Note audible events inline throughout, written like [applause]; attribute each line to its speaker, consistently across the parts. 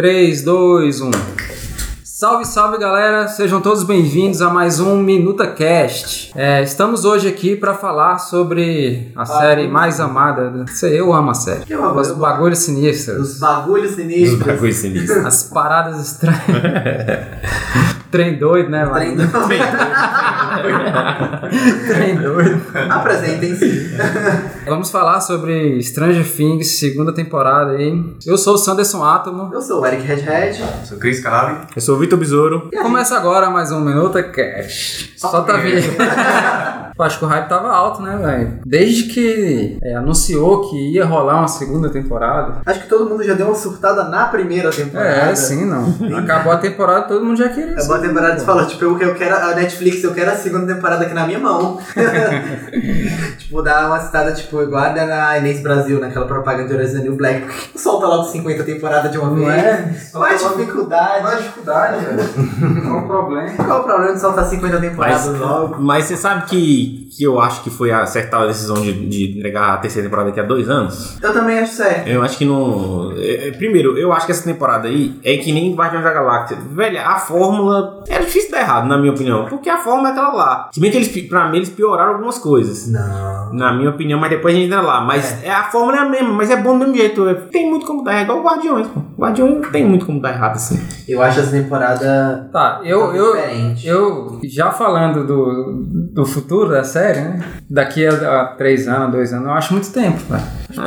Speaker 1: 3, 2, 1. Salve, salve galera, sejam todos bem-vindos a mais um Minuta Cast. É, estamos hoje aqui para falar sobre
Speaker 2: Ah,
Speaker 1: a série mais amada. do- Sei, eu amo a série.
Speaker 2: Eu amo,
Speaker 1: Os
Speaker 2: eu amo.
Speaker 1: bagulhos sinistros,
Speaker 2: Os bagulhos
Speaker 3: [laughs] Os
Speaker 2: [laughs] sinistros.
Speaker 3: bagulhos sinistros.
Speaker 1: as paradas
Speaker 2: [laughs]
Speaker 1: estranhas. Trem doido, né, [laughs]
Speaker 2: Trem
Speaker 1: mano?
Speaker 2: doido.
Speaker 1: [laughs] Trem doido.
Speaker 2: Apresentem-se.
Speaker 1: Vamos falar sobre Stranger Things, segunda temporada aí. Eu sou o Sanderson Átomo.
Speaker 2: Eu sou o Eric Redhead.
Speaker 4: Sou Cris Calave.
Speaker 3: Eu sou o Vitor Besouro.
Speaker 1: Começa agora mais um Minuta Cast. Só tá vindo. [laughs] Eu acho que o hype tava alto, né, velho? Desde que é, anunciou que ia rolar uma segunda temporada.
Speaker 2: Acho que todo mundo já deu uma surtada na primeira temporada.
Speaker 1: É, sim, não. Acabou a temporada, todo mundo já queria.
Speaker 2: É uma
Speaker 1: segunda,
Speaker 2: temporada
Speaker 1: pô.
Speaker 2: de fala, tipo, eu que- eu quero a Netflix, eu quero a segunda temporada aqui na
Speaker 1: [laughs]
Speaker 2: minha mão. tipo, dar uma citada, tipo, igual a da na Inês Brasil, naquela propaganda de Horizon New Black. Por que não [laughs] Solta logo 50 temporadas de uma
Speaker 1: Não
Speaker 2: vez.
Speaker 1: é?
Speaker 2: Qual a dificuldade?
Speaker 4: Mais dificuldade, velho.
Speaker 1: Não é um problema.
Speaker 2: Qual o problema de soltar 50 temporadas
Speaker 3: Mas,
Speaker 2: logo?
Speaker 3: mas você sabe que, que eu acho que foi acertada a decisão de, de entregar a terceira temporada daqui a dois anos?
Speaker 2: Eu também acho certo.
Speaker 3: Eu acho que não. é, é, Primeiro, eu acho que essa temporada aí é que nem Guardiões da Galáxia. Velha, a fórmula era difícil dar errado, na minha opinião. Porque a fórmula é aquela lá. Se bem que eles, pi- pra mim, eles pioraram algumas coisas.
Speaker 2: Não.
Speaker 3: Na minha opinião, mas depois a gente entra lá. Mas é. a fórmula é a mesma, mas é bom do mesmo jeito. É, Tem muito como dar errado, igual o Guardiões. pô. Guardiões não tem muito como dar errado assim.
Speaker 2: Eu acho essa temporada
Speaker 1: Tá, eu,
Speaker 2: Tá
Speaker 1: eu,
Speaker 2: diferente.
Speaker 1: eu já falando do, do futuro da série, né? Daqui a, a três anos, dois anos, eu acho muito tempo, velho.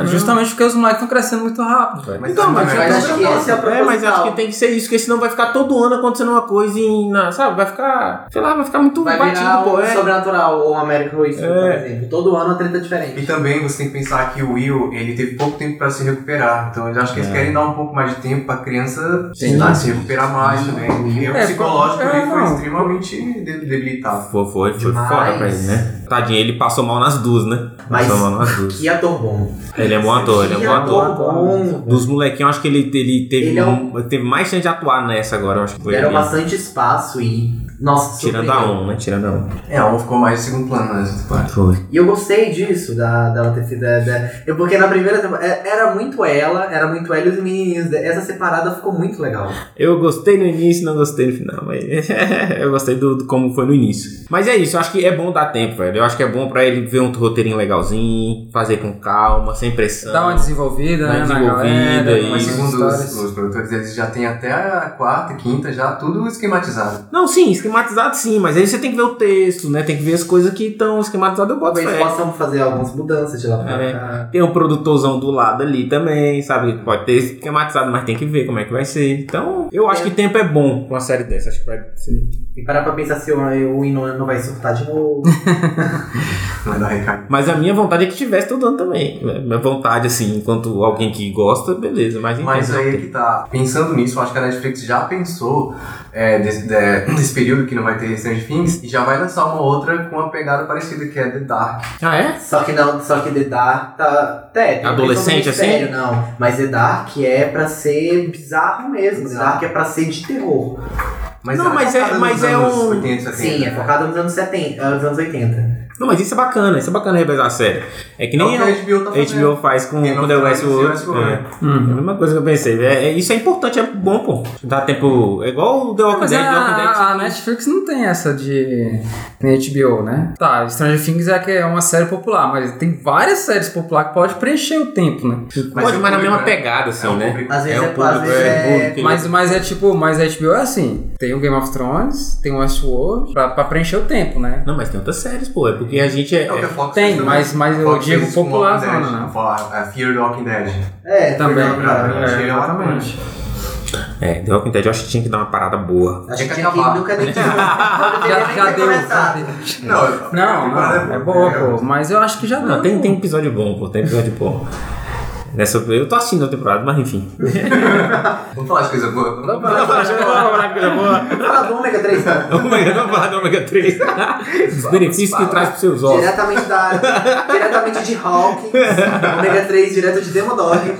Speaker 1: Justamente porque os moleques estão crescendo muito rápido, velho.
Speaker 4: Mas
Speaker 3: Então,
Speaker 4: também
Speaker 3: mas
Speaker 4: vai
Speaker 3: eu
Speaker 4: dar
Speaker 3: acho
Speaker 2: que
Speaker 1: tá
Speaker 3: que
Speaker 2: esse é o
Speaker 3: é, mas eu acho
Speaker 2: proposital.
Speaker 3: que tem que ser isso, porque senão vai ficar todo ano acontecendo uma coisa e, na- sabe, vai ficar, sei lá, vai ficar muito
Speaker 2: vai
Speaker 3: batido,
Speaker 2: virar
Speaker 3: pô.
Speaker 2: um
Speaker 3: é.
Speaker 2: sobrenatural ou um American Horror Story, por
Speaker 3: É.
Speaker 2: exemplo. Todo ano a treta é diferente.
Speaker 4: E também você tem que pensar que o Will, ele teve pouco tempo pra se recuperar. Então eu acho que eles querem dar um pouco mais de tempo pra criança
Speaker 3: É. Sim.
Speaker 4: tá, se recuperar mais também. E o
Speaker 1: É,
Speaker 4: psicológico
Speaker 1: é,
Speaker 4: ele foi
Speaker 1: não.
Speaker 4: extremamente de- debilitado.
Speaker 3: Foi, foi, foi
Speaker 2: Demais.
Speaker 3: fora pra ele, né? Tadinho, ele passou mal nas duas, né?
Speaker 2: Mas-
Speaker 3: Passou mal nas duas.
Speaker 2: Que ator bom.
Speaker 3: Ele é bom ator, ele é
Speaker 2: que
Speaker 3: bom ator.
Speaker 2: bom.
Speaker 3: Dos molequinhos, acho que ele, ele, teve,
Speaker 2: um Ele é
Speaker 3: um- teve mais chance de atuar nessa agora, eu acho que foi.
Speaker 2: Deram
Speaker 3: ele.
Speaker 2: bastante espaço e... Nossa,
Speaker 3: Tirando a
Speaker 2: surpreendeu.
Speaker 3: um, né? Tirando a um.
Speaker 4: É, um ficou mais de segundo plano nessa temporada.
Speaker 3: Foi.
Speaker 2: E eu gostei disso, da, dela ter sido. da- da- eu, porque na primeira temporada é- era muito ela, era muito ela e os menininhos. né? Essa separada ficou muito legal.
Speaker 3: Eu gostei no início, não gostei no final, mas [laughs] eu gostei do, do como foi no início. Mas é isso, eu acho que é bom dar tempo, velho. Eu acho que é bom pra ele ver um roteirinho legalzinho, fazer com calma, sem pressão.
Speaker 1: Dá uma desenvolvida,
Speaker 3: Dá
Speaker 1: né? Na
Speaker 3: desenvolvida
Speaker 1: galera,
Speaker 3: e-
Speaker 4: Mas
Speaker 1: algumas
Speaker 4: segundo
Speaker 1: histórias.
Speaker 4: os, os produtores, eles já têm até a quarta e quinta já tudo esquematizado. [laughs]
Speaker 3: Não, sim, esquematizado sim, mas aí você tem que ver o texto, né? Tem que ver as coisas que estão esquematizadas, eu boto
Speaker 2: Talvez
Speaker 3: fé.
Speaker 2: possam fazer algumas mudanças de lá pra
Speaker 3: É.
Speaker 2: cá.
Speaker 3: Tem um produtorzão do lado ali também, sabe? Pode ter esquematizado, mas tem que ver como é que vai ser. Então, eu acho que tempo é bom pra uma série dessa. Acho que vai ser.
Speaker 2: E parar pra pensar se o, o Inon não vai surtar de novo.
Speaker 4: Vai dar recado.
Speaker 3: Mas a minha vontade é que tivesse todo ano também. né? Minha vontade, assim, enquanto alguém que gosta, beleza. Mas,
Speaker 4: Mas
Speaker 3: entendo.
Speaker 4: aí é que tá. Pensando nisso, eu acho que a Netflix já pensou é, desse, de- [laughs] desse período que não vai ter Stranger Things e já vai lançar uma outra com uma pegada parecida, que é The Dark.
Speaker 3: Ah, é?
Speaker 2: Só que não, só que The Dark tá. Até, tem
Speaker 3: Adolescente,
Speaker 2: um
Speaker 3: assim?
Speaker 2: mistério, Não, mas The Dark é pra ser bizarro mesmo. The Dark é pra ser de terror.
Speaker 3: Não, mas é-
Speaker 4: tá focada
Speaker 3: mas
Speaker 4: nos
Speaker 3: é
Speaker 4: anos
Speaker 3: um-
Speaker 4: 80, 70.
Speaker 2: Sim, é focado nos anos 70, ah, nos anos 80.
Speaker 3: Não, mas isso é bacana, isso é bacana revezar a série. É que
Speaker 4: É o
Speaker 3: nem
Speaker 4: que
Speaker 3: a
Speaker 4: a HBO tá fazendo. tá
Speaker 3: HBO faz com,
Speaker 4: Quem
Speaker 3: É, com
Speaker 4: não
Speaker 3: The
Speaker 4: faz,
Speaker 3: Westworld.
Speaker 4: faz Westworld.
Speaker 3: É. É a
Speaker 1: Uhum.
Speaker 3: mesma coisa que eu pensei. É, é- isso é importante, é bom, pô. Dá tempo. É igual o The Walking
Speaker 1: Mas
Speaker 3: Dead, The Walking Dead.
Speaker 1: a, a Netflix não tem essa de tem HBO, né? Tá, Stranger Things é, que é uma série popular, mas tem várias séries populares que pode preencher o tempo, né?
Speaker 4: Mas
Speaker 3: Pode,
Speaker 4: o
Speaker 3: mas na
Speaker 4: público,
Speaker 3: mesma
Speaker 4: né?
Speaker 3: pegada, assim,
Speaker 4: É um
Speaker 3: né?
Speaker 4: público.
Speaker 2: Às vezes é,
Speaker 3: o
Speaker 2: às vezes
Speaker 3: o
Speaker 2: é,
Speaker 3: público,
Speaker 1: Mas, mas é tipo, mas a HBO é assim, tem o Game of Thrones, tem o Westworld, pra, pra preencher o tempo, né?
Speaker 3: Não, mas tem outras séries, pô. É porque a gente é.
Speaker 4: É o que
Speaker 3: é-
Speaker 4: a Fox
Speaker 1: Tem,
Speaker 4: fez também.
Speaker 1: mas, mas eu
Speaker 4: Fox fez
Speaker 1: digo
Speaker 4: isso com
Speaker 1: popular,
Speaker 4: Walking Dead,
Speaker 1: não, não.
Speaker 4: né? A a Fear the Walking Dead.
Speaker 2: É,
Speaker 1: Também,
Speaker 2: foi uma parada.
Speaker 1: é,
Speaker 4: Achei ela bacana.
Speaker 1: exatamente.
Speaker 3: É, The Walking Dead eu acho que tinha que dar uma parada boa.
Speaker 2: Acho
Speaker 4: Tem
Speaker 2: que
Speaker 4: que
Speaker 2: tinha que
Speaker 4: acabar.
Speaker 2: nunca nem tinha.
Speaker 1: Já, já deu, já
Speaker 2: começado.
Speaker 1: deu.
Speaker 4: Não,
Speaker 1: Não, não, é boa, pô, mas eu acho que já
Speaker 3: Não,
Speaker 1: deu.
Speaker 3: tem,
Speaker 1: pô.
Speaker 3: tem episódio bom, pô. Tem episódio bom. Nessa, eu tô assistindo a temporada, mas enfim.
Speaker 4: Vamos falar de coisa boa.
Speaker 3: Vamos falar de coisa boa.
Speaker 2: Fala do ômega 3, cara.
Speaker 3: Ômega, não falar do ômega 3. [laughs] Os benefícios que traz pros seus ossos.
Speaker 2: Diretamente da diretamente de Hawkins, ômega 3 direto de Demodog.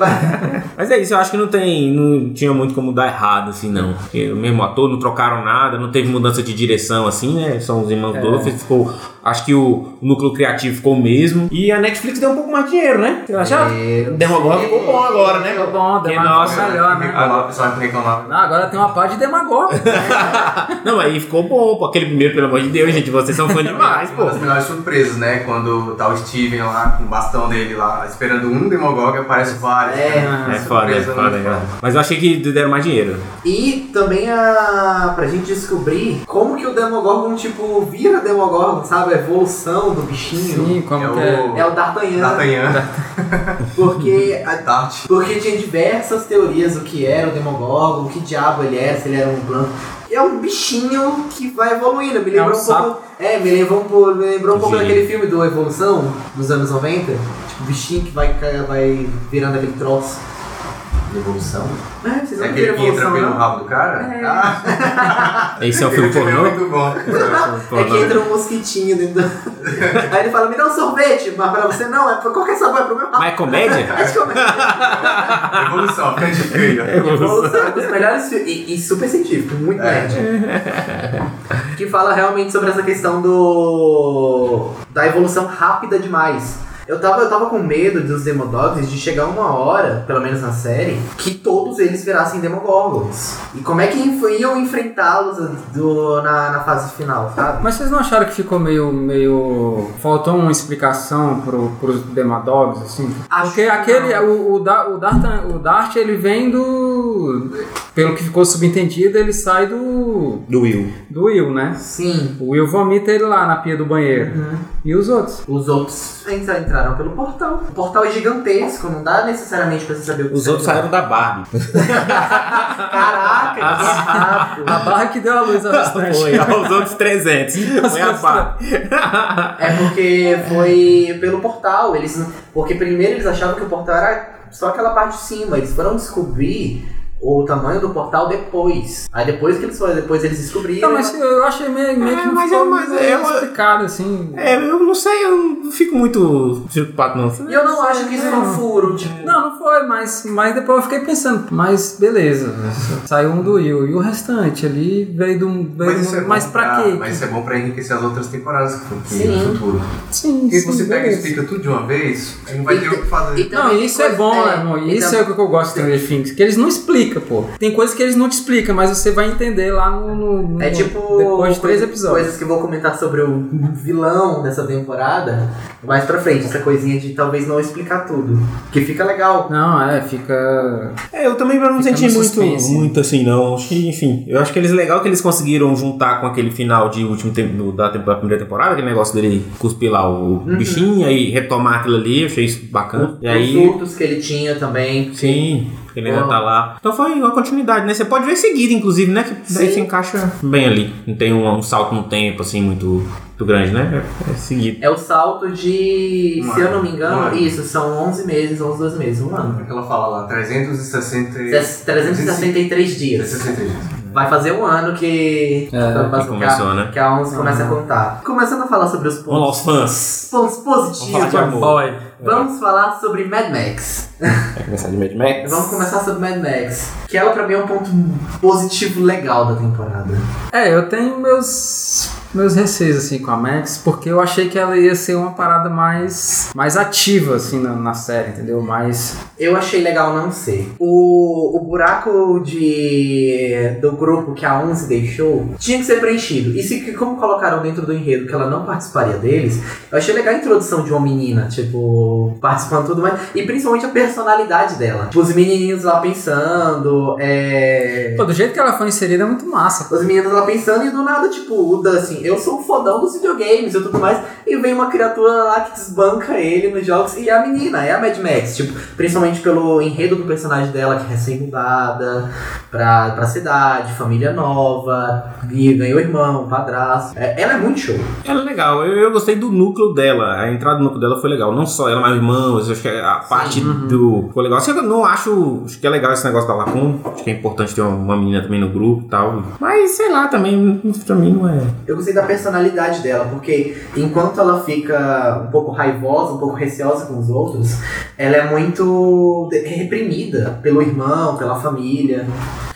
Speaker 3: Mas é isso, eu acho que não tem. Não tinha muito como dar errado, assim, não. Porque o mesmo ator não trocaram nada, não teve mudança de direção, assim, né? São os irmãos Dolph, ficou. Acho que o núcleo criativo ficou o mesmo. E a Netflix deu um pouco mais de dinheiro, né? Você não achava?
Speaker 2: Meu
Speaker 3: Deu uma
Speaker 5: Lohan ficou bom agora, né?
Speaker 1: Ficou bom,
Speaker 3: Que
Speaker 1: Demagog
Speaker 3: nossa.
Speaker 1: ficou melhor, né?
Speaker 4: Reclamava, o pessoal reclamava.
Speaker 1: Ah, agora tem uma parte de Demagog.
Speaker 3: [laughs] Não, aí ficou bom, pô. Aquele primeiro, pelo amor de Deus, gente. Vocês são fã demais, [laughs]
Speaker 4: Uma
Speaker 3: pô.
Speaker 4: das melhores surpresas, né? Quando tá o Steven lá com o bastão dele lá, esperando um Demogorgon, aparece vários.
Speaker 2: É,
Speaker 4: né?
Speaker 3: É foda, é
Speaker 4: Surpresa,
Speaker 3: foda,
Speaker 4: né?
Speaker 3: cara. Mas eu achei que deram mais dinheiro.
Speaker 2: E também a, pra gente descobrir como que o Demogorgon, tipo, vira Demogorgon, sabe? A evolução do bichinho.
Speaker 1: Sim, como
Speaker 4: É
Speaker 1: que é?
Speaker 4: o
Speaker 2: É o D'Artagnan.
Speaker 4: D'Artagnan.
Speaker 2: Porque, a-
Speaker 4: Tart.
Speaker 2: porque tinha diversas teorias o que era o Demogorgon, o que diabo ele era, se ele era um branco. É um bichinho que vai evoluindo. Me lembrou
Speaker 1: um
Speaker 2: um, pouco. É, me lembrou um pouco, me lembrou um pouco
Speaker 3: Sim.
Speaker 2: daquele filme do Evolução dos anos 90. Tipo, o bichinho que vai, ca- vai virando aquele troço. Evolução? É, vocês
Speaker 4: É
Speaker 2: não viram
Speaker 4: aquele que entra
Speaker 2: evolução,
Speaker 4: pelo
Speaker 2: não?
Speaker 4: rabo do cara?
Speaker 2: É.
Speaker 4: Ah,
Speaker 3: Esse é o
Speaker 4: aquele
Speaker 3: filme pornô?
Speaker 4: muito bom.
Speaker 2: É que entra um mosquitinho dentro do... [laughs] Aí ele fala, me dá um sorvete, mas pra você não, é pra qualquer sabor, é pro meu rabo.
Speaker 3: Mas é comédia?
Speaker 2: [laughs] Mas como é?
Speaker 4: Evolução, frente
Speaker 3: É,
Speaker 4: feia.
Speaker 2: Evolução, um dos melhores fi- e, e super científico, muito nerd. Que fala realmente sobre essa questão do... da evolução rápida demais. Eu tava, eu tava com medo dos Demodogs de chegar uma hora, pelo menos na série, que todos eles virassem Demogorgons. E como é que inf- iam enfrentá-los do- na, na fase final, sabe?
Speaker 1: Mas vocês não acharam que ficou meio. meio. faltou uma explicação pro, pros Demadogs, assim?
Speaker 2: Acho
Speaker 1: Porque
Speaker 2: que
Speaker 1: aquele.
Speaker 2: não.
Speaker 1: O, o, da, o, Dart, o Dart, ele vem do. Pelo que ficou subentendido, ele sai do.
Speaker 3: Do Will.
Speaker 1: do Will, né?
Speaker 2: Sim.
Speaker 1: O Will vomita ele lá na pia do banheiro. E os outros?
Speaker 2: Os outros entra- entraram pelo portal. O portal é gigantesco, não dá necessariamente pra você saber o que
Speaker 3: Os
Speaker 2: tá
Speaker 3: outros
Speaker 2: dentro.
Speaker 3: saíram da Barbie.
Speaker 2: [laughs] Caraca, que rápido.
Speaker 1: A barra que deu a
Speaker 3: [laughs]
Speaker 1: luz ao restante.
Speaker 3: [laughs] Foi, os outros 300. Foi a Barbie.
Speaker 2: É porque foi pelo portal. Eles, porque primeiro eles achavam que o portal era só aquela parte de cima. Eles foram descobrir o tamanho do portal depois. Aí depois que eles foram, depois eles descobriram.
Speaker 1: Não, mas eu achei meio, meio
Speaker 3: É,
Speaker 1: que não
Speaker 3: mas
Speaker 1: ficou
Speaker 3: é- mas
Speaker 1: muito
Speaker 3: é-
Speaker 1: explicado, assim.
Speaker 3: É, eu não sei, eu não fico muito preocupado, não.
Speaker 2: E eu não acho que isso foi um furo, tipo.
Speaker 1: Não, não foi, mas, mas depois eu fiquei pensando, mas beleza, saiu um do Will e o restante ali veio do. Veio
Speaker 4: Mas
Speaker 1: do
Speaker 4: isso é bom.
Speaker 1: mas pra quê?
Speaker 4: Mas isso é bom pra enriquecer as outras temporadas que vão ter
Speaker 2: Sim.
Speaker 4: no futuro.
Speaker 1: Sim,
Speaker 4: Porque
Speaker 1: sim.
Speaker 4: se você pega e
Speaker 1: beleza.
Speaker 4: explica tudo de uma vez, não vai ter o que fazer.
Speaker 2: E
Speaker 1: Não,
Speaker 2: também
Speaker 1: isso
Speaker 2: tem
Speaker 1: é bom,
Speaker 2: coisa-
Speaker 1: né, irmão?
Speaker 2: e
Speaker 1: Isso
Speaker 2: tam-
Speaker 1: é o que eu gosto de Stranger Things, que eles não explicam, pô. Tem coisas que eles não te explicam, mas você vai entender lá no. no- no-
Speaker 2: É tipo.
Speaker 1: Depois de três
Speaker 2: coisa-
Speaker 1: episódios.
Speaker 2: Coisas que eu vou comentar sobre o vilão dessa temporada mais pra frente. Essa coisinha de talvez não explicar tudo. Que fica legal.
Speaker 1: Não, é, fica.
Speaker 3: É, eu também não
Speaker 1: Fica
Speaker 3: senti
Speaker 1: no
Speaker 3: muito,
Speaker 1: suspense.
Speaker 3: muito assim, não. Acho que, enfim, eu acho que eles legal que eles conseguiram juntar com aquele final de último tempo do- da, tempo- da primeira temporada, aquele negócio dele cuspir lá o bichinho e retomar aquilo ali, eu achei isso bacana. E
Speaker 2: Os
Speaker 3: aí.
Speaker 2: surtos que ele tinha também.
Speaker 3: Sim, ele ainda
Speaker 2: Bom.
Speaker 3: tá lá. Então foi uma continuidade, né? Você pode ver seguida, inclusive, né? Que daí
Speaker 2: Sim.
Speaker 3: se encaixa bem ali. Não tem um, um salto no tempo, assim, muito, muito grande, né? É, é seguido.
Speaker 2: É o salto de.
Speaker 4: Um
Speaker 2: se eu
Speaker 4: ano.
Speaker 2: não me engano,
Speaker 4: Um ano.
Speaker 2: isso, são 11 meses, 11, 12 meses, um ano.
Speaker 4: Aquela é fala lá, 360 e-
Speaker 2: 363 dias.
Speaker 4: 360 dias.
Speaker 2: Vai fazer um ano que.
Speaker 3: Uhum. É, que começou, né?
Speaker 2: Que a 11 começa a contar. Começando a falar sobre os
Speaker 3: Vamos lá,
Speaker 2: pontos,
Speaker 3: os fãs.
Speaker 2: pontos
Speaker 3: Vamos
Speaker 2: positivos.
Speaker 3: falar de amor. Boy.
Speaker 2: Vamos falar sobre Mad Max.
Speaker 3: Vai começar de Mad Max.
Speaker 2: É, Vamos começar sobre Mad Max. Que ela pra mim é um ponto positivo legal da temporada.
Speaker 1: É, eu tenho meus meus receios assim com a Max, porque eu achei que ela ia ser uma parada mais mais ativa assim na, na série, entendeu? Mais
Speaker 2: Eu achei legal não ser. O, o buraco de do grupo que a 11 deixou tinha que ser preenchido. E se como colocaram dentro do enredo que ela não participaria deles, eu achei legal a introdução de uma menina, tipo, participando de tudo mais. E principalmente a personalidade dela. Tipo, os menininhos lá pensando, é.
Speaker 1: Pô, do jeito que ela foi inserida é muito massa.
Speaker 2: As meninas lá pensando e do nada, tipo, o Dan assim, eu sou um fodão dos videogames e tudo mais. E vem uma criatura lá que desbanca ele nos jogos. E é a menina, é a Mad Max, tipo, principalmente pelo enredo do personagem dela, que é recém-mudada pra, pra cidade, família nova, e ganhou irmão, padrasto. É, ela é muito show.
Speaker 3: Ela é legal, eu, eu gostei do núcleo dela. A entrada do núcleo dela foi legal. Não só ela, mas os irmãos. Acho que é a parte
Speaker 1: uhum.
Speaker 3: do. Ficou legal. Só que Eu não acho. Acho que é legal esse negócio da Lacum. Acho que é importante ter uma, uma menina também no grupo e tal. Mas sei lá também. Pra mim não é.
Speaker 2: Eu gostei da personalidade dela, porque enquanto ela fica um pouco raivosa, um pouco receosa com os outros, ela é muito de- reprimida pelo irmão, pela família.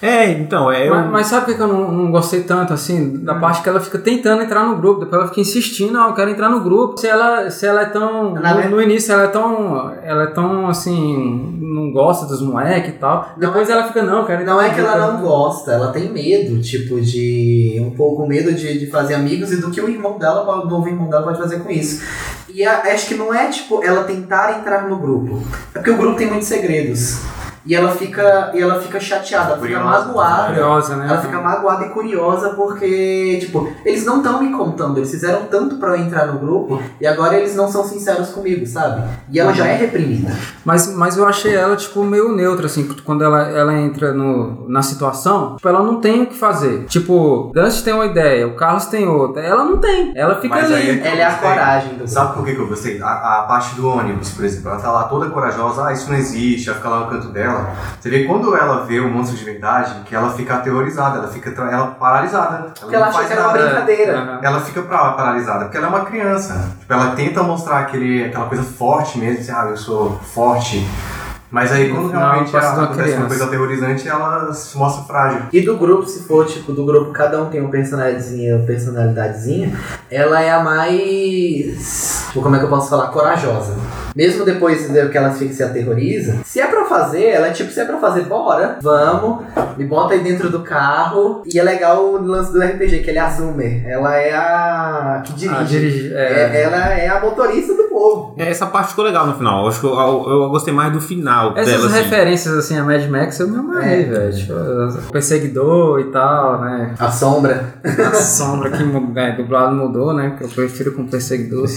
Speaker 3: É, então, é.
Speaker 1: Mas,
Speaker 3: um-
Speaker 1: mas sabe por que que eu não, não gostei tanto, assim,
Speaker 2: Hum.
Speaker 1: da parte que ela fica tentando entrar no grupo, depois ela fica insistindo, ah, eu quero entrar no grupo. Se ela, se ela é tão.
Speaker 2: Na
Speaker 1: No,
Speaker 2: ver-
Speaker 1: no início ela é tão. Ela é tão assim. Não gosta dos moleques e tal.
Speaker 2: Não é-
Speaker 1: Depois ela fica, não, eu quero entrar
Speaker 2: Não
Speaker 1: no
Speaker 2: é que
Speaker 1: grupo.
Speaker 2: ela não gosta, ela tem medo, tipo, de. Um pouco medo de, de fazer amigos e do que o irmão dela, o novo irmão dela, pode fazer com isso. E a- acho que não é, tipo, ela tentar entrar no grupo. É porque o grupo tem muitos segredos. E ela fica, e ela fica chateada, ela fica
Speaker 4: Curiosa, Uhum.
Speaker 2: magoada.
Speaker 1: Curiosa, né?
Speaker 2: Ela fica magoada e curiosa porque, tipo, eles não estão me contando, eles fizeram tanto pra eu entrar no grupo e agora eles não são sinceros comigo, sabe? E
Speaker 4: Uhum.
Speaker 2: ela já é reprimida.
Speaker 1: Mas, mas eu achei ela, tipo, meio neutra, assim, quando ela, ela entra no, na situação, tipo, ela não tem o que fazer. Tipo, Dante tem uma ideia, o Carlos tem outra. Ela não tem. Ela fica
Speaker 4: Então, Mas
Speaker 1: ali.
Speaker 4: aí-
Speaker 2: Ela é a coragem do
Speaker 4: Sabe por que, que eu gostei? A, a parte do ônibus, por exemplo, ela tá lá toda corajosa, ah, isso não existe, ela fica lá no canto dela. Você vê quando ela vê o monstro de verdade, que ela fica aterrorizada, ela fica tra- ela paralisada. Ela
Speaker 2: Porque ela
Speaker 4: não
Speaker 2: acha
Speaker 4: faz
Speaker 2: que era uma
Speaker 4: nada. Uhum.
Speaker 2: brincadeira.
Speaker 1: Aham.
Speaker 4: Ela fica pra- paralisada, porque ela é uma criança. Tipo, ela tenta mostrar aquele, aquela coisa forte mesmo, assim, ah, eu sou forte. Mas aí quando
Speaker 1: No final,
Speaker 4: realmente
Speaker 1: passa de uma
Speaker 4: acontece uma
Speaker 1: criança.
Speaker 4: coisa aterrorizante, ela se mostra frágil.
Speaker 2: E do grupo, se for, tipo, do grupo cada um tem um personalidadezinha, personalidadezinha, ela é a mais. Tipo, como é que eu posso falar? Corajosa. Mesmo depois de que ela fica se aterroriza, se é pra fazer, ela é tipo, se é pra fazer, bora, vamos, me bota aí dentro do carro. E é legal o lance do RPG, que ela é a Zoomer. Ela é a. que dirige.
Speaker 1: Ah, dirige, é.
Speaker 2: É, ela é a motorista do povo.
Speaker 3: é, Essa parte ficou legal no final. Eu Acho que eu, eu- eu gostei mais do final
Speaker 1: Essas
Speaker 3: dela, assim.
Speaker 1: referências assim a Mad Max eu me amarrei, velho. Tipo, o perseguidor e tal, né?
Speaker 2: A sombra.
Speaker 1: A sombra que mu- é, dublado mudou, né? Porque eu prefiro com perseguidor.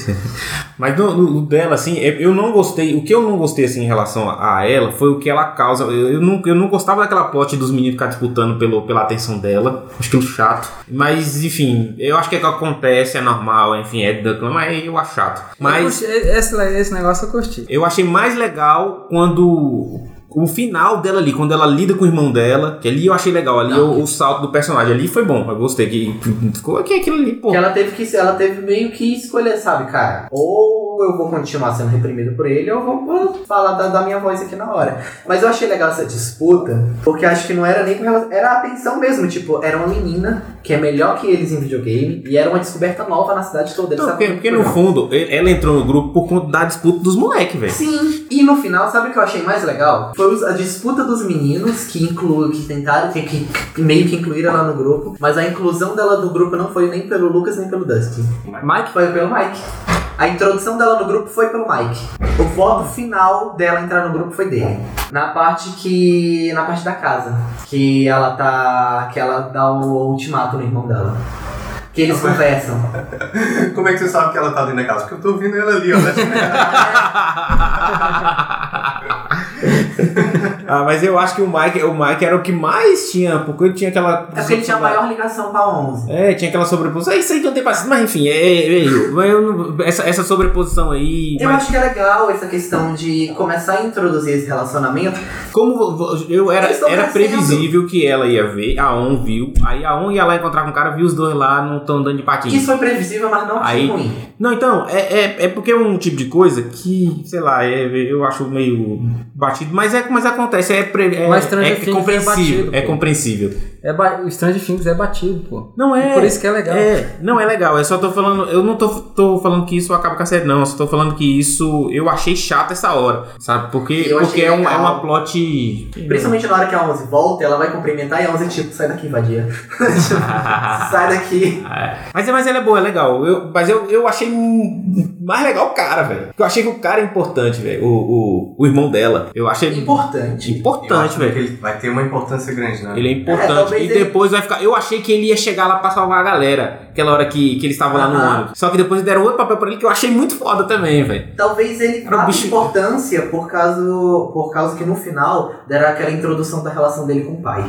Speaker 3: Mas no, no- no dela, assim, eu eu não gostei. O que eu não gostei, assim, em relação a a ela foi o que ela causa. Eu, eu não, eu não gostava daquela plot dos meninos ficar disputando pelo, pela atenção dela. Acho que é chato. Mas, enfim, eu acho que é o que acontece, é normal, enfim, é da mas eu acho chato.
Speaker 1: Eu
Speaker 3: Mas
Speaker 1: curti- esse, esse negócio eu curti.
Speaker 3: eu achei mais legal quando. O final dela ali, quando ela lida com o irmão dela, que ali eu achei legal, ali
Speaker 2: Não.
Speaker 3: o, o salto do personagem ali foi bom, eu gostei. Que, que- ficou que aquilo ali, pô.
Speaker 2: Que ela teve que ela teve meio que escolher, sabe, cara? Ou eu vou continuar sendo reprimido por ele, ou eu vou- vou falar da, da minha voz aqui na hora. Mas eu achei legal essa disputa, porque acho que não era nem com relação. Era a pensão mesmo, tipo, era uma menina que é melhor que eles em videogame, e era uma descoberta nova na cidade toda. Eles
Speaker 3: Não, porque,
Speaker 2: sabiam
Speaker 3: porque
Speaker 2: que
Speaker 3: no
Speaker 2: não.
Speaker 3: fundo, ele- ela entrou no grupo por conta da disputa dos moleques, velho.
Speaker 2: Sim, e no final, sabe o que eu achei mais legal? Foi os- a disputa dos meninos que inclu, que tentaram, que, que- que meio que incluíram ela no grupo, mas a inclusão dela do grupo não foi nem pelo Lucas nem pelo Dustin.
Speaker 1: Mike?
Speaker 2: Foi pelo Mike. A introdução dela no grupo foi pelo Mike. O voto final dela entrar no grupo foi dele. Na parte que. Na parte da casa. Que ela tá. Que ela dá o ultimato no irmão dela. Que eles conversam.
Speaker 4: Como é que você sabe que ela tá dentro da casa? Porque eu tô ouvindo ela ali, ó.
Speaker 2: É,
Speaker 3: ah, mas eu acho que o Mike, o Mike era o que mais tinha, porque ele tinha aquela.
Speaker 2: É porque ele tinha a maior ligação com a 11.
Speaker 3: É, tinha aquela sobreposição. É isso aí que eu tenho paciência. Mas enfim, é, é, é, eu- mas eu não- essa, essa sobreposição aí.
Speaker 2: Eu
Speaker 3: mas
Speaker 2: acho que é legal essa questão de começar a introduzir esse relacionamento.
Speaker 3: como vo- vo- eu era,
Speaker 2: Eles estão
Speaker 3: era
Speaker 2: crescendo.
Speaker 3: previsível que ela ia ver, a On viu, aí a On ia lá encontrar com o cara, viu os dois lá, não estão dando de patinho.
Speaker 2: Isso foi previsível, mas não achei
Speaker 3: Aí-
Speaker 2: ruim.
Speaker 3: Não, então, é, é, é porque é um tipo de coisa que, sei lá, é- eu acho meio batido, mas é mas acontece, é, pre, é,
Speaker 1: Mas Stranger
Speaker 3: é
Speaker 2: assim,
Speaker 1: Things é
Speaker 3: compreensível.
Speaker 1: batido,
Speaker 3: É
Speaker 1: pô.
Speaker 3: compreensível.
Speaker 1: É ba- o Stranger Things é batido, pô.
Speaker 3: Não é.
Speaker 1: E por isso que é legal.
Speaker 3: É, não é legal. Eu só tô falando. Eu não tô, tô falando que isso acaba com a série, não. Eu só tô falando que isso. Eu achei chato essa hora, sabe? Porque,
Speaker 2: Eu
Speaker 3: porque
Speaker 2: achei
Speaker 3: é, um,
Speaker 2: legal.
Speaker 3: é uma plot.
Speaker 2: Principalmente na hora que a 11 volta, ela vai cumprimentar e a 11 tipo, sai daqui,
Speaker 3: [laughs]
Speaker 2: vadia. sai daqui.
Speaker 3: mas, é- mas ela é boa, é legal. Eu, mas eu, eu achei um- mais legal o cara, velho. Porque Eu achei que o cara é importante, velho. O, o, o irmão dela. Eu achei
Speaker 2: Importante.
Speaker 4: Eu
Speaker 3: importante,
Speaker 4: acho que
Speaker 3: velho.
Speaker 4: ele vai ter uma importância grande, né?
Speaker 3: Ele é
Speaker 2: É,
Speaker 3: importante.
Speaker 2: talvez
Speaker 3: e
Speaker 2: ele-
Speaker 3: depois vai ficar. Eu achei que ele ia chegar lá pra salvar a galera. Aquela hora que, que eles estavam lá no
Speaker 2: Aham.
Speaker 3: ônibus. Só que depois deram outro papel pra ele que eu achei muito foda também, velho.
Speaker 2: Talvez ele
Speaker 3: Era um
Speaker 2: vá
Speaker 3: bicho-
Speaker 2: importância por causa, por causa que no final deram aquela introdução da relação dele com o pai.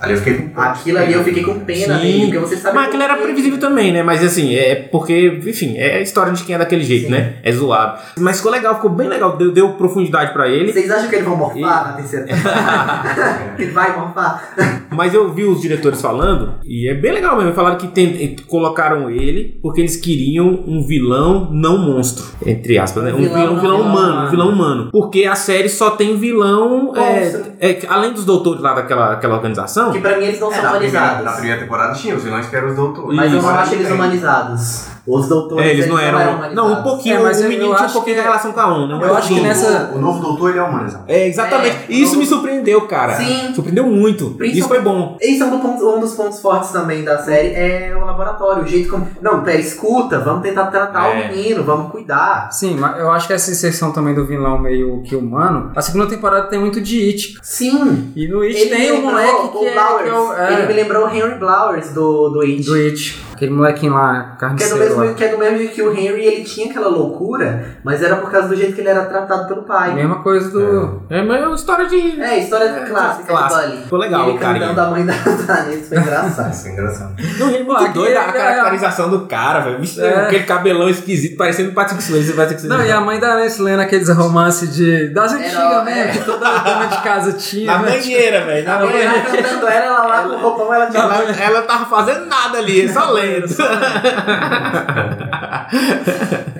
Speaker 4: Ali eu fiquei com.
Speaker 2: Aquilo ali eu fiquei com pena
Speaker 3: Sim.
Speaker 2: dele, porque você sabe. é,
Speaker 3: Mas aquilo era
Speaker 2: por quê.
Speaker 3: previsível também, né? Mas assim, é porque, enfim, é a história de quem é daquele jeito,
Speaker 2: Sim.
Speaker 3: né? É zoado. Mas ficou legal, ficou bem legal, deu, deu profundidade pra ele.
Speaker 2: Vocês acham que ele vai morfar
Speaker 3: E-
Speaker 2: na terceira
Speaker 3: [laughs]
Speaker 2: temporada? ele vai morfar?
Speaker 3: Mas eu vi os diretores falando, e é bem legal mesmo. Falaram que tem- colocaram ele porque eles queriam um vilão não monstro, entre aspas, né? Um vilão,
Speaker 2: Vilão
Speaker 3: um
Speaker 2: não
Speaker 3: vilão
Speaker 2: vilão,
Speaker 3: humano, um
Speaker 2: né?
Speaker 3: vilão humano. Porque a série só tem vilão.
Speaker 2: Monstro.
Speaker 3: é, é, além dos doutores lá daquela aquela organização.
Speaker 2: Que pra mim eles não
Speaker 4: É,
Speaker 2: são
Speaker 4: na, primeira,
Speaker 2: humanizados.
Speaker 4: na primeira temporada tinha os vilões que eram os doutores.
Speaker 2: Mas eu não
Speaker 4: Agora
Speaker 2: acho eles
Speaker 4: tem.
Speaker 2: humanizados. Os doutores
Speaker 3: É, eles não eram.
Speaker 2: humanizados.
Speaker 3: Não, um pouquinho.
Speaker 1: É, mas
Speaker 3: o
Speaker 1: eu-
Speaker 3: menino
Speaker 1: eu
Speaker 3: tinha um
Speaker 1: acho
Speaker 3: pouquinho
Speaker 1: que-
Speaker 3: da relação com a ONU, né? Um
Speaker 1: Eu acho que
Speaker 3: pouquinho.
Speaker 1: nessa-
Speaker 4: O novo doutor ele é humanizado.
Speaker 3: É, exatamente.
Speaker 2: É,
Speaker 3: Isso
Speaker 2: não-
Speaker 3: me surpreendeu, cara.
Speaker 2: Sim.
Speaker 3: Surpreendeu muito.
Speaker 2: Principalmente-
Speaker 3: Isso foi bom.
Speaker 2: Esse é um, do ponto- um dos pontos fortes também da série, é o laboratório, o jeito como. Não, pera, escuta, vamos tentar tratar
Speaker 3: É.
Speaker 2: o menino, vamos cuidar.
Speaker 1: Sim, mas eu acho que essa inserção também do vilão meio que humano. A segunda temporada tem muito de It.
Speaker 2: Sim!
Speaker 1: E no It
Speaker 2: Ele me
Speaker 1: tem um
Speaker 2: lembrou
Speaker 1: moleque
Speaker 2: o
Speaker 1: que é,
Speaker 2: Blowers.
Speaker 1: que é o. é,
Speaker 2: Ele me lembrou o Henry Blowers do, do It.
Speaker 1: do It. Aquele molequinho lá,
Speaker 2: Que é, do
Speaker 1: carniceiro.
Speaker 2: mesmo,
Speaker 1: lá.
Speaker 2: que é do mesmo jeito que o Henry, ele tinha aquela loucura, mas era por causa do jeito que ele era tratado pelo pai.
Speaker 1: Mesma coisa do.
Speaker 3: É, mas é uma história de.
Speaker 2: É, história clássica
Speaker 3: clássica.
Speaker 2: do Bully.
Speaker 3: Ficou legal,
Speaker 2: ele
Speaker 3: carinha.
Speaker 2: cantando a mãe da Tânia, isso foi
Speaker 3: [laughs]
Speaker 2: engraçado.
Speaker 4: Isso é engraçado.
Speaker 3: Não, ele é
Speaker 1: Pô,
Speaker 3: muito
Speaker 1: aqui
Speaker 3: doido
Speaker 1: é-
Speaker 3: a
Speaker 2: né?
Speaker 3: caracterização do cara, velho. Bicho,
Speaker 1: É.
Speaker 3: Aquele cabelão esquisito, parecendo o Patrick Swayze. o Patrick Swayze.
Speaker 1: Não, e a mãe da Nancy lendo aqueles romances de. Das
Speaker 2: Era-
Speaker 1: antigas, né?
Speaker 2: é.
Speaker 1: Que toda dona de casa tinha.
Speaker 3: Na
Speaker 1: né?
Speaker 3: banheira, velho. Na
Speaker 2: Ele
Speaker 3: banheira.
Speaker 2: lá cantando ela, ela lá com o roupão, ela de
Speaker 3: Ela, ela tava fazendo nada
Speaker 2: [laughs]
Speaker 3: ali, só lendo.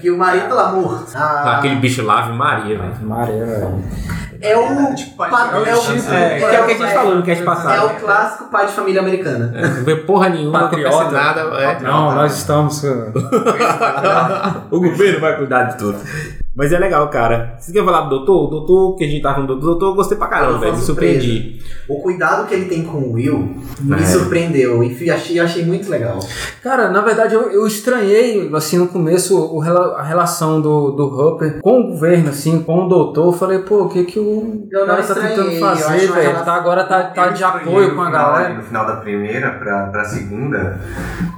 Speaker 2: E o marido lá morto. Ah,
Speaker 3: Aquele bicho lá, Ave Maria, velho.
Speaker 2: É o.
Speaker 4: Tipo,
Speaker 2: pa-
Speaker 4: parece
Speaker 2: é
Speaker 4: que
Speaker 2: o-
Speaker 4: chance,
Speaker 3: É, que é o que a gente falou no cast
Speaker 2: É
Speaker 3: passado.
Speaker 2: o É clássico pai de família americana.
Speaker 3: Não vê porra nenhuma, não acontece nada. é.
Speaker 1: Não, nós estamos.
Speaker 3: O governo vai cuidar de tudo. Mas é legal, cara. Vocês querem falar do doutor? O doutor, que a gente tava falando do doutor, eu gostei pra caramba,
Speaker 2: Eu
Speaker 3: velho. Me
Speaker 2: fui
Speaker 3: surpreendi.
Speaker 2: O cuidado que ele tem com o Will me
Speaker 3: É.
Speaker 2: surpreendeu. E fui- achei, achei muito legal.
Speaker 1: Cara, na verdade eu, eu estranhei, assim, no começo o rela- a relação do, do Hopper com o governo, assim, com o doutor. Eu Falei, pô, o que que o
Speaker 2: Eu não
Speaker 1: cara tá
Speaker 2: estranhei,
Speaker 1: tentando
Speaker 2: eu acho
Speaker 1: fazer,
Speaker 2: uma
Speaker 1: velho?
Speaker 2: relação-
Speaker 1: Tá, agora tá, tá
Speaker 4: Eu
Speaker 1: de
Speaker 4: estranhei
Speaker 1: apoio
Speaker 4: no
Speaker 1: com a
Speaker 4: final,
Speaker 1: galera.
Speaker 2: né?
Speaker 4: ali, No final da primeira pra, pra segunda,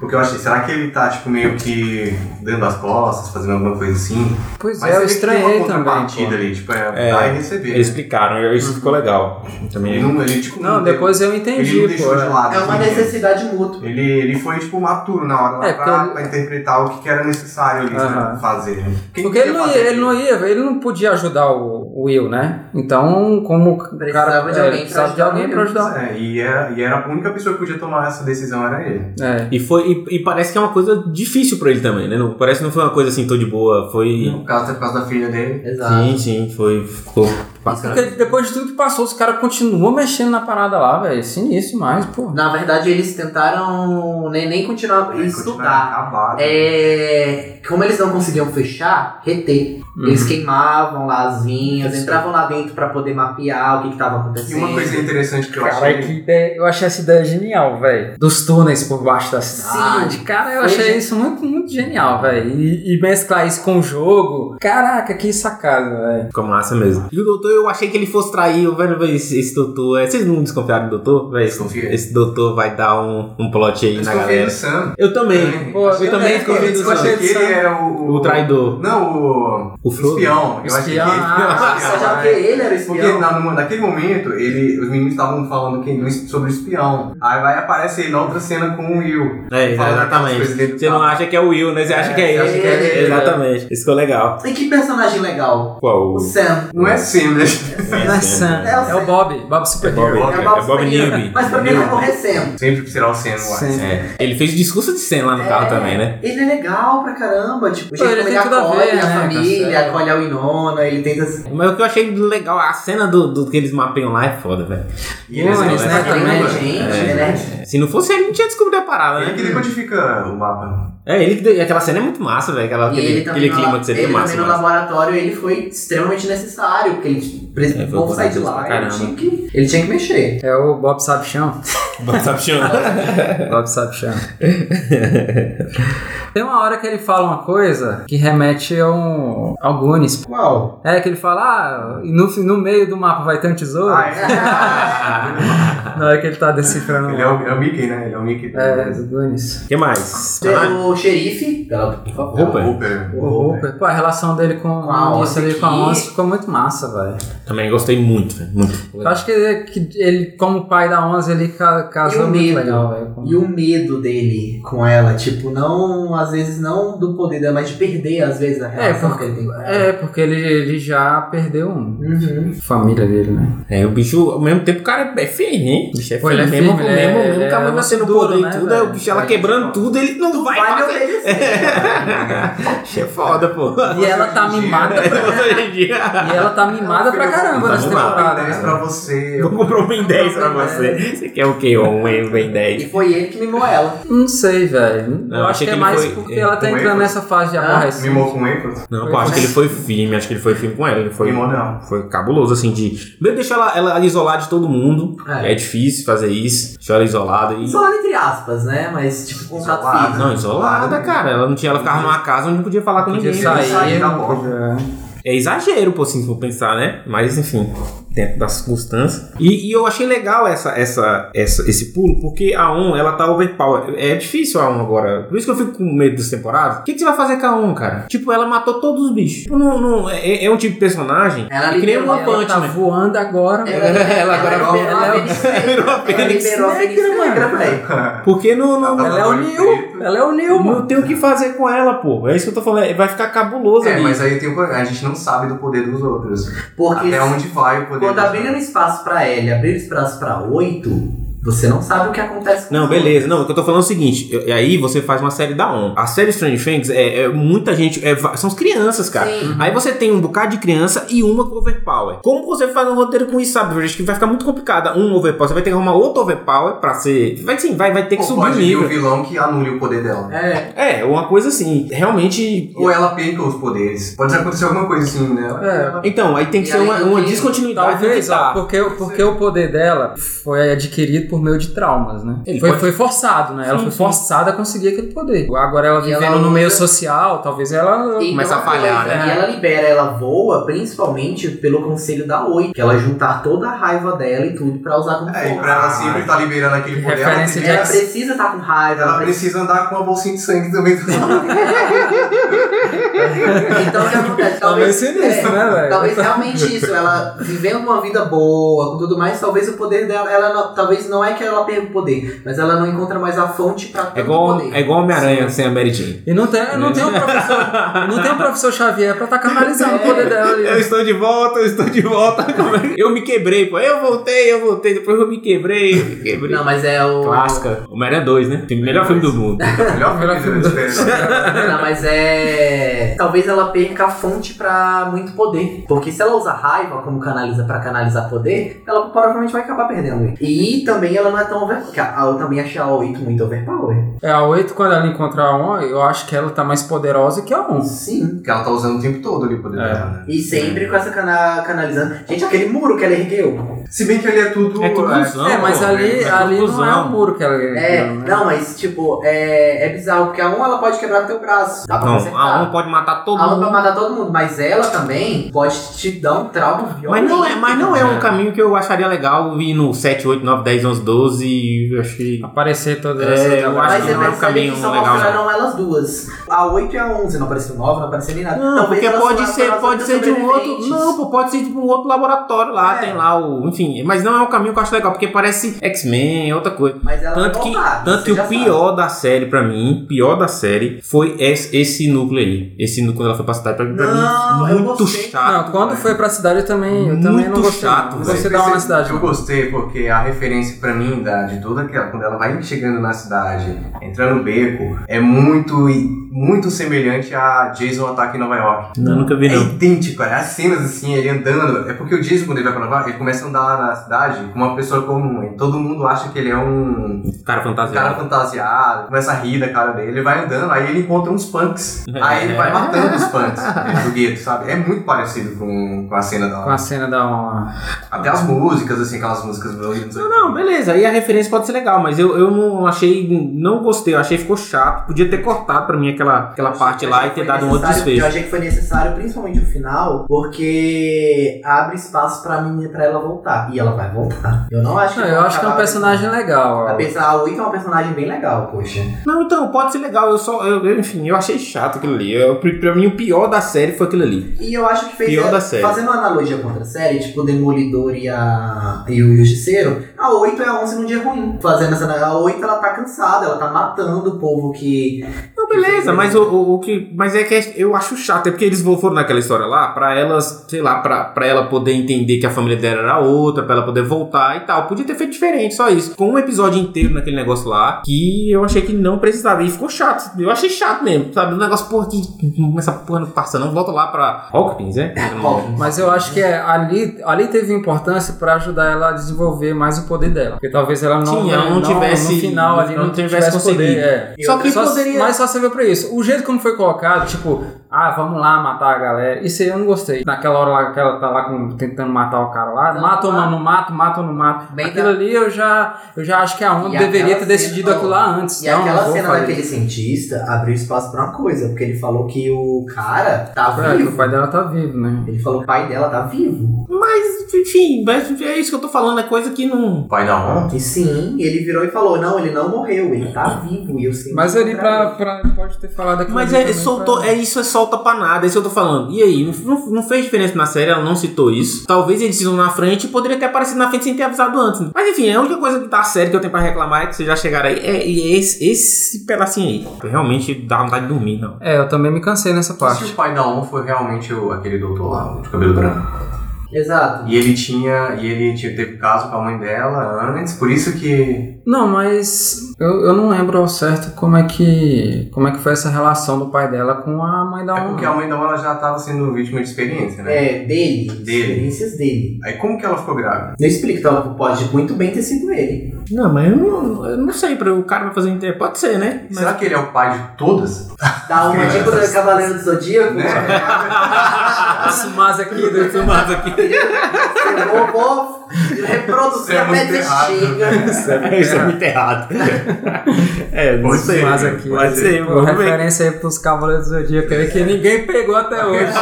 Speaker 4: porque eu achei, será que ele tá, tipo, meio que dando as costas, fazendo alguma coisa assim?
Speaker 1: Pois
Speaker 4: Mas
Speaker 1: é, eu
Speaker 4: você vê que tem uma
Speaker 1: estranhei também.
Speaker 4: contrapartida
Speaker 1: pô.
Speaker 4: ali, tipo, é,
Speaker 3: É,
Speaker 4: dar e receber.
Speaker 3: Eles explicaram, eu- isso ficou legal.
Speaker 4: Ele
Speaker 3: Também. é.
Speaker 4: não, ele, tipo,
Speaker 1: Não, depois eu entendi,
Speaker 4: ele não deixou
Speaker 1: pô.
Speaker 4: de lado.
Speaker 2: É uma
Speaker 4: assim,
Speaker 2: necessidade mútua.
Speaker 4: Ele, ele foi, tipo, maturo na hora lá
Speaker 1: É,
Speaker 4: pra,
Speaker 1: porque-
Speaker 4: pra interpretar o que, que era necessário ali
Speaker 1: Aham.
Speaker 4: pra fazer. né? Quem
Speaker 1: Porque ele
Speaker 4: queria
Speaker 1: não, ia,
Speaker 4: fazer
Speaker 1: ele
Speaker 4: aquilo?
Speaker 1: não ia, ele não podia ajudar o, o Will, né? Então, como o cara
Speaker 2: Precisava de
Speaker 1: é,
Speaker 2: alguém pra
Speaker 1: precisava de
Speaker 2: ajudar
Speaker 1: alguém
Speaker 2: o
Speaker 1: pra
Speaker 2: Will.
Speaker 1: ajudar.
Speaker 4: É, e, era, e era a única pessoa que podia tomar essa decisão era ele.
Speaker 1: É.
Speaker 3: E, foi, e, e parece que é uma coisa difícil pra ele também, né? Não, parece que não foi uma coisa assim tão de boa. Foi.
Speaker 4: No caso, é por causa da filha dele.
Speaker 2: Exato.
Speaker 3: Sim, sim, foi. Ficou bacana.
Speaker 1: Porque depois de tudo que passou, os caras continuam mexendo na parada lá, velho. É Sinistro mais, pô.
Speaker 2: Na verdade, eles tentaram nem, nem continuar a
Speaker 4: Ele
Speaker 2: estudar.
Speaker 4: continuava acabado.
Speaker 2: É, como eles não conseguiam fechar, reter.
Speaker 4: Uhum.
Speaker 2: Eles queimavam lá as vinhas,
Speaker 1: Sim.
Speaker 2: entravam lá dentro pra poder mapear o que, que tava acontecendo.
Speaker 4: E uma coisa interessante que eu
Speaker 1: Cara, é
Speaker 4: achei.
Speaker 1: que ideia, eu achei essa ideia genial, velho. Dos túneis por baixo da cidade. cara, eu
Speaker 2: foi
Speaker 1: achei
Speaker 2: gen-
Speaker 1: isso muito, muito genial, velho. E, e mesclar isso com o jogo. Caraca, que sacada, velho.
Speaker 3: Ficou massa mesmo. E o doutor, eu achei que ele fosse trair, o velho, velho, esse, esse doutor. é, Vocês não desconfiaram do doutor? Velho, esse,
Speaker 4: Desconfiei.
Speaker 3: esse doutor vai dar um, um plot aí na
Speaker 4: Eu desconfiei do
Speaker 3: galera.
Speaker 4: Sam.
Speaker 3: Eu também.
Speaker 1: Pô,
Speaker 3: Eu também desconfiei do
Speaker 4: Eu achei
Speaker 3: Sam.
Speaker 4: que ele é era o.
Speaker 3: O traidor.
Speaker 4: Não, o.
Speaker 3: O Frodo.
Speaker 4: Espião. Eu achei que é
Speaker 1: Espião,
Speaker 2: [laughs]
Speaker 4: ele-
Speaker 1: ah,
Speaker 2: Nossa, já que ele era o
Speaker 4: né? Porque
Speaker 2: espião.
Speaker 4: na, numa- naquele momento, ele, os meninos estavam falando que- do es- sobre o espião. Aí vai aparecer ele na outra cena com o Will.
Speaker 3: É,
Speaker 4: Falando aquelas coisas
Speaker 3: exatamente.
Speaker 4: dele tá- do
Speaker 3: Você não
Speaker 4: carro.
Speaker 3: acha que é o Will, né? Você acha que é
Speaker 4: você
Speaker 3: ele.
Speaker 4: acha que
Speaker 2: é ele.
Speaker 3: Exatamente. Isso ficou legal.
Speaker 2: E que personagem legal.
Speaker 3: Qual?
Speaker 2: O Sam.
Speaker 4: Não é simples.
Speaker 1: Não é Sam,
Speaker 2: É o
Speaker 1: é o
Speaker 2: Sam.
Speaker 1: Bob. Bob
Speaker 3: É
Speaker 1: Super
Speaker 3: Bob,
Speaker 4: Bob-
Speaker 3: é
Speaker 4: é
Speaker 2: Bob
Speaker 3: Bob
Speaker 2: Esponja.
Speaker 3: Newby.
Speaker 2: Mas pra mim ele é um morrer Sam.
Speaker 4: Sempre será o Sam no ar.
Speaker 1: Sam.
Speaker 3: É. Ele fez o discurso de Sam lá no carro
Speaker 2: É.
Speaker 3: também, né?
Speaker 2: Ele é legal pra caramba, tipo, o
Speaker 1: Pô,
Speaker 2: jeito
Speaker 1: ele
Speaker 2: como
Speaker 1: tem tudo a
Speaker 2: acolhe
Speaker 1: ver,
Speaker 2: a
Speaker 1: né,
Speaker 2: família,
Speaker 3: É.
Speaker 1: Marcelo?
Speaker 2: acolhe a Winona, ele tenta...
Speaker 3: Mas o que eu achei legal, a cena do, do que eles mapeiam lá é foda, velho.
Speaker 4: E ele
Speaker 1: Nunes,
Speaker 4: é
Speaker 1: né,
Speaker 4: sempre-
Speaker 1: também.
Speaker 4: Ele
Speaker 2: gente,
Speaker 3: É.
Speaker 2: né?
Speaker 3: Se não fosse ele, não tinha descobrido a parada, né?
Speaker 4: é que decodifica o mapa.
Speaker 3: É, ele que deu- aquela cena é muito massa, velho. Aquela-
Speaker 2: E
Speaker 3: Aquele,
Speaker 2: ele
Speaker 3: aquele
Speaker 2: também, no,
Speaker 3: clima que você né?
Speaker 2: ele
Speaker 3: tem
Speaker 2: também
Speaker 3: massa.
Speaker 2: no
Speaker 3: massa.
Speaker 2: laboratório, ele foi extremamente necessário, porque ele
Speaker 3: É,
Speaker 2: precisou
Speaker 3: foi
Speaker 2: sair de
Speaker 3: pra
Speaker 2: lá, ele
Speaker 3: caramba.
Speaker 2: tinha, que, ele tinha que mexer.
Speaker 1: É o Bob Sabe Chão.
Speaker 3: Sabe, Chão?
Speaker 1: Bob Sabe Chão. Tem uma hora que ele fala uma coisa que remete a um. ao Goonies.
Speaker 2: Qual?
Speaker 1: É que ele fala, ah, no, no meio do mapa vai ter um tesouro.
Speaker 4: Ah, é.
Speaker 1: Na hora que ele tá [laughs] decifrando.
Speaker 4: ele é o, é o Mickey, né? Ele é o Mickey.
Speaker 1: É, do Goonies.
Speaker 3: O [laughs] que mais? Ah,
Speaker 2: Pelo xerife, pela, por favor.
Speaker 3: Opa.
Speaker 4: Hooper.
Speaker 1: O Hooper. Pô, a relação dele com,
Speaker 2: a
Speaker 1: a Once ali,
Speaker 2: Once
Speaker 1: com a
Speaker 2: que-
Speaker 1: Once ficou muito massa, velho.
Speaker 3: Também gostei muito, velho. Muito.
Speaker 1: Eu acho que ele, que ele, como pai da Onze, ele ca-
Speaker 2: E o
Speaker 1: casou muito
Speaker 2: medo,
Speaker 1: legal, velho. com-
Speaker 2: e o medo dele com ela, tipo, não, às vezes não do poder dela, mas de perder, às vezes, a
Speaker 1: É,
Speaker 2: relação
Speaker 1: porque-
Speaker 2: que ele tem com ela.
Speaker 1: É, porque ele, ele já perdeu um.
Speaker 2: Uhum.
Speaker 1: Família dele, né?
Speaker 3: É, o bicho, ao mesmo tempo, o cara é firme, hein? O bicho é
Speaker 1: Pô,
Speaker 3: firme.
Speaker 1: ele é
Speaker 3: mesmo,
Speaker 1: firme, ele
Speaker 3: mesmo,
Speaker 1: é-
Speaker 3: mesmo,
Speaker 1: ele
Speaker 3: tá
Speaker 1: é
Speaker 3: mesmo sendo
Speaker 1: duro,
Speaker 3: poder e
Speaker 1: né,
Speaker 3: tudo,
Speaker 1: velho?
Speaker 3: o bicho, ela
Speaker 1: Aí,
Speaker 3: quebrando
Speaker 1: pô.
Speaker 3: tudo, ele não vai
Speaker 2: Vai me
Speaker 1: assim.
Speaker 3: fazer.
Speaker 2: obedecer.
Speaker 3: [laughs] Bicho é foda, pô.
Speaker 1: E ela tá mimada.
Speaker 3: Hoje em
Speaker 1: [laughs]
Speaker 3: dia.
Speaker 1: E ela
Speaker 4: é
Speaker 1: tá mimada pra caramba
Speaker 3: Tá
Speaker 1: nessa
Speaker 3: mimada.
Speaker 1: temporada.
Speaker 4: Eu vou comprar um Ben
Speaker 1: né?
Speaker 4: 10 pra
Speaker 1: é.
Speaker 3: Vou comprar um Ben 10 pra
Speaker 4: você. Eu-
Speaker 3: você. Você quer o quê? Um Ben- um Ben 10?
Speaker 2: E foi ele que mimou ela.
Speaker 1: Não sei, velho.
Speaker 3: Não,
Speaker 1: Eu acho
Speaker 3: achei
Speaker 1: que é
Speaker 3: que ele
Speaker 1: mais
Speaker 3: foi-
Speaker 1: porque
Speaker 3: é,
Speaker 1: ela tá
Speaker 4: com
Speaker 1: entrando
Speaker 4: ele.
Speaker 1: nessa fase de
Speaker 2: Ah,
Speaker 1: aborrecimento.
Speaker 4: Mimou com April?
Speaker 3: Não, pô, acho que ele foi firme, acho que ele foi firme com ela. Ele foi,
Speaker 4: Mimou não.
Speaker 3: foi cabuloso, assim, de. Primeiro deixou ela, ela isolada de todo mundo.
Speaker 2: É.
Speaker 3: É, difícil fazer isso. Deixou ela isolada e.
Speaker 2: Isolada entre aspas, né? Mas, tipo, contato
Speaker 4: Isolada.
Speaker 2: físico.
Speaker 3: Não, isolada, cara. Ela não tinha, ela ficava numa casa onde não podia falar com
Speaker 1: Podia
Speaker 3: ninguém.
Speaker 1: sair,
Speaker 4: sair da
Speaker 1: não
Speaker 4: bola.
Speaker 1: podia-
Speaker 3: É exagero, pô, assim, se for pensar, né? Mas, enfim, dentro das circunstâncias. E, e eu achei legal essa, essa, essa- esse pulo, porque a ON, ela tá overpower. É difícil a ON agora. Por isso que eu fico com medo dessa temporada. O que, que você vai fazer com a ON, cara? Tipo, ela matou todos os bichos. Tipo, não, não- é, é um tipo de personagem
Speaker 2: Ela
Speaker 3: que nem
Speaker 2: liberou,
Speaker 3: uma
Speaker 2: ela
Speaker 3: punch,
Speaker 1: Tá
Speaker 3: né?
Speaker 1: voando agora,
Speaker 3: É.
Speaker 2: Ela,
Speaker 1: velho.
Speaker 2: ela
Speaker 1: [laughs]
Speaker 2: agora
Speaker 1: ela-
Speaker 2: virou a
Speaker 1: ela-
Speaker 2: Fênix Negra.
Speaker 1: É.
Speaker 3: Virou a
Speaker 2: Ela
Speaker 3: Fênix
Speaker 2: liberou a Fênix
Speaker 3: Negra,
Speaker 2: Negra, velho.
Speaker 3: Porque não, não,
Speaker 4: Ela tá
Speaker 1: Ela é o Nil. Ela é o Nil, mano.
Speaker 3: não tem o que fazer com ela, pô. É isso que eu tô falando. Vai ficar cabuloso
Speaker 4: É,
Speaker 3: ali.
Speaker 4: mas aí tem o problema, a gente não sabe do poder dos outros.
Speaker 2: Porque
Speaker 4: Até onde vai o poder
Speaker 2: quando
Speaker 4: dos
Speaker 2: abriram espaço pra L e abriram espaço pra 8, você não sabe o que acontece com
Speaker 3: Não,
Speaker 2: os
Speaker 3: beleza. Não, o que eu tô falando é o seguinte. eu- E aí você faz uma série da ON. A série Strange Things é, é muita gente... é va- são as crianças, cara.
Speaker 2: Sim.
Speaker 3: Aí você tem um bocado de criança e uma com overpower. Como você faz um roteiro com isso, sabe? Eu acho que vai ficar muito complicado. Um overpower. Você vai ter que arrumar outro overpower pra ser... Vai sim, vai, vai ter que
Speaker 4: Ou
Speaker 3: subir o
Speaker 4: pode vir o
Speaker 3: nível.
Speaker 4: vilão que anule o poder dela.
Speaker 2: É.
Speaker 3: É, uma coisa assim. Realmente...
Speaker 4: Ou ela perca os poderes. Pode acontecer alguma coisa assim, né?
Speaker 1: É.
Speaker 4: Ela-
Speaker 3: Então, aí tem que
Speaker 2: E
Speaker 3: ser
Speaker 2: aí
Speaker 3: uma,
Speaker 2: eu
Speaker 3: uma
Speaker 2: tenho-
Speaker 3: descontinuidade. no que
Speaker 1: Talvez,
Speaker 3: tá.
Speaker 1: ó, porque, porque o poder dela foi adquirido por meio de traumas, né?
Speaker 3: Ele
Speaker 1: Foi,
Speaker 3: pode-
Speaker 1: foi forçado, né? Ela
Speaker 3: Sim,
Speaker 1: foi
Speaker 3: sim.
Speaker 1: forçada a conseguir aquele poder. Agora ela
Speaker 2: E ela
Speaker 1: vivendo no meio
Speaker 2: usa-
Speaker 1: social, talvez ela.
Speaker 2: E
Speaker 3: Começa
Speaker 2: tem
Speaker 3: a
Speaker 2: uma
Speaker 3: falhar,
Speaker 2: coisa,
Speaker 1: né?
Speaker 2: E ela libera, ela voa principalmente pelo conselho da 8, que ela juntar toda a raiva dela e tudo pra usar como
Speaker 4: É, e
Speaker 2: força.
Speaker 4: pra ela sempre estar liberando aquele poder, ela,
Speaker 1: Referência
Speaker 4: tem-
Speaker 1: de
Speaker 2: Ela
Speaker 1: Jackson.
Speaker 2: precisa estar com raiva.
Speaker 4: ela
Speaker 2: precisa-
Speaker 4: precisa andar com uma bolsinha de sangue também. [laughs] É
Speaker 2: Então o que acontece?
Speaker 1: Tá meio
Speaker 2: Talvez, É,
Speaker 1: sinistro, né,
Speaker 3: É.
Speaker 1: velho?
Speaker 2: talvez realmente isso, ela vivendo uma vida boa, com tudo mais, talvez o poder dela, ela não- talvez não é que ela perca o poder, mas ela não encontra mais a fonte pra tanto
Speaker 3: É igual,
Speaker 2: poder.
Speaker 3: é igual Homem-Aranha sem a Mary Jane.
Speaker 1: E não tem, não tem o professor. Não tem o professor Xavier pra estar canalizando o
Speaker 2: É.
Speaker 1: poder dela
Speaker 3: Eu
Speaker 1: ali. né?
Speaker 3: estou de volta, eu estou de volta. [laughs] Eu me quebrei, pô. Eu voltei, eu voltei. Depois eu me quebrei, eu me quebrei.
Speaker 2: Não, mas é o.
Speaker 3: Clássica. Homem-Aranha 2, né? Filme- Melhor filme do mundo.
Speaker 2: Tá
Speaker 4: Melhor
Speaker 1: Melhor filme
Speaker 4: filme
Speaker 1: do-
Speaker 4: do Super-Herói.
Speaker 2: Não, mas é. Talvez ela perca a fonte pra muito poder. Porque se ela usa raiva como canaliza pra canalizar poder, ela provavelmente vai acabar perdendo. E também ela não é tão overpower. porque a- Eu também achei a 8 muito overpower.
Speaker 1: É, a 8, quando ela encontrar a 1, eu acho que ela tá mais poderosa que a 1.
Speaker 2: Sim.
Speaker 4: Que ela tá usando o tempo todo ali o poder
Speaker 1: É.
Speaker 4: dela, né?
Speaker 2: E sempre com essa cana canalizando. Gente, aquele muro que ela ergueu.
Speaker 4: Se bem que ali é tudo.
Speaker 3: É tudo ilusão,
Speaker 1: É, mas
Speaker 3: pô.
Speaker 1: ali,
Speaker 3: É
Speaker 1: ali não é
Speaker 3: conclusão.
Speaker 1: o muro que ela.
Speaker 2: É,
Speaker 1: né?
Speaker 2: não, mas tipo, é, é bizarro, porque a 1 ela pode quebrar teu braço. Dá pra
Speaker 3: Não,
Speaker 2: consertar.
Speaker 3: a ON pode matar todo
Speaker 2: A 1
Speaker 3: mundo.
Speaker 2: vai matar todo mundo, mas ela também pode te dar um trauma violento.
Speaker 3: Mas não, é, mas não é um caminho que eu acharia legal ir no 7, 8, 9, 10, 11, 12. Eu achei.
Speaker 1: Aparecer todas
Speaker 3: É,
Speaker 1: essas.
Speaker 3: eu acho
Speaker 2: Mas
Speaker 3: que
Speaker 2: você
Speaker 3: não é um
Speaker 2: percebe
Speaker 3: caminho
Speaker 2: que só
Speaker 3: legal,
Speaker 2: mostraram elas duas. A 8 e a 11 não apareceu 9, não apareceu nem nada.
Speaker 3: Não,
Speaker 2: Talvez
Speaker 3: porque
Speaker 2: elas
Speaker 3: pode
Speaker 2: foram
Speaker 3: ser,
Speaker 2: as
Speaker 3: pode
Speaker 2: únicas
Speaker 3: ser de um outro.
Speaker 2: sobreviventes.
Speaker 3: Não, pô, pode ser de um outro laboratório lá,
Speaker 2: É.
Speaker 3: tem lá o. Enfim, mas não é um caminho que eu acho legal, porque parece X-Men, é outra coisa.
Speaker 2: Mas ela
Speaker 3: Tanto
Speaker 2: vai
Speaker 3: que,
Speaker 2: voltar,
Speaker 3: tanto
Speaker 2: Tá você
Speaker 3: que
Speaker 2: já
Speaker 3: o
Speaker 2: sabe.
Speaker 3: pior da série pra mim, pior da série, foi esse, esse núcleo aí. Esse núcleo quando ela foi pra cidade, pra, pra
Speaker 2: Não, eu
Speaker 3: mim, muito
Speaker 2: gostei.
Speaker 3: chato.
Speaker 1: não, quando foi pra cidade eu também, eu também não
Speaker 3: Muito
Speaker 1: gostei.
Speaker 3: chato,
Speaker 1: não.
Speaker 3: velho.
Speaker 1: Você dá uma na cidade. né?
Speaker 4: Eu
Speaker 1: não.
Speaker 4: gostei porque a referência pra mim da, de toda aquela. Quando ela vai chegando na cidade, entrando no beco, é muito, i- muito semelhante a Jason Ataque em Nova York.
Speaker 3: Não, nunca vi
Speaker 4: É
Speaker 3: não.
Speaker 4: idêntico, cara. As cenas assim, ele andando. É porque o Jason, quando ele vai pra Nova York, ele começa a andar na cidade como uma pessoa comum. E todo mundo acha que ele é um
Speaker 3: Cara
Speaker 4: cara
Speaker 3: fantasiado.
Speaker 4: fantasiado, começa a rir da cara dele. Ele vai andando, aí ele encontra uns punks. Aí ele vai matando os punks do gueto, sabe? É muito parecido com, com a cena da
Speaker 1: Com a cena da uma.
Speaker 4: Até as músicas, assim, aquelas músicas. Não,
Speaker 3: Não, beleza, beleza, aí a referência pode ser legal, mas eu, eu não achei, não gostei, eu achei que ficou chato. Podia ter cortado pra mim aquela, aquela parte lá e ter dado um outro
Speaker 2: Eu
Speaker 3: desfecho.
Speaker 2: achei que foi necessário, principalmente o final, porque abre espaço pra menina pra ela voltar. E ela vai voltar. Eu não acho que.
Speaker 1: Não, eu
Speaker 2: ela
Speaker 1: acho que é um
Speaker 2: acabava-
Speaker 1: personagem
Speaker 3: assim.
Speaker 1: legal.
Speaker 2: A perso- A Wicca é uma personagem bem legal, poxa.
Speaker 3: Não, então, pode ser legal, eu só, eu, eu, enfim, eu achei chato aquilo ali. Eu, pra pra mim, o pior da série foi aquilo ali.
Speaker 2: E eu acho que fez.
Speaker 3: Pior
Speaker 2: é,
Speaker 3: da série.
Speaker 2: Fazendo uma analogia contra a série, tipo o Demolidor e, a, e o Justiceiro, a 8 é a 11 num dia ruim. Fazendo essa. A 8 ela tá cansada, ela tá matando o povo que.
Speaker 3: Não, beleza, mas o, o, o que. Mas é que eu acho chato, é porque eles foram naquela história lá pra elas, sei lá, pra, pra ela poder entender que a família dela era outra, pra ela poder voltar e tal. Podia ter feito diferente, só isso. Com um episódio inteiro naquele negócio lá, que eu achei que não precisava. E ficou chato. Eu achei chato mesmo, sabe? O negócio, porra, que essa porra não passa, não. Volta lá pra Hawkins, é?
Speaker 2: Hawkins.
Speaker 1: Mas eu acho que é, ali, ali teve importância pra ajudar ela a desenvolver mais o poder dela. Porque talvez ela não,
Speaker 3: Sim, ela não
Speaker 1: no
Speaker 3: tivesse-
Speaker 1: final ali não,
Speaker 3: não tivesse
Speaker 1: tivesse, poder.
Speaker 3: conseguido.
Speaker 1: é.
Speaker 3: Só que
Speaker 1: Só-
Speaker 3: poderia.
Speaker 1: Mas só serviu pra isso. O jeito como foi colocado, tipo, ah, vamos lá matar a galera. Isso aí eu não gostei. Naquela hora lá que ela tá lá com- tentando matar o cara lá,
Speaker 2: Não,
Speaker 1: mata ou
Speaker 2: lá.
Speaker 1: não, não mata, mata ou não mata.
Speaker 2: Bem
Speaker 1: aquilo
Speaker 2: da-
Speaker 1: ali eu já, eu já acho que a
Speaker 2: E
Speaker 1: ONU deveria
Speaker 2: aquela
Speaker 1: ter decidido
Speaker 2: cena-
Speaker 1: aquilo lá antes.
Speaker 2: E
Speaker 1: Não, não
Speaker 2: aquela
Speaker 1: vou
Speaker 2: cena
Speaker 1: fazer.
Speaker 2: daquele cientista abriu espaço pra uma coisa, porque ele falou que o cara tá
Speaker 1: É, que o
Speaker 2: vivo.
Speaker 1: pai dela tá vivo, né?
Speaker 2: Ele falou que o pai dela tá vivo.
Speaker 3: Mas, enfim, mas é isso que eu tô falando, é coisa que não.
Speaker 4: Pai da ONU?
Speaker 2: E sim, ele virou e falou: não, ele não morreu, ele tá vivo. E eu sei
Speaker 1: Mas ali pra, pra- pode ter falado aquilo
Speaker 3: Mas
Speaker 1: ali
Speaker 3: é,
Speaker 1: também
Speaker 3: soltou,
Speaker 1: pra-
Speaker 3: é isso, é solta pra nada, é isso que eu tô falando. E aí, não, não fez diferença na série, ela não citou isso. Talvez eles sejam na frente e poderia ter aparecido na frente sem ter avisado antes. né? Mas enfim, a única coisa da série que eu tenho pra reclamar é que vocês já chegaram aí. É, e esse, esse pedacinho aí. Realmente dá vontade de dormir, não.
Speaker 1: É, eu também me cansei nessa
Speaker 3: tipo?
Speaker 4: Se
Speaker 1: parte.
Speaker 4: o pai da ONU foi realmente o, aquele doutor lá, o de cabelo branco.
Speaker 2: Exato.
Speaker 4: E ele tinha. E ele tinha, teve caso com a mãe dela antes, por isso que.
Speaker 1: Não, mas eu, eu não lembro ao certo como é que como é que foi essa relação do pai dela com a mãe da
Speaker 4: É porque a
Speaker 1: ONU.
Speaker 4: mãe da ONU ela já tava sendo vítima de experiência, né?
Speaker 2: É, dele,
Speaker 4: Dele.
Speaker 2: experiências dele.
Speaker 4: Aí como que ela ficou grávida?
Speaker 2: Não explica, então pode muito bem ter sido ele.
Speaker 3: Não, mas eu não, eu não sei, pra- o cara vai fazer. inter- Pode ser, né? Mas-
Speaker 4: Será que ele é o pai de todas?
Speaker 2: Dá uma tipo do Cavaleiro do Zodíaco.
Speaker 4: Né?
Speaker 1: [laughs] Esse mas aqui do filme.
Speaker 3: Mas aqui.
Speaker 2: Eu vou, vou reproduzir
Speaker 4: Isso é
Speaker 2: até
Speaker 4: muito errado.
Speaker 2: bexiga.
Speaker 3: Isso é muito errado. [laughs] É, não
Speaker 4: Pode
Speaker 3: sei.
Speaker 4: ser,
Speaker 1: Mas aqui.
Speaker 3: Pode ser,
Speaker 1: Pô,
Speaker 3: vamos ver.
Speaker 1: referência aí pros Cavaleiros do Zodíaco aí que ninguém pegou até
Speaker 3: [laughs]
Speaker 1: hoje.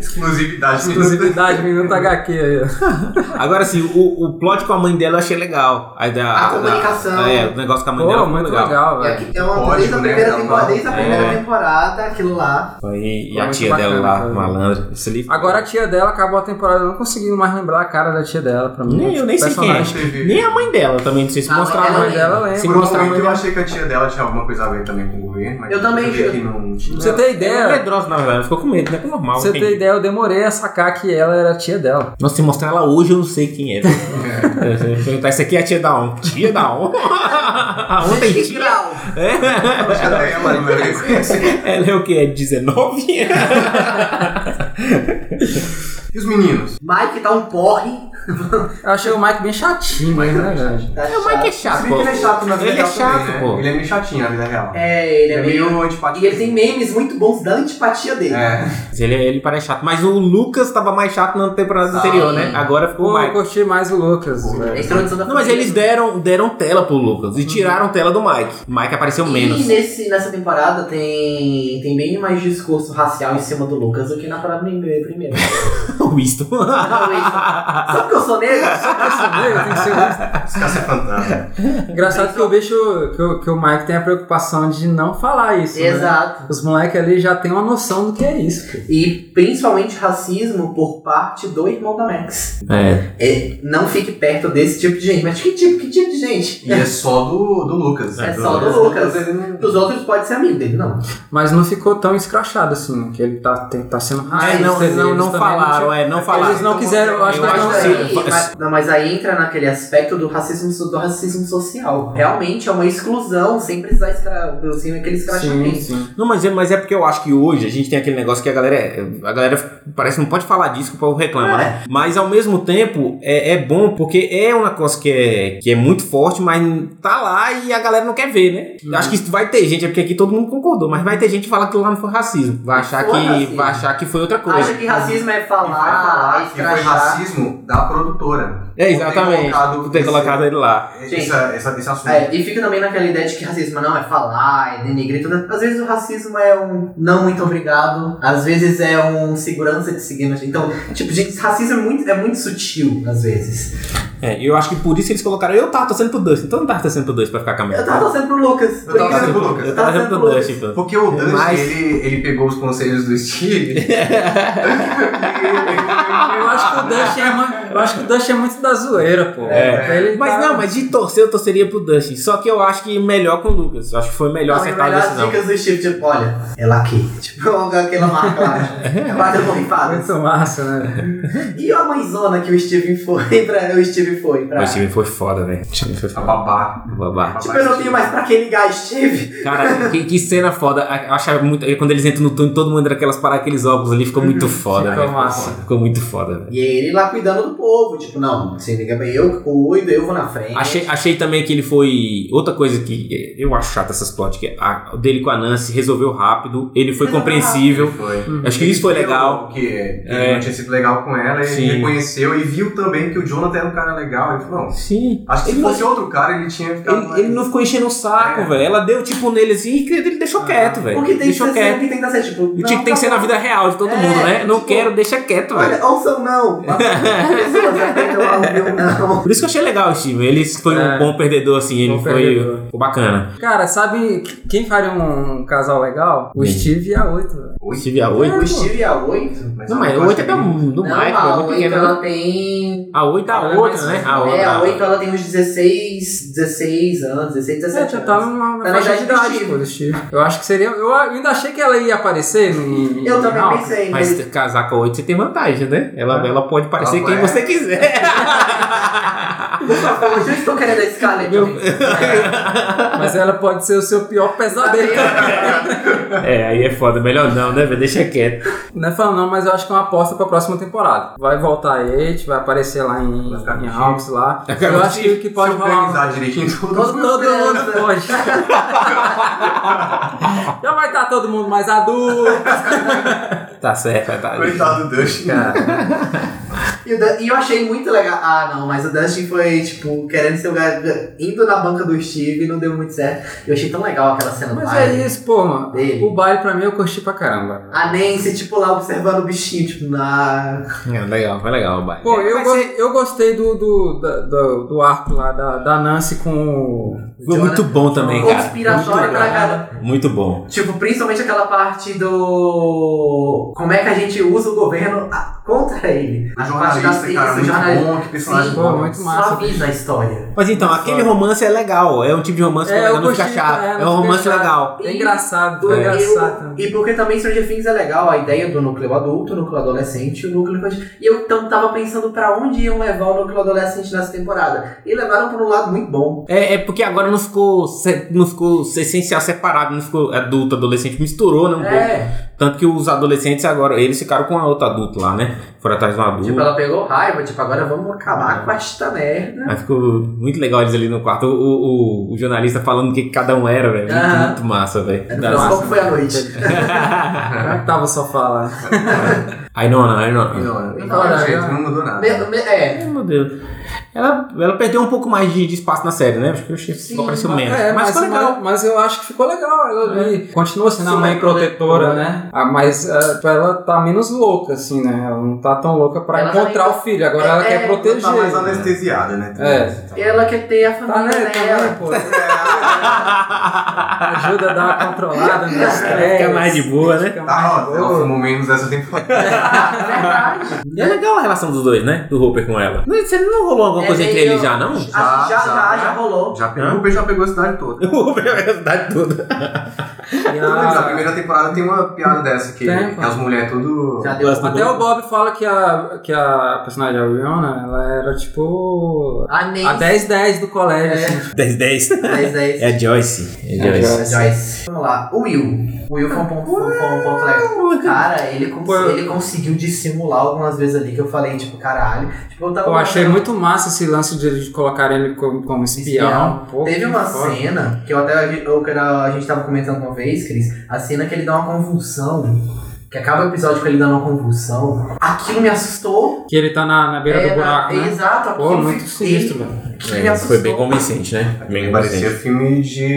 Speaker 4: Exclusividade.
Speaker 1: Exclusividade, Minuto HQ aí. ó.
Speaker 3: Agora sim, o, o plot com a mãe dela eu achei legal. Aí da,
Speaker 2: A
Speaker 3: da-
Speaker 2: comunicação.
Speaker 3: é, o negócio com a mãe
Speaker 1: Pô,
Speaker 3: dela foi
Speaker 1: muito legal,
Speaker 2: E
Speaker 1: velho.
Speaker 2: aqui é uma
Speaker 4: Pode,
Speaker 2: desde a
Speaker 4: né?
Speaker 2: primeira
Speaker 4: Não,
Speaker 2: temporada,
Speaker 4: não.
Speaker 2: desde a primeira
Speaker 3: É.
Speaker 2: temporada, aquilo lá.
Speaker 3: E, e
Speaker 1: Foi
Speaker 3: a
Speaker 1: muito
Speaker 3: tia
Speaker 1: bacana,
Speaker 3: dela lá,
Speaker 1: cara.
Speaker 3: malandra. Isso ali.
Speaker 1: Agora a tia dela acabou a temporada, eu não conseguindo mais lembrar a cara da tia dela pra mim.
Speaker 3: Nem- eu nem sei quem é.
Speaker 1: Personagem.
Speaker 3: Nem a mãe dela também, não sei se
Speaker 2: Ah,
Speaker 1: A
Speaker 3: mostraram.
Speaker 1: mãe dela lembra.
Speaker 3: Se
Speaker 4: Por um
Speaker 3: mostrar
Speaker 4: momento eu
Speaker 3: mais.
Speaker 4: achei que a tia dela tinha alguma coisa a ver também com o governo, mas
Speaker 2: Eu também
Speaker 4: vi
Speaker 2: achei.
Speaker 4: que não
Speaker 1: Pra
Speaker 4: tinha.
Speaker 1: você ter
Speaker 3: Ela é
Speaker 1: ideia,
Speaker 3: medrosa, na verdade. Ficou com medo, né? Que é normal.
Speaker 1: pra você
Speaker 3: tem-
Speaker 1: ter ideia, eu demorei a sacar que ela era a tia dela.
Speaker 3: Nossa, se mostrar ela hoje, eu não
Speaker 1: [laughs]
Speaker 3: sei quem é. É, se eu perguntar, Isso aqui é a tia da ON. Tia da ON? [laughs] A ON Ah, um tem
Speaker 2: Que
Speaker 3: tia?
Speaker 2: grau!
Speaker 3: É.
Speaker 4: [laughs] Acho que até ela não era reconhecida.
Speaker 3: Ela é o que? É 19?
Speaker 1: É,
Speaker 4: E os meninos?
Speaker 2: Mike tá um porre.
Speaker 1: Eu achei o Mike bem chatinho, né, velho?
Speaker 2: Tá
Speaker 3: É, o Mike é chato.
Speaker 4: Se bem que ele é chato na vida
Speaker 3: Ele é
Speaker 4: real também,
Speaker 3: chato,
Speaker 4: né?
Speaker 3: pô.
Speaker 4: Ele é meio chatinho na vida real.
Speaker 2: É, ele é meio.
Speaker 4: antipático.
Speaker 2: E ele tem memes muito bons da antipatia dele.
Speaker 4: É.
Speaker 3: Mas Ele, ele parece chato. Mas o Lucas tava mais chato na temporada
Speaker 2: Sim.
Speaker 3: anterior, né? Agora ficou
Speaker 1: Pô, eu
Speaker 3: mais.
Speaker 1: curti mais o Lucas.
Speaker 2: A
Speaker 4: é
Speaker 1: velho.
Speaker 2: introdução da
Speaker 3: Não, mas
Speaker 2: família.
Speaker 3: eles deram, deram tela pro Lucas e
Speaker 1: Uhum.
Speaker 3: tiraram tela do Mike. Mike apareceu menos.
Speaker 2: E
Speaker 1: né?
Speaker 2: nesse, nessa temporada tem, tem bem mais discurso racial em cima do Lucas do que na parada primeira.
Speaker 3: [laughs] [laughs] o Winston.
Speaker 2: Sabe que eu sou negro?
Speaker 3: [laughs]
Speaker 1: Eu tenho que ser honesto.
Speaker 4: Esse cara é fantasma.
Speaker 1: Engraçado que o bicho, que o, que o Mike tem a preocupação de não falar isso. né?
Speaker 2: Exato.
Speaker 1: Os moleques ali já tem uma noção do que é isso. pô.
Speaker 2: E principalmente racismo por parte do irmão da Max.
Speaker 3: é.
Speaker 2: É, não fique perto desse tipo de gente. Mas que tipo, que tipo de gente?
Speaker 4: E é só do, do Lucas.
Speaker 2: É só do Lucas. Dos outros pode ser amigo dele, não.
Speaker 1: Mas não ficou tão escrachado assim, né? que ele tá, tem- tá sendo
Speaker 3: É,
Speaker 1: racista.
Speaker 3: não,
Speaker 1: eles
Speaker 3: não, não
Speaker 1: também
Speaker 3: falaram, é, não falaram.
Speaker 1: Eles não quiseram, eu acho
Speaker 3: Eu
Speaker 1: que eles
Speaker 3: acho
Speaker 1: não
Speaker 3: que
Speaker 1: quiseram.
Speaker 3: sim.
Speaker 2: Aí, mas, não, mas aí entra naquele aspecto do racismo, so- do racismo social. Realmente é uma exclusão, sem precisar escra... sem aquele escrachamento.
Speaker 1: Sim, sim.
Speaker 3: Não, mas é, mas é porque eu acho que hoje a gente tem aquele negócio que a galera. é- A galera parece que não pode falar disso um que o povo reclama, né? Mas ao mesmo tempo é, é bom porque é uma coisa que é, que é muito forte, mas tá lá e a galera não quer ver, né? Eu Acho que isso vai ter gente, é porque aqui todo mundo concordou, mas vai ter gente que fala que lá não foi racismo. Vai achar,
Speaker 2: Foi
Speaker 3: que,
Speaker 2: racismo.
Speaker 3: vai achar que foi outra coisa.
Speaker 2: Acha que racismo é
Speaker 4: E vai
Speaker 2: falar,
Speaker 4: falar que foi
Speaker 2: escrachar.
Speaker 4: racismo da produtora.
Speaker 3: É,
Speaker 4: Por ter
Speaker 3: exatamente.
Speaker 4: colocado
Speaker 3: Por ter
Speaker 4: esse-
Speaker 3: colocado ele lá.
Speaker 2: Gente.
Speaker 4: essa- essa- esse assunto.
Speaker 2: É, e fica também naquela ideia de que racismo não é falar, é denegrir tudo. Às vezes o racismo é um não muito obrigado, às vezes é um segurança de seguir. mas- Então, tipo, gente, racismo é muito, é muito sutil, às vezes.
Speaker 3: É, eu acho que por isso eles colocaram. Eu tava torcendo pro Dustin, então eu não tava torcendo pro Dustin pra ficar com a
Speaker 2: Eu
Speaker 3: merda.
Speaker 2: tava torcendo pro Lucas.
Speaker 4: Eu tava
Speaker 2: porque-
Speaker 4: torcendo pro Lucas.
Speaker 3: Eu tava torcendo pro então. Dustin, pô.
Speaker 4: Porque o Dante,
Speaker 3: Mas-
Speaker 4: ele, ele pegou os conselhos do Steve.
Speaker 1: Eu acho que o Dust é, mu- eu acho que o Dust é muito da zoeira, pô.
Speaker 3: É.
Speaker 1: Ele
Speaker 3: Mas
Speaker 1: tá-
Speaker 3: não, mas de torcer eu torceria pro Dustin. Só que eu acho que melhor com o Lucas. Eu acho que foi melhor
Speaker 2: Não, é
Speaker 3: acertar a
Speaker 2: melhor
Speaker 3: decisão.
Speaker 2: dicas do Steve, tipo, olha, ela aqui. [laughs] Tipo, aquela marca É lá. Quase borrifada.
Speaker 1: Muito massa, né?
Speaker 2: um E a mãezona que o Steven foi pra. O Steven foi pra.
Speaker 3: Mas o time foi foda, velho. O time foi
Speaker 4: A
Speaker 3: foda.
Speaker 4: babá.
Speaker 3: Babá.
Speaker 2: Tipo, eu não tenho mais pra quem ligar, Steve.
Speaker 3: Cara, que, que cena foda. Eu achava muito. Quando eles entram no túnel, todo mundo entra aquelas para aqueles óculos ali, ficou muito foda,
Speaker 1: Ficou
Speaker 3: velho.
Speaker 1: massa.
Speaker 3: Ficou muito foda, velho.
Speaker 2: E é ele lá cuidando do povo. Tipo, não, se liga bem, eu que cuido, eu vou na frente.
Speaker 3: Achei, achei também que ele foi. Outra coisa que eu acho chata essas plot, que a, o dele com a Nancy resolveu rápido, ele foi
Speaker 2: Resolveu
Speaker 3: compreensível.
Speaker 4: Foi.
Speaker 3: Acho que isso foi legal.
Speaker 4: Porque ele não tinha sido legal com ela, ele
Speaker 3: Sim.
Speaker 4: reconheceu e viu também que o Jonathan era um cara legal. Ele falou, não,
Speaker 3: Sim.
Speaker 4: acho que se
Speaker 3: Ele não-
Speaker 4: fosse outro cara, ele tinha ficado
Speaker 3: Ele,
Speaker 4: mais-
Speaker 3: ele não ficou enchendo o saco,
Speaker 4: É.
Speaker 3: velho. Ela deu tipo nele assim e ele deixou quieto, velho.
Speaker 2: Ah. O que tem que
Speaker 3: Deixou
Speaker 2: ser,
Speaker 3: quieto.
Speaker 2: o que tem que ser, tipo.
Speaker 3: O
Speaker 2: não,
Speaker 3: tipo tem que ser na vida real de todo
Speaker 2: É,
Speaker 3: mundo, né? Não
Speaker 2: tipo,
Speaker 3: quero, deixa quieto, velho.
Speaker 2: Olha, ouçam
Speaker 3: [laughs]
Speaker 2: não. As pessoas aceitam lá o meu não.
Speaker 3: Por isso que eu achei legal o Steven. Ele foi um
Speaker 1: É.
Speaker 3: bom perdedor, assim. Ele
Speaker 1: Bom
Speaker 3: foi,
Speaker 1: perdedor.
Speaker 3: foi bacana.
Speaker 1: Cara, sabe quem faria um, um casal legal? O
Speaker 3: Quem?
Speaker 1: Steve e a 8.
Speaker 3: O Steve a 8.
Speaker 2: O Steve é a 8?
Speaker 4: Mas
Speaker 3: Não,
Speaker 4: eu
Speaker 3: mas a
Speaker 4: acho
Speaker 3: 8 é
Speaker 4: que
Speaker 3: do, do
Speaker 2: não,
Speaker 3: Michael, é
Speaker 2: a
Speaker 3: muito
Speaker 2: 8
Speaker 3: pequena.
Speaker 2: ela tem.
Speaker 3: A 8 é a
Speaker 1: Ela é
Speaker 3: outra,
Speaker 1: mais
Speaker 3: né?
Speaker 1: nova.
Speaker 3: A outra.
Speaker 2: É, a 8 ela tem uns 16, 16 anos, 16,
Speaker 1: É,
Speaker 2: 17
Speaker 1: já
Speaker 2: anos.
Speaker 1: tava numa
Speaker 2: Tá na
Speaker 1: faixa de
Speaker 2: idade do
Speaker 1: idade,
Speaker 2: Steve.
Speaker 1: pô, do Steve. Eu acho que seria. Eu ainda achei que ela ia aparecer no.
Speaker 2: Eu também
Speaker 1: não.
Speaker 2: pensei,
Speaker 3: Mas tá.
Speaker 2: mas
Speaker 3: se casar com a 8 você tem vantagem, né? Ela, ela pode parecer
Speaker 4: Ela
Speaker 3: quem
Speaker 4: é.
Speaker 3: você quiser.
Speaker 2: hoje eu estou querendo a escala
Speaker 3: [laughs] Meu-
Speaker 1: Mas ela pode ser o seu pior pesadelo.
Speaker 3: é, aí é foda. Melhor não, né, velho? Deixa quieto.
Speaker 1: [laughs] Não é falando não, mas eu acho que é uma aposta pra próxima temporada. Vai voltar a Eight, vai aparecer lá em,
Speaker 4: Vai ficar
Speaker 1: em
Speaker 4: com
Speaker 1: Hawks lá.
Speaker 3: ficar
Speaker 1: Eu
Speaker 3: com
Speaker 1: acho que, que pode
Speaker 4: se
Speaker 1: rolar.
Speaker 4: organizar direitinho tudo.
Speaker 1: Todo, todo mundo pode. [laughs] Já vai estar todo mundo mais adulto.
Speaker 3: Tá certo, tá.
Speaker 4: Coitado do Dustin. [laughs]
Speaker 2: E, o Dan- e eu achei muito legal. Ah, não, mas o Dustin foi, tipo, querendo ser o gar... indo na banca do Steve e não deu muito certo. Eu achei tão legal aquela cena do
Speaker 1: Mas
Speaker 2: baile.
Speaker 1: é isso, pô, mano.
Speaker 2: Dele.
Speaker 1: O baile pra mim eu curti pra caramba.
Speaker 2: A Nancy, tipo, lá observando o bichinho, tipo, na.
Speaker 3: É, legal, foi legal o baile.
Speaker 1: Pô,
Speaker 2: É,
Speaker 1: eu,
Speaker 3: Vai
Speaker 1: go-
Speaker 3: ser-
Speaker 1: eu gostei do, do, da- do, do arco lá da, da Nancy com o.
Speaker 3: Foi muito bom também, cara.
Speaker 2: Conspiratório pra cara.
Speaker 3: Muito bom.
Speaker 2: Tipo, principalmente aquela parte do. Como é que a gente usa o governo a- contra ele.
Speaker 4: O
Speaker 2: A parte da
Speaker 4: jornalista, cara,
Speaker 2: isso,
Speaker 4: muito
Speaker 2: jornalista.
Speaker 4: bom, que personagem
Speaker 2: Sim,
Speaker 1: bom.
Speaker 4: bom.
Speaker 1: Muito massa.
Speaker 2: Suaviza a história.
Speaker 3: Mas então, aquele romance é legal. É um tipo de romance que
Speaker 1: É,
Speaker 3: legal,
Speaker 1: eu
Speaker 3: não fica
Speaker 1: curti,
Speaker 3: chato.
Speaker 1: é,
Speaker 3: É,
Speaker 1: não
Speaker 3: um
Speaker 1: fica
Speaker 3: romance
Speaker 1: chato.
Speaker 3: legal.
Speaker 1: É engraçado,
Speaker 2: Porque
Speaker 1: é engraçado. também.
Speaker 2: eu- E porque também Stranger Things é legal, a ideia do núcleo adulto, o núcleo adolescente e o núcleo infantil. E eu então tava pensando pra onde iam levar o núcleo adolescente nessa temporada. E levaram por um lado muito bom.
Speaker 3: É, é porque agora não ficou, se- não ficou se- essencial separado, não ficou adulto, adolescente, misturou, né? Um pouco.
Speaker 2: É,
Speaker 3: Tanto que os adolescentes agora, eles ficaram com a outra adulta lá, né? Foram atrás de um adulto.
Speaker 2: tipo, ela pegou raiva, tipo, agora vamos acabar com esta merda.
Speaker 3: Mas ficou muito legal eles ali no quarto. O, o- o- o jornalista falando o que que cada um era, velho. Muito,
Speaker 2: Ah.
Speaker 3: muito massa, velho.
Speaker 2: É, No
Speaker 3: Da [laughs]
Speaker 2: final,
Speaker 3: massa.
Speaker 2: qual que foi a noite?
Speaker 1: Como é que tava o sofá lá?
Speaker 3: Aí não, não, aí não.
Speaker 4: Não, não,
Speaker 1: Não,
Speaker 4: jeito,
Speaker 1: não.
Speaker 4: não mudou
Speaker 2: Me-
Speaker 4: nada.
Speaker 2: me- é,
Speaker 3: Ai, meu Deus. Ela, ela perdeu um pouco mais de, de espaço na série, né? Acho que eu achei que
Speaker 2: Sim,
Speaker 3: só apareceu
Speaker 1: Mas-
Speaker 3: menos.
Speaker 1: É,
Speaker 3: mas
Speaker 1: mas,
Speaker 3: ficou legal.
Speaker 1: mas, mas eu acho que ficou legal. Ela ali continua sendo a
Speaker 2: É. Sim,
Speaker 1: mãe
Speaker 2: é
Speaker 1: protetora,
Speaker 2: protetora.
Speaker 1: né? Ah, mas ah, ela tá menos louca, assim, né? Ela não tá tão louca pra
Speaker 2: Ela
Speaker 1: encontrar
Speaker 2: tá-
Speaker 1: o filho. Agora
Speaker 2: é,
Speaker 1: ela
Speaker 2: é,
Speaker 1: quer proteger.
Speaker 4: Tá mais
Speaker 1: né?
Speaker 4: anestesiada, né?
Speaker 1: É.
Speaker 2: ela quer ter a
Speaker 1: Tá, né?
Speaker 2: família
Speaker 1: Tá,
Speaker 2: dela.
Speaker 1: né, pô? Ajuda a dar uma
Speaker 2: [laughs]
Speaker 1: controlada no estresse.
Speaker 3: Fica mais de boa, né?
Speaker 1: [laughs] Fica mais de
Speaker 4: Tá, ó,
Speaker 1: boa.
Speaker 4: ela fumou menos
Speaker 1: [laughs]
Speaker 4: essa temporada.
Speaker 2: Tá, né? [laughs] Verdade.
Speaker 3: E é legal a relação dos dois, né? Do Hopper com ela. Não, você não rolou alguma
Speaker 2: É
Speaker 3: coisa entre
Speaker 2: meio-
Speaker 3: eles [laughs] já, não?
Speaker 2: Já, já,
Speaker 4: já,
Speaker 2: já, já rolou.
Speaker 1: É.
Speaker 4: Já pegou, o Hopper já pegou a cidade toda.
Speaker 3: O Hopper é a cidade toda.
Speaker 4: Na primeira temporada tem uma piada dessa que,
Speaker 1: Ah. Tem,
Speaker 4: que as mulheres tudo.
Speaker 2: Já deu.
Speaker 1: Até o Bob fala que a, que a personagem, a Rihanna, ela era tipo.
Speaker 2: Ah, nem.
Speaker 1: A 10-10 do colégio, assim.
Speaker 3: 10-10.
Speaker 2: 10, 10.
Speaker 3: É Joyce. É Joyce.
Speaker 2: Joyce. Vamos lá, o Will. O Will foi um ponto, foi um ponto legal. Cara, ele, cons-
Speaker 1: Foi-
Speaker 2: ele conseguiu dissimular algumas vezes ali que eu falei, tipo, caralho. Tipo, eu tava.
Speaker 1: Eu achei muito massa esse lance de, de colocar ele como, como espião. Pô,
Speaker 2: Teve
Speaker 1: que
Speaker 2: uma
Speaker 1: foda.
Speaker 2: cena que eu até eu, que era- a gente tava comentando uma vez, Cris, a cena que ele dá uma convulsão. Que acaba o episódio com ele dando uma convulsão. Aquilo me assustou.
Speaker 1: Que ele tá na, na beira
Speaker 2: Era-
Speaker 1: do buraco, né?
Speaker 2: Exato, aquilo
Speaker 1: Pô, muito
Speaker 2: fi-
Speaker 1: sinistro, velho.
Speaker 2: ele- que me
Speaker 3: É, foi
Speaker 2: assustou.
Speaker 3: bem convincente, né? Bem
Speaker 4: é, Parecia
Speaker 3: convincente.
Speaker 4: filme de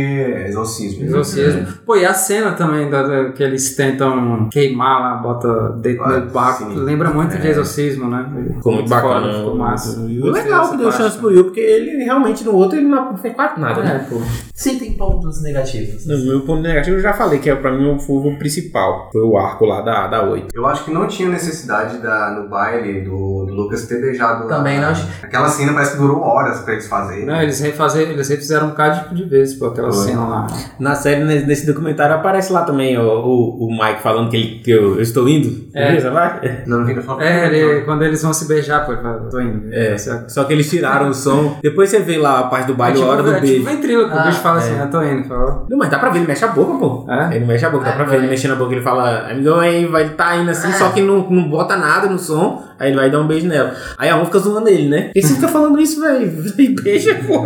Speaker 4: exorcismo. É.
Speaker 1: Exorcismo. Pô, e a cena também da, da- que eles tentam queimar lá, bota dentro
Speaker 4: Ah,
Speaker 1: do barco.
Speaker 4: sim.
Speaker 1: Lembra muito de exorcismo, né?
Speaker 3: Ficou muito bacana.
Speaker 1: foda, Ficou massa.
Speaker 3: E o
Speaker 1: Gostei
Speaker 3: legal
Speaker 1: dessa
Speaker 3: que deu
Speaker 1: parte.
Speaker 3: chance pro Will, porque ele realmente no outro ele não fez quase nada, né?
Speaker 1: É, pô.
Speaker 2: Sim, tem pontos negativos.
Speaker 3: É.
Speaker 2: né?
Speaker 3: No meu ponto negativo eu já falei que é, pra mim o fogo principal. Foi o arco lá da, da 8.
Speaker 4: Eu acho que não tinha necessidade da, no baile do, do Lucas ter beijado.
Speaker 1: Tá.
Speaker 4: a-
Speaker 2: Também não.
Speaker 4: Aquela cena parece que durou horas pra eles fazerem.
Speaker 1: Não, eles, refazer, eles refizeram um bocado de vezes, pô, aquela
Speaker 4: Foi.
Speaker 1: cena lá.
Speaker 3: Na série, ne- nesse documentário, aparece lá também o, o, o Mike falando que, ele, que eu, eu estou indo.
Speaker 1: É.
Speaker 3: Beleza, vai?
Speaker 4: Não, não vi, não falo-
Speaker 1: É, ele, quando eles vão se beijar, pô, ele fala, tô indo.
Speaker 3: É.
Speaker 1: Certo.
Speaker 3: Só que eles tiraram o som. Depois você vê lá a parte do baile, a hora do
Speaker 1: é,
Speaker 3: beijo.
Speaker 1: tipo ventríloco, o
Speaker 2: Ah,
Speaker 1: bicho fala
Speaker 3: é.
Speaker 1: assim, eu tô indo. Fala,
Speaker 3: Não, mas dá pra ver, ele mexe a boca, pô.
Speaker 1: É?
Speaker 3: Ele mexe a boca, dá
Speaker 2: Ah,
Speaker 3: pra ver ele
Speaker 2: é.
Speaker 3: mexendo a boca. Ele fala, amigão, aí vai tá indo assim,
Speaker 2: Ah.
Speaker 3: só que não, não bota nada no som. Aí ele vai dar um beijo nela. Aí a mão fica zoando ele, né? Por que você fica falando isso, velho? [laughs] Vem, Beija, pô.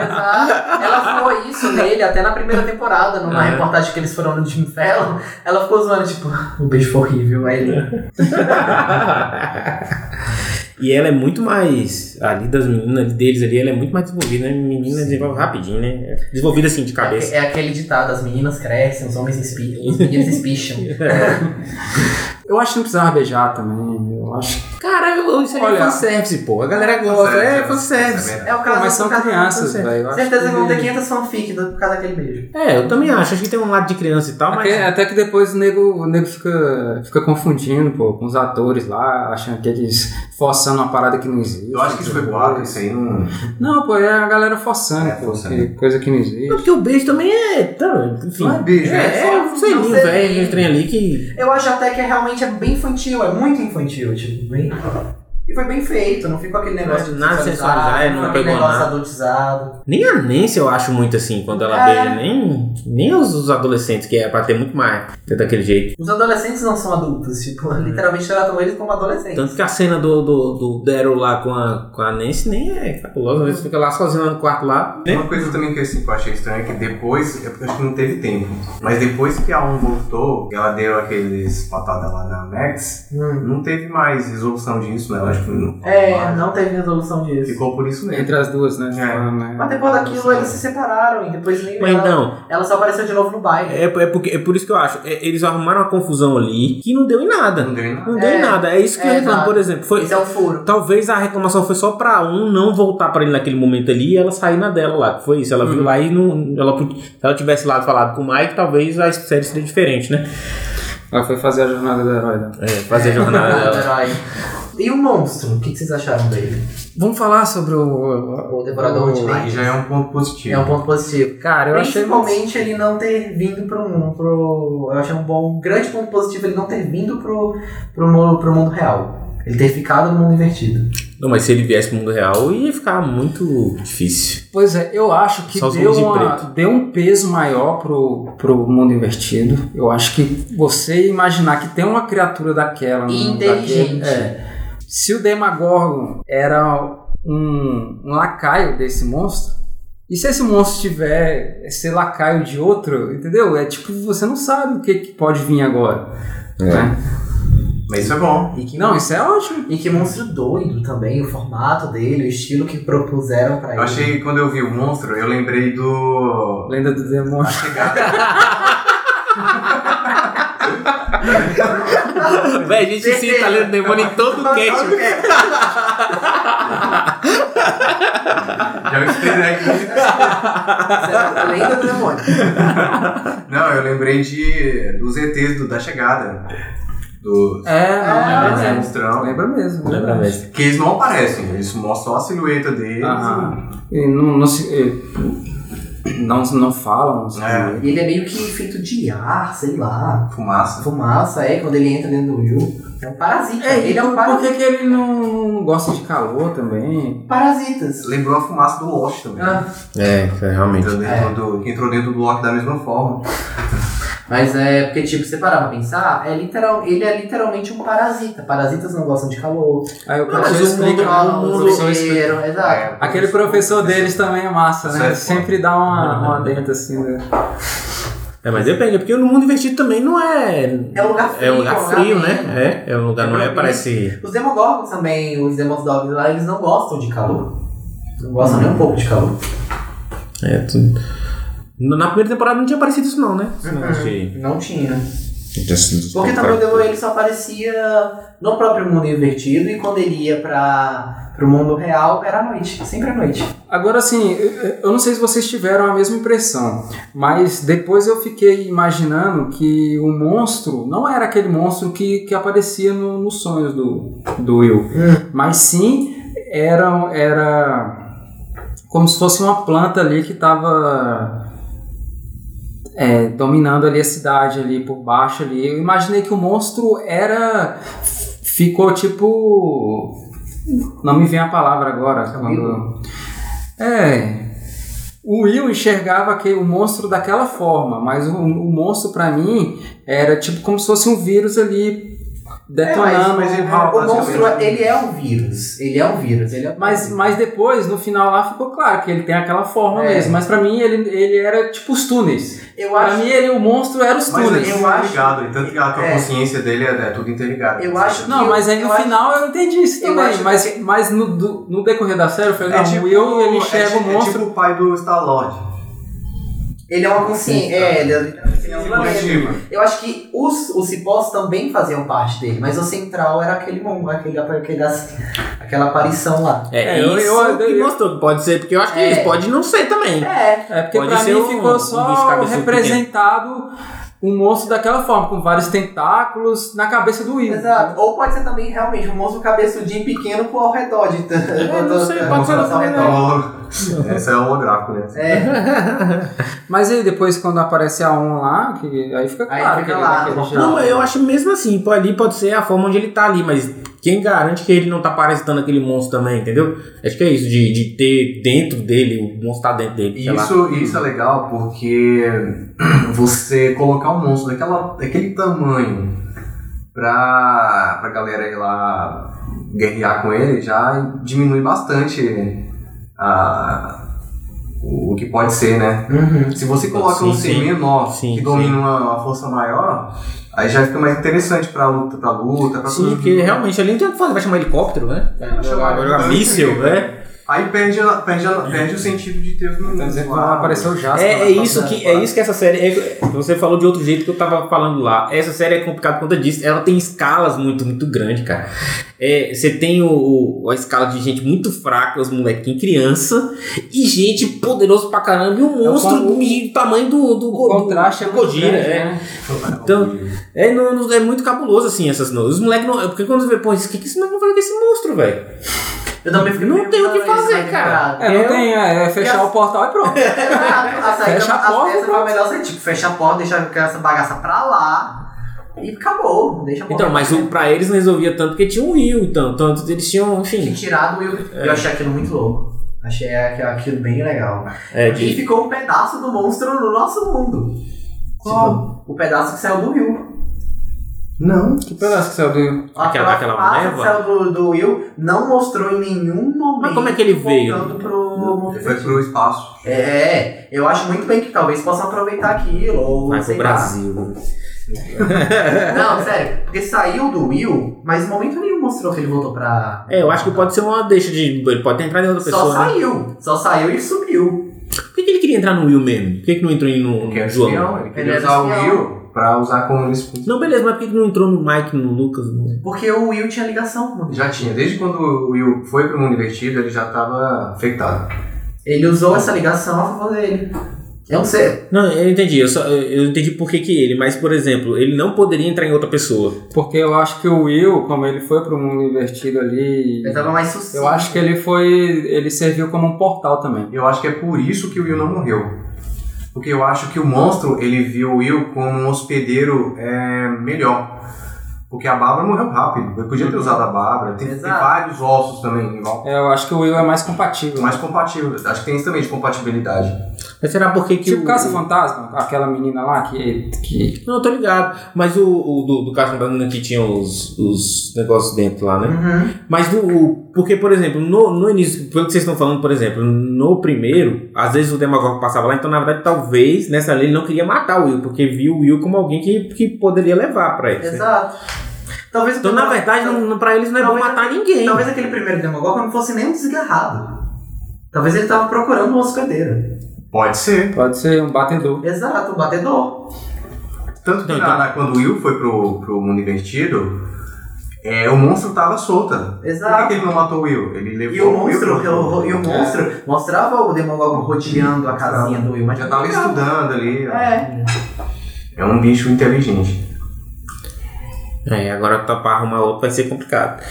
Speaker 2: Exato. Ela falou isso nele até na primeira temporada, numa
Speaker 3: É.
Speaker 2: reportagem que eles foram no Jim Fallon. Ela ficou zoando, tipo, o beijo foi horrível. Aí ele.
Speaker 3: E ela é muito mais. Ali das meninas deles ali, ela é muito mais desenvolvida, né? Menina desenvolve rapidinho, né? Desenvolvida assim de cabeça.
Speaker 2: É aquele ditado: as meninas crescem, os homens espicham. Os meninos espicham.
Speaker 1: Eu acho que não precisava beijar também. Eu acho que.
Speaker 3: É, Cara, eu- isso aí
Speaker 1: Olha.
Speaker 3: é fanservice, pô. A galera gosta. É, fanservice.
Speaker 4: É
Speaker 2: É o
Speaker 1: Pô,
Speaker 2: caso
Speaker 1: mas são
Speaker 2: do cara-
Speaker 1: crianças,
Speaker 3: certo.
Speaker 1: velho. eu acho
Speaker 2: Certeza que
Speaker 1: que-
Speaker 2: vão ter 500 fanfic do- por causa daquele beijo.
Speaker 3: É, eu também acho. Acho que tem um lado de criança e tal, mas.
Speaker 1: Até, até que depois o nego, o nego fica, fica confundindo, pô, com os atores lá, achando que eles forçando uma parada que não existe.
Speaker 4: Eu acho que isso foi boato, isso aí não.
Speaker 1: Não, pô, é a galera forçando,
Speaker 4: É,
Speaker 1: pô,
Speaker 4: forçando.
Speaker 1: que- coisa que não
Speaker 3: Não,
Speaker 1: existe.
Speaker 3: porque o beijo também é. Tá, enfim.
Speaker 4: Não é beijo,
Speaker 3: é,
Speaker 4: né?
Speaker 3: é, um selinho,
Speaker 2: selinho.
Speaker 3: velho, um trem ali que.
Speaker 2: Eu acho até que é realmente é bem infantil, é muito infantil, tipo, bem. E foi bem feito, não ficou aquele negócio de
Speaker 3: Nada sensualizado, não
Speaker 2: não aquele
Speaker 3: pegou
Speaker 2: negócio
Speaker 3: nada.
Speaker 2: adultizado.
Speaker 3: Nem a Nancy eu acho muito assim, quando ela
Speaker 2: É.
Speaker 3: beija. Nem, nem os, os adolescentes, que é pra ter muito mais. É daquele jeito.
Speaker 2: Os adolescentes não são adultos, tipo, literalmente tratam eles como adolescentes.
Speaker 3: Uhum. Tanto que a cena do, do, do Daryl lá com a, com a Nancy nem é cabulosa. Ele fica lá sozinho lá no quarto lá. né?
Speaker 4: Uma coisa também que assim, que eu achei estranha é que depois, eu acho que não teve tempo, mas depois que a 1 voltou, ela deu aqueles patadas lá na Max,
Speaker 2: Hum.
Speaker 4: não teve mais resolução disso, né? Eu acho que não.
Speaker 2: É, não teve resolução disso.
Speaker 4: Ficou por isso mesmo.
Speaker 1: Entre as duas, né?
Speaker 4: É.
Speaker 1: falando, né?
Speaker 2: Mas depois daquilo eles se separaram e depois nem
Speaker 3: Mas
Speaker 2: ela,
Speaker 3: então,
Speaker 2: ela só apareceu de novo no baile.
Speaker 3: É, é porque, é por isso que eu acho. é- eles arrumaram uma confusão ali que não deu em nada.
Speaker 4: Não deu em nada.
Speaker 3: Não deu em
Speaker 2: É,
Speaker 3: nada. É isso que
Speaker 2: é,
Speaker 3: eu reclamo,
Speaker 2: exato.
Speaker 3: por exemplo. Foi,
Speaker 2: Esse é um furo.
Speaker 3: Talvez a reclamação foi só pra um não voltar pra ele naquele momento ali e ela sair na dela lá. que Foi isso. Ela viu lá e não. Ela, pod- se ela tivesse lá falado com o Mike, talvez a série seria diferente, né?
Speaker 1: Ela foi fazer a jornada do herói né? dela.
Speaker 3: É, fazer
Speaker 2: [laughs]
Speaker 3: a jornada [laughs]
Speaker 2: Ah,
Speaker 3: dela.
Speaker 2: herói. E o monstro? O que que vocês acharam dele?
Speaker 1: Vamos falar sobre o.
Speaker 2: O Devorador de
Speaker 4: Aí já é um ponto positivo.
Speaker 2: É um ponto positivo.
Speaker 1: Cara, eu achei.
Speaker 2: Principalmente ele não ter vindo pro mundo. Pro... Eu achei um bom, um grande ponto positivo ele não ter vindo pro, pro, mu- pro mundo real. Ele ter ficado no mundo invertido.
Speaker 3: Não, mas se ele viesse pro mundo real, ia ficar muito difícil.
Speaker 1: Pois é, eu acho que
Speaker 3: Só os
Speaker 1: deu,
Speaker 3: homens de
Speaker 1: uma-
Speaker 3: preto.
Speaker 1: deu um peso maior pro, pro mundo invertido. Eu acho que você imaginar que tem uma criatura daquela. no mundo
Speaker 2: Inteligente.
Speaker 1: daquele- é. Se o Demagorgon era um, um lacaio desse monstro. E se esse monstro tiver esse lacaio de outro, entendeu? É tipo, você não sabe o que, que pode vir agora.
Speaker 3: É.
Speaker 1: né?
Speaker 4: Mas isso é bom.
Speaker 2: E que,
Speaker 1: Não, isso é ótimo.
Speaker 2: e que monstro doido também, o formato dele, o estilo que propuseram pra ele.
Speaker 4: Eu achei, quando eu vi o monstro, eu
Speaker 2: [laughs]
Speaker 4: lembrei do.
Speaker 1: Lenda do
Speaker 4: A
Speaker 1: demônio.
Speaker 4: chegada.
Speaker 3: Véi, a gente cita lendo demônio em todo o cast.
Speaker 4: Já me estranhei aqui.
Speaker 2: Será? Além é do demônio.
Speaker 4: Não, eu lembrei de. dos ETs do, da chegada. Do.
Speaker 1: É,
Speaker 2: Ah,
Speaker 1: não,
Speaker 4: do
Speaker 1: é, é.
Speaker 4: monstrão.
Speaker 1: Lembra mesmo.
Speaker 3: Lembra
Speaker 1: verdade.
Speaker 3: mesmo.
Speaker 4: Que eles não aparecem, eles mostram só a silhueta deles.
Speaker 1: Ah, e não, não se- e- não, não falam. assim.
Speaker 4: É.
Speaker 2: E ele é meio que feito de ar, sei lá.
Speaker 4: Fumaça.
Speaker 2: Fumaça, é, quando ele entra dentro do rio. É um parasita.
Speaker 1: É,
Speaker 2: ele é um
Speaker 1: Por
Speaker 2: parasita.
Speaker 1: que, que ele não, não gosta de calor também?
Speaker 2: Parasitas.
Speaker 4: Lembrou a fumaça do Lost também. né?
Speaker 2: Ah,
Speaker 3: É, é, realmente.
Speaker 4: Entrou dentro
Speaker 2: É.
Speaker 4: do- que entrou dentro do Loki da mesma forma.
Speaker 2: Mas é porque, tipo, você parar pra pensar, é literal, ele é literalmente um parasita. Parasitas não gostam de calor.
Speaker 1: Aí o
Speaker 3: Não,
Speaker 1: professor
Speaker 3: mas o mundo- é-
Speaker 1: explica,
Speaker 2: Controlam
Speaker 1: né?
Speaker 2: o
Speaker 1: O
Speaker 2: mundo é
Speaker 1: professor explica.
Speaker 2: inteiro.
Speaker 4: É,
Speaker 2: Exato.
Speaker 1: Aquele professor deles também é massa, né?
Speaker 4: Certo.
Speaker 1: Sempre dá uma, uma denta assim, né?
Speaker 3: É, mas depende, porque no mundo invertido também não é.
Speaker 2: É um lugar frio.
Speaker 3: É um lugar frio,
Speaker 2: ameno.
Speaker 3: né? É, é um lugar, não é, parece.
Speaker 2: Os Demogorgons também, os Demodogs lá, eles não gostam de calor. Não gostam nem um pouco de calor.
Speaker 3: É, tudo. Na primeira temporada não tinha parecido isso, não, né? Não, achei.
Speaker 2: Não tinha.
Speaker 3: tá
Speaker 2: Porque também o Devil ele só aparecia no próprio mundo invertido e quando ele ia pra, pro mundo real era à noite, sempre à noite.
Speaker 1: Agora, assim, eu- eu não sei se vocês tiveram a mesma impressão, mas depois eu fiquei imaginando que o monstro não era aquele monstro que, que aparecia no- nos sonhos do, do Will, mas sim era, era como se fosse uma planta ali que estava dominando ali a cidade ali por baixo ali. Eu imaginei que o monstro era ficou tipo não me vem a palavra agora quando é. O Will enxergava que o monstro daquela forma, mas o, o monstro pra mim era tipo como se fosse um vírus ali detonando.
Speaker 2: É,
Speaker 4: mas ele-
Speaker 1: o
Speaker 4: Ah,
Speaker 1: ra-
Speaker 2: o
Speaker 4: basicamente.
Speaker 2: monstro, ele é um vírus. Ele é um vírus. Ele é um
Speaker 1: Mas, mas depois, no final lá, ficou claro que ele tem aquela forma
Speaker 2: É.
Speaker 1: mesmo. Mas pra mim, ele, ele era tipo os túneis.
Speaker 2: eu
Speaker 1: Pra
Speaker 2: acho,
Speaker 1: mim, ele, o monstro era os
Speaker 4: Mas
Speaker 1: túneis.
Speaker 4: ele é
Speaker 2: eu acho-
Speaker 4: interligado, e tanto que a
Speaker 2: É.
Speaker 4: consciência dele é, é tudo interligado.
Speaker 2: Eu acho-
Speaker 1: Não, mas aí no
Speaker 2: eu acho-
Speaker 1: final eu entendi isso
Speaker 2: eu
Speaker 1: também.
Speaker 2: acho
Speaker 1: Mas,
Speaker 2: que- é tipo
Speaker 1: mas no, do- no decorrer da série, eu falei, não, o É Will ele enxerga
Speaker 4: é,
Speaker 1: o
Speaker 4: ti-
Speaker 1: monstro.
Speaker 4: É tipo o pai do Star-Lord.
Speaker 2: ele é uma consciência. É, ele é, ele é um planeta.
Speaker 4: Coletivo.
Speaker 2: Eu acho que os, os cipós também faziam parte dele, mas o central era aquele mundo, aquele, aquele, aquela aparição lá.
Speaker 3: É,
Speaker 1: É, eu-
Speaker 3: isso
Speaker 1: eu-
Speaker 3: que
Speaker 1: eu-
Speaker 3: mostrou que pode ser, porque eu acho que
Speaker 2: É.
Speaker 3: isso pode não ser também.
Speaker 2: É,
Speaker 1: É porque
Speaker 3: Pode
Speaker 1: pra
Speaker 3: ser
Speaker 1: mim
Speaker 3: um-
Speaker 1: ficou
Speaker 3: um bicho
Speaker 1: só
Speaker 3: cabeçudo
Speaker 1: representado um monstro daquela forma, com vários tentáculos na cabeça do Will.
Speaker 2: exato. Ou pode ser também realmente um monstro cabeçudinho pequeno com ao redor de tanto.
Speaker 3: não sei, pode ser
Speaker 2: ao
Speaker 4: é
Speaker 3: também,
Speaker 2: redor. [laughs]
Speaker 4: Então, Esse é o holográfico, né?
Speaker 2: É,
Speaker 1: Mas aí depois quando aparece a ON lá, que, aí fica
Speaker 2: Aí
Speaker 1: claro
Speaker 2: fica
Speaker 1: que ele
Speaker 2: lá, né?
Speaker 1: é daquele
Speaker 2: não,
Speaker 1: jeito.
Speaker 3: Não, eu acho mesmo assim, pô, ali pode ser a forma onde ele tá ali, mas quem garante que ele não tá parasitando aquele monstro também, entendeu? Acho que é isso, de, de ter dentro dele, o monstro tá dentro dele.
Speaker 4: E
Speaker 3: sei lá.
Speaker 4: Isso, isso é legal porque [clears throat] você colocar um monstro daquela, daquele tamanho pra, pra galera ir lá guerrear com ele já diminui bastante a, o, o que pode ser, né?
Speaker 3: Uhum.
Speaker 4: Se você coloca
Speaker 3: Sim,
Speaker 4: um ser
Speaker 3: sim.
Speaker 4: menor
Speaker 3: Sim,
Speaker 4: que domina
Speaker 3: sim.
Speaker 4: uma, uma força maior, aí já fica mais interessante pra luta, pra luta, pra
Speaker 3: Sim,
Speaker 4: tudo.
Speaker 3: porque realmente ali não tem o que fazer, vai chamar helicóptero, né?
Speaker 4: É, vai chamar
Speaker 3: Vai jogar
Speaker 4: helicóptero.
Speaker 3: míssil, Tá né?
Speaker 4: Aí perde, a- perde, a- perde o sentido de ter os
Speaker 1: Por
Speaker 4: meninos.
Speaker 1: exemplo,
Speaker 4: lá.
Speaker 1: apareceu o Jasper.
Speaker 3: É,
Speaker 1: lá,
Speaker 3: é isso
Speaker 1: passando.
Speaker 3: que é isso que essa série. é- você falou de outro jeito que eu tava falando lá. Essa série é complicada por conta disso. Ela tem escalas muito, muito grandes, cara. É, você tem o, o- a escala de gente muito fraca, os molequinhos criança, e gente poderoso pra caramba, e um
Speaker 1: É o
Speaker 3: monstro
Speaker 1: con-
Speaker 3: de tamanho do, do,
Speaker 1: O
Speaker 3: go- do-
Speaker 1: contraste é
Speaker 3: do
Speaker 1: muito
Speaker 3: Gojira,
Speaker 1: grande,
Speaker 3: é.
Speaker 1: né?
Speaker 3: Então- É, não, não- é muito cabuloso, assim, essas não. Os moleques não. Porque quando você vê, pô, isso- o que, que esse moleque vai fazer com esse monstro, velho?
Speaker 2: Eu também fiquei
Speaker 3: Não
Speaker 2: meio
Speaker 3: tem o que
Speaker 2: pensando nisso,
Speaker 3: fazer,
Speaker 2: né,
Speaker 3: cara. É,
Speaker 2: temporada.
Speaker 1: É, não
Speaker 3: Eu-
Speaker 1: tem, é, é fechar
Speaker 2: E as-
Speaker 1: o portal e
Speaker 3: [laughs]
Speaker 1: pronto.
Speaker 2: Exato, a saída-
Speaker 1: Fecha a porta,
Speaker 2: essa foi
Speaker 1: pronto.
Speaker 2: a melhor saída, tipo, fecha a porta, deixa essa bagaça pra lá e acabou. Deixa a porta
Speaker 3: Então, mas o, pra eles não resolvia tanto porque tinha o Will, então, tanto eles tinham,
Speaker 2: Tinha
Speaker 3: enfim.
Speaker 2: tirado o Will. Eu achei aquilo muito louco. Achei aqu- aquilo bem legal.
Speaker 3: É, de-
Speaker 2: E ficou um pedaço do monstro no nosso mundo. Tipo, o pedaço que saiu do Will.
Speaker 4: Não.
Speaker 1: que pedaço que saiu do...
Speaker 2: A
Speaker 3: Aquela-
Speaker 2: própria
Speaker 3: aquela
Speaker 2: fumaça
Speaker 3: neva?
Speaker 2: que saiu do, do Will não mostrou em nenhum momento.
Speaker 3: Mas como é que ele veio?
Speaker 2: voltando Pro... mundo
Speaker 4: Foi
Speaker 2: invertido.
Speaker 4: pro espaço.
Speaker 2: É, eu acho muito bem que talvez possam aproveitar aquilo. Ou,
Speaker 3: Vai pro
Speaker 2: sei lá.
Speaker 3: [laughs] Brasil.
Speaker 2: Não, sério, porque saiu do Will, mas em momento nenhum mostrou que ele voltou pra.
Speaker 3: É, eu acho que pode ser uma deixa de. Ele pode ter entrado em outra
Speaker 2: Só
Speaker 3: pessoa, né?
Speaker 2: saiu. Só saiu e subiu.
Speaker 3: Por que, que ele queria entrar no Will mesmo? Por que, que não entrou em- no,
Speaker 4: Porque é
Speaker 3: no João?
Speaker 4: espião, ele queria
Speaker 2: Ele era
Speaker 4: usar o
Speaker 2: espião.
Speaker 4: Will pra usar como escudo.
Speaker 3: Não, beleza, mas por que, que não entrou no Mike, no Lucas? no-
Speaker 2: Porque o Will tinha ligação com o
Speaker 4: Já tinha, desde quando o Will foi pro mundo invertido, ele já tava infectado.
Speaker 2: Ele usou essa ligação a favor dele. Eu não sei.
Speaker 3: Não, eu entendi. Eu, só, eu- eu entendi por que, que ele, mas, por exemplo, ele não poderia entrar em outra pessoa.
Speaker 1: Porque eu acho que o Will, como ele foi pro mundo invertido ali...
Speaker 2: Ele tava mais sucinto.
Speaker 3: é
Speaker 1: Eu acho que ele foi... Ele serviu como um portal também.
Speaker 4: Eu acho que é por isso que o Will não morreu. Porque eu acho que o monstro, ele viu o Will como um hospedeiro é, melhor. Porque a Bárbara morreu rápido. Eu podia ter usado a Bárbara. Tem, tem
Speaker 2: Exato.
Speaker 4: vários ossos também, igual.
Speaker 1: É, eu acho que o Will é mais compatível.
Speaker 4: Mais compatível. Acho que tem isso também de compatibilidade.
Speaker 3: Mas será porque que
Speaker 1: Tipo
Speaker 3: o-
Speaker 1: Caça Fantasma, aquela menina lá que. que...
Speaker 3: Não, eu tô ligado. Mas o, o do, do caso da Nina que tinha os, os negócios dentro lá, né?
Speaker 2: Uhum,
Speaker 3: Mas do. o- Porque, por exemplo, no, no início, pelo que vocês estão falando, por exemplo, no primeiro, às vezes o Demagog passava lá, então na verdade talvez nessa lei ele não queria matar o Will, porque viu o Will como alguém que, que poderia levar pra ele. né?
Speaker 2: Exato. Talvez o
Speaker 3: Então na
Speaker 2: Demogorgon-
Speaker 3: verdade não, não- pra eles não é bom
Speaker 2: Talvez-
Speaker 3: matar ninguém.
Speaker 2: Talvez aquele primeiro Demogorgon não fosse nem um desgarrado. Talvez ele tava procurando um hospedeiro.
Speaker 4: Pode ser.
Speaker 1: Pode ser um batedor.
Speaker 2: Exato, um batedor.
Speaker 4: Tanto que
Speaker 3: Não,
Speaker 4: na-
Speaker 3: então-
Speaker 4: na- quando o Will foi pro, pro mundo invertido, é, o monstro tava solta. Por que, que
Speaker 2: Exato.
Speaker 4: ele não matou o Will? Ele levou
Speaker 2: E o
Speaker 4: Will
Speaker 2: monstro,
Speaker 4: pro-
Speaker 2: o-
Speaker 3: É.
Speaker 2: e o monstro mostrava o Demogorgon rodeando a casinha do Will, mas
Speaker 4: Já tava estudando ali. ó.
Speaker 2: É.
Speaker 4: É um bicho inteligente.
Speaker 3: É, agora tá pra arrumar outro vai ser complicado.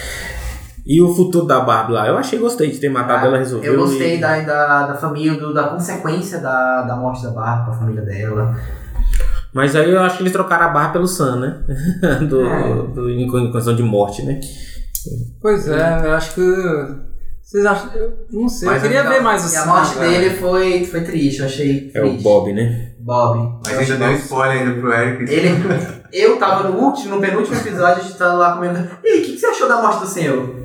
Speaker 3: E o futuro da Barbie lá? Eu achei gostei de ter matado
Speaker 2: Ah,
Speaker 3: ela resolveu.
Speaker 2: Eu gostei
Speaker 3: e-
Speaker 2: da, da, da família, do- da consequência da, da morte da Barra pra família dela.
Speaker 3: Mas aí eu acho que eles trocaram a barra pelo Sam, né? [laughs] do,
Speaker 2: É.
Speaker 3: do, em condição de morte, né?
Speaker 1: Pois é, eu acho que. Vocês acham. Eu não sei.
Speaker 4: Mas
Speaker 1: eu queria
Speaker 4: ainda-
Speaker 1: ver mais assim, o
Speaker 2: então, E a
Speaker 1: sangue,
Speaker 2: morte
Speaker 1: velho.
Speaker 2: dele foi, foi triste, eu achei
Speaker 3: É o
Speaker 2: triste.
Speaker 3: Bob, né? [laughs]
Speaker 2: Bob.
Speaker 4: Mas a gente já deu spoiler ainda pro Eric.
Speaker 2: Ele, eu tava no último, no penúltimo episódio, a gente tava lá comendo. E aí, o que, que você achou da morte do senhor?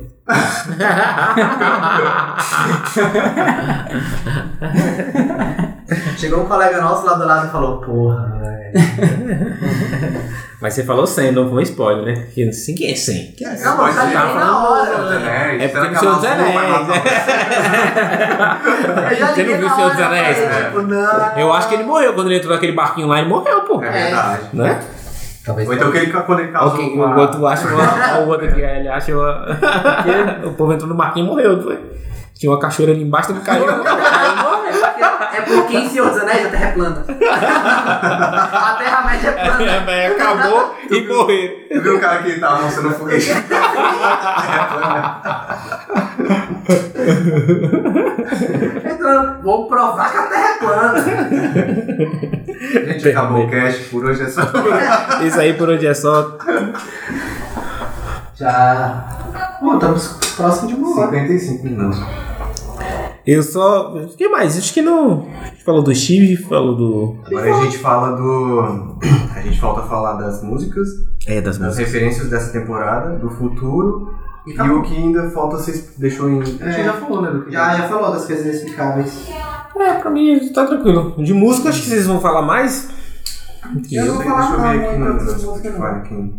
Speaker 2: Chegou um colega nosso lá do lado e falou, porra, velho.
Speaker 3: Mas você falou 100, não foi um spoiler, né? Que assim, quem é 100? Que [laughs] é 100?
Speaker 2: Não, mas tá
Speaker 3: Tá
Speaker 2: bem na hora, né?
Speaker 3: É porque não são os anéis.
Speaker 2: Eu já
Speaker 3: Você não
Speaker 2: liguei
Speaker 3: viu
Speaker 2: na
Speaker 3: Senhor
Speaker 2: hora,
Speaker 3: dos Anéis,
Speaker 2: eu falei,
Speaker 4: né?
Speaker 2: Tipo, não.
Speaker 3: Eu acho que ele morreu quando ele entrou naquele barquinho lá, ele morreu, pô.
Speaker 4: É verdade.
Speaker 3: Né?
Speaker 2: Talvez
Speaker 4: Ou então que ele, quando ele casou
Speaker 3: Ok,
Speaker 4: com
Speaker 3: o
Speaker 4: a-
Speaker 3: outro acha, uma- o outro que ele acha. uma- O povo entrou no barquinho e morreu, não foi? Tinha uma cachoeira ali embaixo do caiu.
Speaker 2: É porque em Senhor dos Anéis a Terra é plana. a Terra-média é plana.
Speaker 3: É, velho, acabou e morreu.
Speaker 4: Tu viu o cara que tava mostrando
Speaker 2: [laughs]
Speaker 4: foguete? [laughs]
Speaker 2: Então, vou provar que a Terra é plana.
Speaker 4: Gente, acabou o cast, por hoje é só.
Speaker 3: Isso aí por hoje é só.
Speaker 2: Já. Pô, estamos próximo de uma hora.
Speaker 4: 55 minutos.
Speaker 3: Eu só. O que mais? Acho que não. A gente falou do Steve, falou do.
Speaker 4: Agora a gente fala do. A gente falta falar das músicas,
Speaker 3: É, das
Speaker 4: das
Speaker 3: músicas.
Speaker 4: referências dessa temporada, do futuro e o que ainda falta vocês deixou em. A gente já falou, né? Do que
Speaker 2: Já, já falou das coisas inexplicáveis.
Speaker 3: É, pra mim tá tranquilo. De música, acho que vocês vão falar mais.
Speaker 4: Eu
Speaker 2: não vou
Speaker 4: sei,
Speaker 2: falar
Speaker 4: deixa eu
Speaker 2: nada,
Speaker 4: ver aqui
Speaker 2: né,
Speaker 4: no,
Speaker 2: pra
Speaker 4: no
Speaker 2: vocês não
Speaker 4: Spotify.
Speaker 2: ficarem.
Speaker 4: Aqui.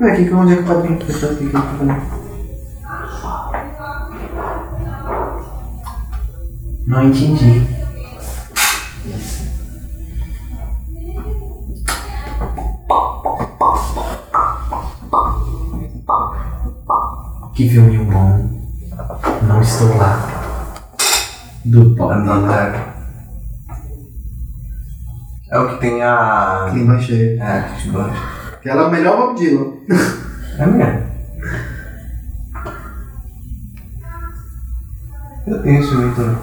Speaker 2: Ué, que, que- onde é que pode vir as pessoas que que- que- Não entendi. Que filme bom. Não estou lá. Do Bob.
Speaker 4: É o que tem a.
Speaker 2: Clima cheio.
Speaker 4: É, a Kate Blanchett.
Speaker 2: Que ela é o melhor Bob Dylan.
Speaker 4: É mesmo. Eu tenho esse jeito, né?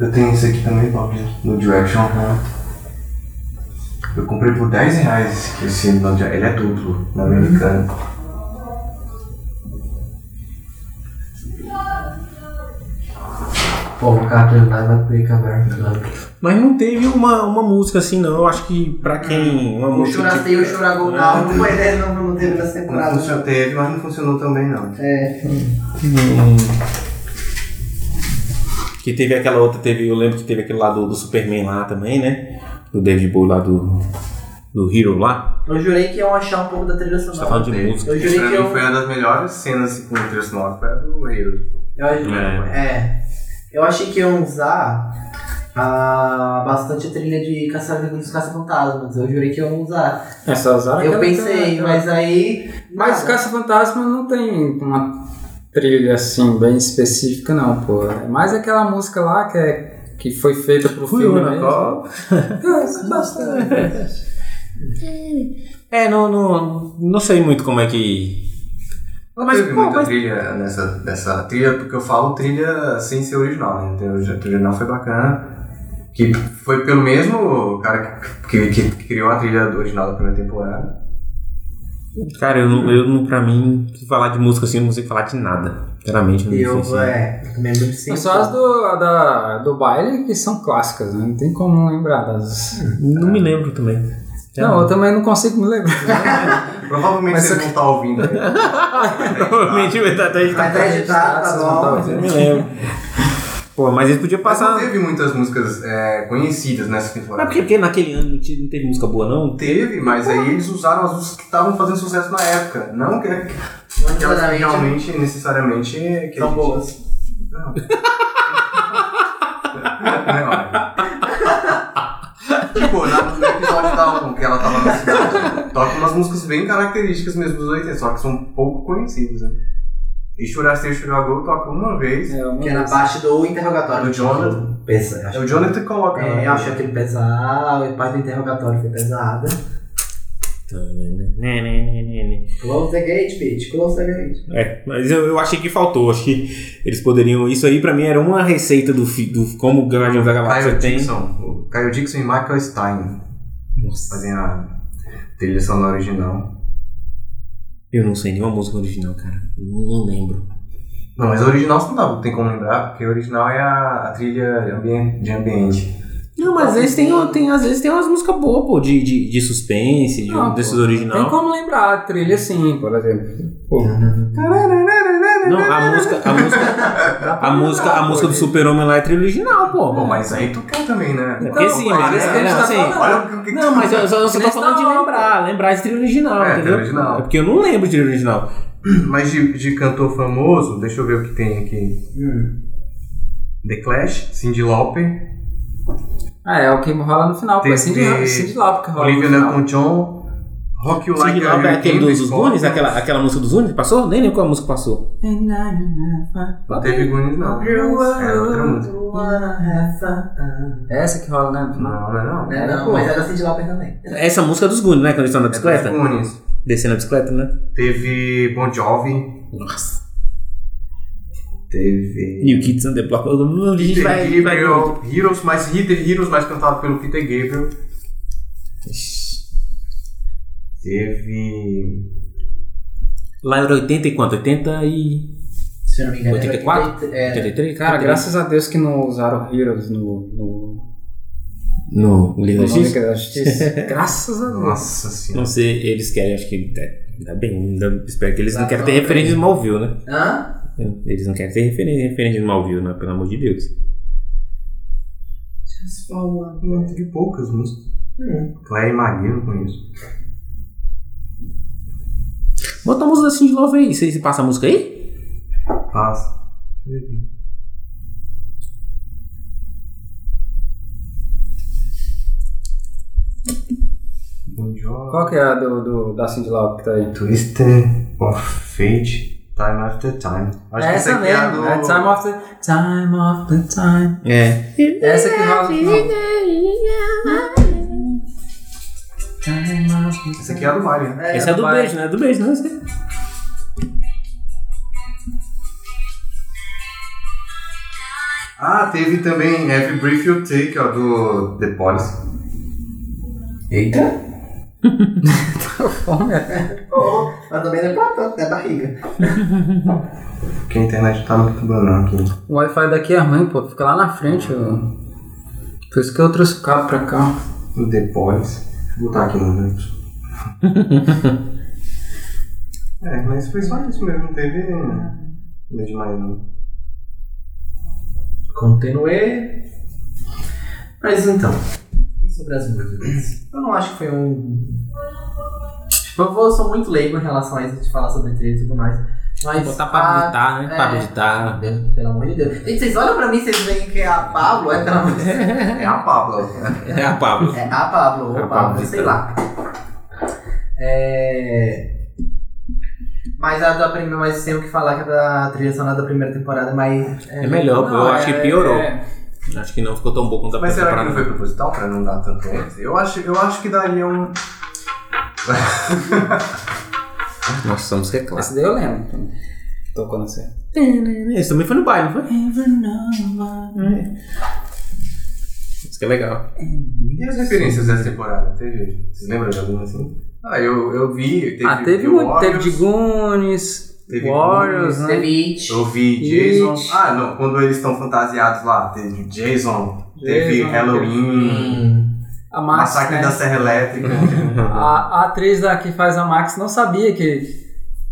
Speaker 4: Eu tenho esse aqui também, Bob, no Direction Home. Eu comprei por 10 reais que esse no Di- Ele é duplo,
Speaker 2: Uhum.
Speaker 4: na americana.
Speaker 2: Pô, o cara tá nada pica merda.
Speaker 3: Mas não teve uma, uma música assim, não. Eu acho que pra quem. Uma
Speaker 2: O
Speaker 3: música. que-
Speaker 2: Churasteio e o Churagonal não foi né? não, não teve nessa temporada.
Speaker 4: Não funcionou, teve, mas não funcionou também, não.
Speaker 2: É.
Speaker 3: Hum. Que teve aquela outra, teve, eu lembro que teve aquele lá do, do Superman lá também, né? Do David Bowie lá do. Do Hero lá.
Speaker 2: Eu jurei que iam achar um pouco da trilha
Speaker 3: Você tá
Speaker 2: sonora.
Speaker 3: falando de
Speaker 4: Teve.
Speaker 3: música.
Speaker 2: Eu jurei
Speaker 4: pra
Speaker 2: que é um
Speaker 4: mim
Speaker 2: eu-
Speaker 4: foi uma das melhores cenas assim, com o trio sonoro, foi a do Hero.
Speaker 2: Eu, é. Eu achei que iam usar ah, bastante a trilha de Caça dos Caça-Fantasmas. Eu jurei que iam usar.
Speaker 1: Essas horas.
Speaker 2: eu
Speaker 1: É aquela-
Speaker 2: pensei,
Speaker 1: aquela-
Speaker 2: mas aí.
Speaker 1: Mas o
Speaker 2: nada.
Speaker 1: Caça-Fantasma não tem uma trilha assim bem específica, não, pô. É mais aquela música lá que, é, que foi feita pro filme.
Speaker 3: Fiona
Speaker 1: mesmo.
Speaker 3: Call.
Speaker 1: É, bastante.
Speaker 3: É, não, não, não sei muito como é que.
Speaker 4: Não
Speaker 3: Mas,
Speaker 4: teve
Speaker 3: pô,
Speaker 4: muita
Speaker 3: mas-
Speaker 4: trilha nessa, nessa trilha, porque eu falo trilha sem ser original, né? Então, A trilha original foi bacana. Que foi pelo mesmo cara que, que, que criou a trilha do original da primeira temporada.
Speaker 3: Cara, eu, não- eu não, pra mim, se falar de música assim, eu não sei falar de nada. Sinceramente, eu não
Speaker 2: E eu,
Speaker 3: sei. assim.
Speaker 2: é, também não sei.
Speaker 1: Só as do, da, do baile que são clássicas, né? Não tem como lembrar das.
Speaker 3: Não me lembro também.
Speaker 1: Não, eu também não consigo me lembrar.
Speaker 4: Provavelmente
Speaker 1: Mas
Speaker 4: vocês
Speaker 1: eu-
Speaker 4: vão estar ouvindo. né?
Speaker 3: [laughs] Provavelmente vai estar até
Speaker 2: Vai
Speaker 3: editado.
Speaker 2: estar editado, tá bom.
Speaker 3: Eu me lembro. Pô, mas eles podiam
Speaker 4: Mas não
Speaker 3: passar.
Speaker 4: teve muitas músicas é, conhecidas nessa
Speaker 3: Mas
Speaker 4: temporada.
Speaker 3: por que porque naquele ano não tinha- não teve música boa, não?
Speaker 4: Teve, mas aí eles usaram as músicas que estavam fazendo sucesso na época. Não que, não que elas
Speaker 2: Necessariamente.
Speaker 4: realmente, necessariamente, que
Speaker 2: São
Speaker 4: a gente-
Speaker 2: boas.
Speaker 4: Não. [laughs] não. Tipo, na- no episódio da 1 que ela tava na cidade, toca umas músicas bem características mesmo dos 80, só que são pouco conhecidas, né? E Churaceu Churagou toca uma vez.
Speaker 1: É, uma
Speaker 2: Que é na
Speaker 1: vez.
Speaker 2: parte do interrogatório.
Speaker 4: Do Jonathan?
Speaker 2: Pensa,
Speaker 4: É
Speaker 2: acho
Speaker 4: o Jonathan que
Speaker 1: Ah.
Speaker 4: coloca.
Speaker 2: É,
Speaker 4: né?
Speaker 2: eu achei aquele pesado, a parte do interrogatório foi pesada. Close the gate, bitch, close the gate.
Speaker 3: É, mas eu, eu achei que faltou. Acho que eles poderiam. Isso aí pra mim era uma receita do, fi- do como o Guardião da Galáxia
Speaker 4: Caio
Speaker 3: tem.
Speaker 4: Dixon. O Caio Dixon e Michael Stein
Speaker 3: Nossa,
Speaker 4: fazem a trilha sonora original.
Speaker 3: eu não sei nenhuma música original, cara. Eu Não lembro.
Speaker 4: Não, mas a original você não dá, não tem como lembrar, porque a original é a, a trilha de ambiente. De
Speaker 3: É.
Speaker 4: ambiente.
Speaker 3: Não, mas às vezes tem, tem, às vezes tem umas músicas boas, pô, de, de, de suspense, de
Speaker 1: Não,
Speaker 3: um desses
Speaker 1: pô,
Speaker 3: original.
Speaker 1: Tem como lembrar a trilha
Speaker 3: Hum,
Speaker 1: assim, por exemplo. Pô,
Speaker 3: Não, a música, a música, a música, a música do Super-Homem lá é trilha original, pô.
Speaker 4: Bom, mas aí tu quer também, né?
Speaker 3: É porque sim,
Speaker 1: mas
Speaker 3: mas,
Speaker 1: é isso que a gente
Speaker 3: não,
Speaker 1: tá
Speaker 3: sim.
Speaker 1: falando.
Speaker 4: Olha o que- o que
Speaker 3: Não, É. mas eu, eu só
Speaker 1: Que
Speaker 3: tô
Speaker 1: nem
Speaker 3: falando de
Speaker 1: Star Wars.
Speaker 3: lembrar, lembrar de trilha original,
Speaker 4: É,
Speaker 3: entendeu?
Speaker 4: trilha original.
Speaker 3: É porque eu não lembro de trilha original.
Speaker 4: Mas de, de cantor famoso, deixa eu ver o que tem aqui.
Speaker 3: Hum.
Speaker 4: The Clash, Cyndi Lauper,
Speaker 1: Ah, é o que rola no final, pô. É
Speaker 4: Tem-
Speaker 1: Cindy,
Speaker 4: tem-
Speaker 1: Cindy Lauper que rola
Speaker 4: Olivia
Speaker 1: no final.
Speaker 4: Newton-John, Rock You
Speaker 3: Sim,
Speaker 4: Like
Speaker 3: lá
Speaker 4: a
Speaker 3: é aquele
Speaker 4: Hurricane,
Speaker 3: dos Goonies, aquela, aquela música dos Goonies, passou? Nem lembro qual música passou.
Speaker 1: É,
Speaker 4: Não teve Goonies, não. É outra música.
Speaker 1: Essa que rola, né? no final.
Speaker 4: Não, não é não.
Speaker 2: É, ah, não,
Speaker 1: Pô.
Speaker 2: mas era Cindy Lauper também.
Speaker 3: Essa música é dos Goonies, né? Quando eles estão na
Speaker 4: É dos
Speaker 3: bicicleta.
Speaker 4: Goonies.
Speaker 3: Descendo a bicicleta, né?
Speaker 4: Teve Bon Jovi,
Speaker 3: Nossa.
Speaker 4: teve...
Speaker 3: New Kids on the Block. A gente
Speaker 4: Peter
Speaker 3: vai... vai-
Speaker 4: Gabriel, Heroes, mas Peter Heroes mais cantado pelo Peter Gabriel. Teve.
Speaker 3: Lá era 80 e quanto? 80 e...
Speaker 2: Se eu não me engano. era
Speaker 3: 84?
Speaker 2: 83, É,
Speaker 3: 83?
Speaker 1: Cara,
Speaker 3: 83.
Speaker 1: graças a Deus que não usaram Heroes no, no,
Speaker 3: No
Speaker 1: no
Speaker 3: Liga X?
Speaker 1: Liga da Justiça.
Speaker 3: [laughs]
Speaker 1: graças a Deus.
Speaker 4: Nossa
Speaker 3: Não
Speaker 4: senhora.
Speaker 3: sei, eles querem, acho que é, ainda bem, ainda- espero que eles não
Speaker 2: Tá
Speaker 3: querem
Speaker 2: bom,
Speaker 3: ter
Speaker 2: né?
Speaker 3: referência de Malville, né?
Speaker 2: Hã?
Speaker 3: Eles não querem ter referência, referência de Malville, né? Pelo amor de Deus.
Speaker 4: Não, teve poucas músicas. Clay Maguire, não conheço.
Speaker 3: Bota a música da Cindy Love aí, você você passa a música aí?
Speaker 4: Passa. Deixa eu ver aqui. Bon Jovi.
Speaker 1: Qual que é a do, do- da Cindy Lauper que tá aí?
Speaker 4: é? Twister of Fate, Time After Time. Acho que
Speaker 1: essa
Speaker 4: aqui é a
Speaker 1: mesmo, é Time of the Time of the Time.
Speaker 3: É.
Speaker 1: Essa que rola no final. Time of the
Speaker 4: Essa aqui é a do Mario. né?
Speaker 3: Essa é do
Speaker 1: vai.
Speaker 3: beijo, né? É do beijo, não é?
Speaker 4: Ah, teve também Every Brief You Take, ó, do The Police.
Speaker 2: né?
Speaker 3: [laughs]
Speaker 2: Eita.
Speaker 1: Fome, é.
Speaker 2: Mas também não é pra tanto, é barriga.
Speaker 4: Porque a internet tá muito boa não aqui.
Speaker 1: O Wi-Fi daqui é ruim, pô. Fica lá na frente. ô. Por isso que eu trouxe o cabo pra cá.
Speaker 4: O The Police. Vou botar aqui no momento.
Speaker 1: [laughs]
Speaker 4: é, mas foi só isso mesmo. Não teve nada demais não.
Speaker 2: Continuei. Mas então, sobre as músicas. Eu não acho que foi um. Tipo, eu, vou- eu sou muito leigo em relação a isso de falar sobre trilha e tudo mais. Mas.
Speaker 3: Botar
Speaker 2: a-
Speaker 3: pra editar, né?
Speaker 2: é.
Speaker 3: Pra editar.
Speaker 2: Deus, Pelo amor de Deus. Gente, vocês olham pra mim, vocês veem que é a Pablo, é pelo amor [laughs] de Deus.
Speaker 4: É a Pablo.
Speaker 3: É a Pablo.
Speaker 2: É a Pablo, ou
Speaker 3: É a
Speaker 2: a
Speaker 3: Pablo,
Speaker 2: Pablo, então. sei lá. É. Mas a da primeira, mas tem o que falar que a da trilha sonora da primeira temporada é mais.
Speaker 3: É melhor, eu
Speaker 1: Não,
Speaker 3: acho
Speaker 1: é-
Speaker 3: que piorou.
Speaker 1: é.
Speaker 3: Acho que não ficou tão bom quanto a
Speaker 4: Mas
Speaker 3: primeira
Speaker 4: será que não
Speaker 3: temporada.
Speaker 4: foi proposital pra não dar tanto ênfase? Eu acho, eu acho que daria um,
Speaker 3: Nós somos
Speaker 4: Tá.
Speaker 3: reclames.
Speaker 1: Essa daí eu lembro. Então. Tocou nessa. aí.
Speaker 3: É, né, Esse também foi no baile, não foi? É. Isso que é [laughs] legal.
Speaker 4: E as referências dessa temporada? Teve. Vocês lembram de alguma assim? Ah, eu, eu vi. Teve,
Speaker 1: ah, teve
Speaker 4: vi
Speaker 1: muito. Teve
Speaker 4: Warriors,
Speaker 1: de Goonies,
Speaker 4: Teve
Speaker 1: Warriors, né?
Speaker 2: Teve It.
Speaker 4: Eu vi
Speaker 1: It.
Speaker 4: Jason. Ah, não, quando eles estão fantasiados lá. Teve Jason. teve
Speaker 1: Jason,
Speaker 4: Halloween.
Speaker 2: Uhum.
Speaker 1: A Max,
Speaker 4: Massacre
Speaker 1: né?
Speaker 4: da Serra Elétrica.
Speaker 1: A, a atriz da, que faz a Max não sabia que.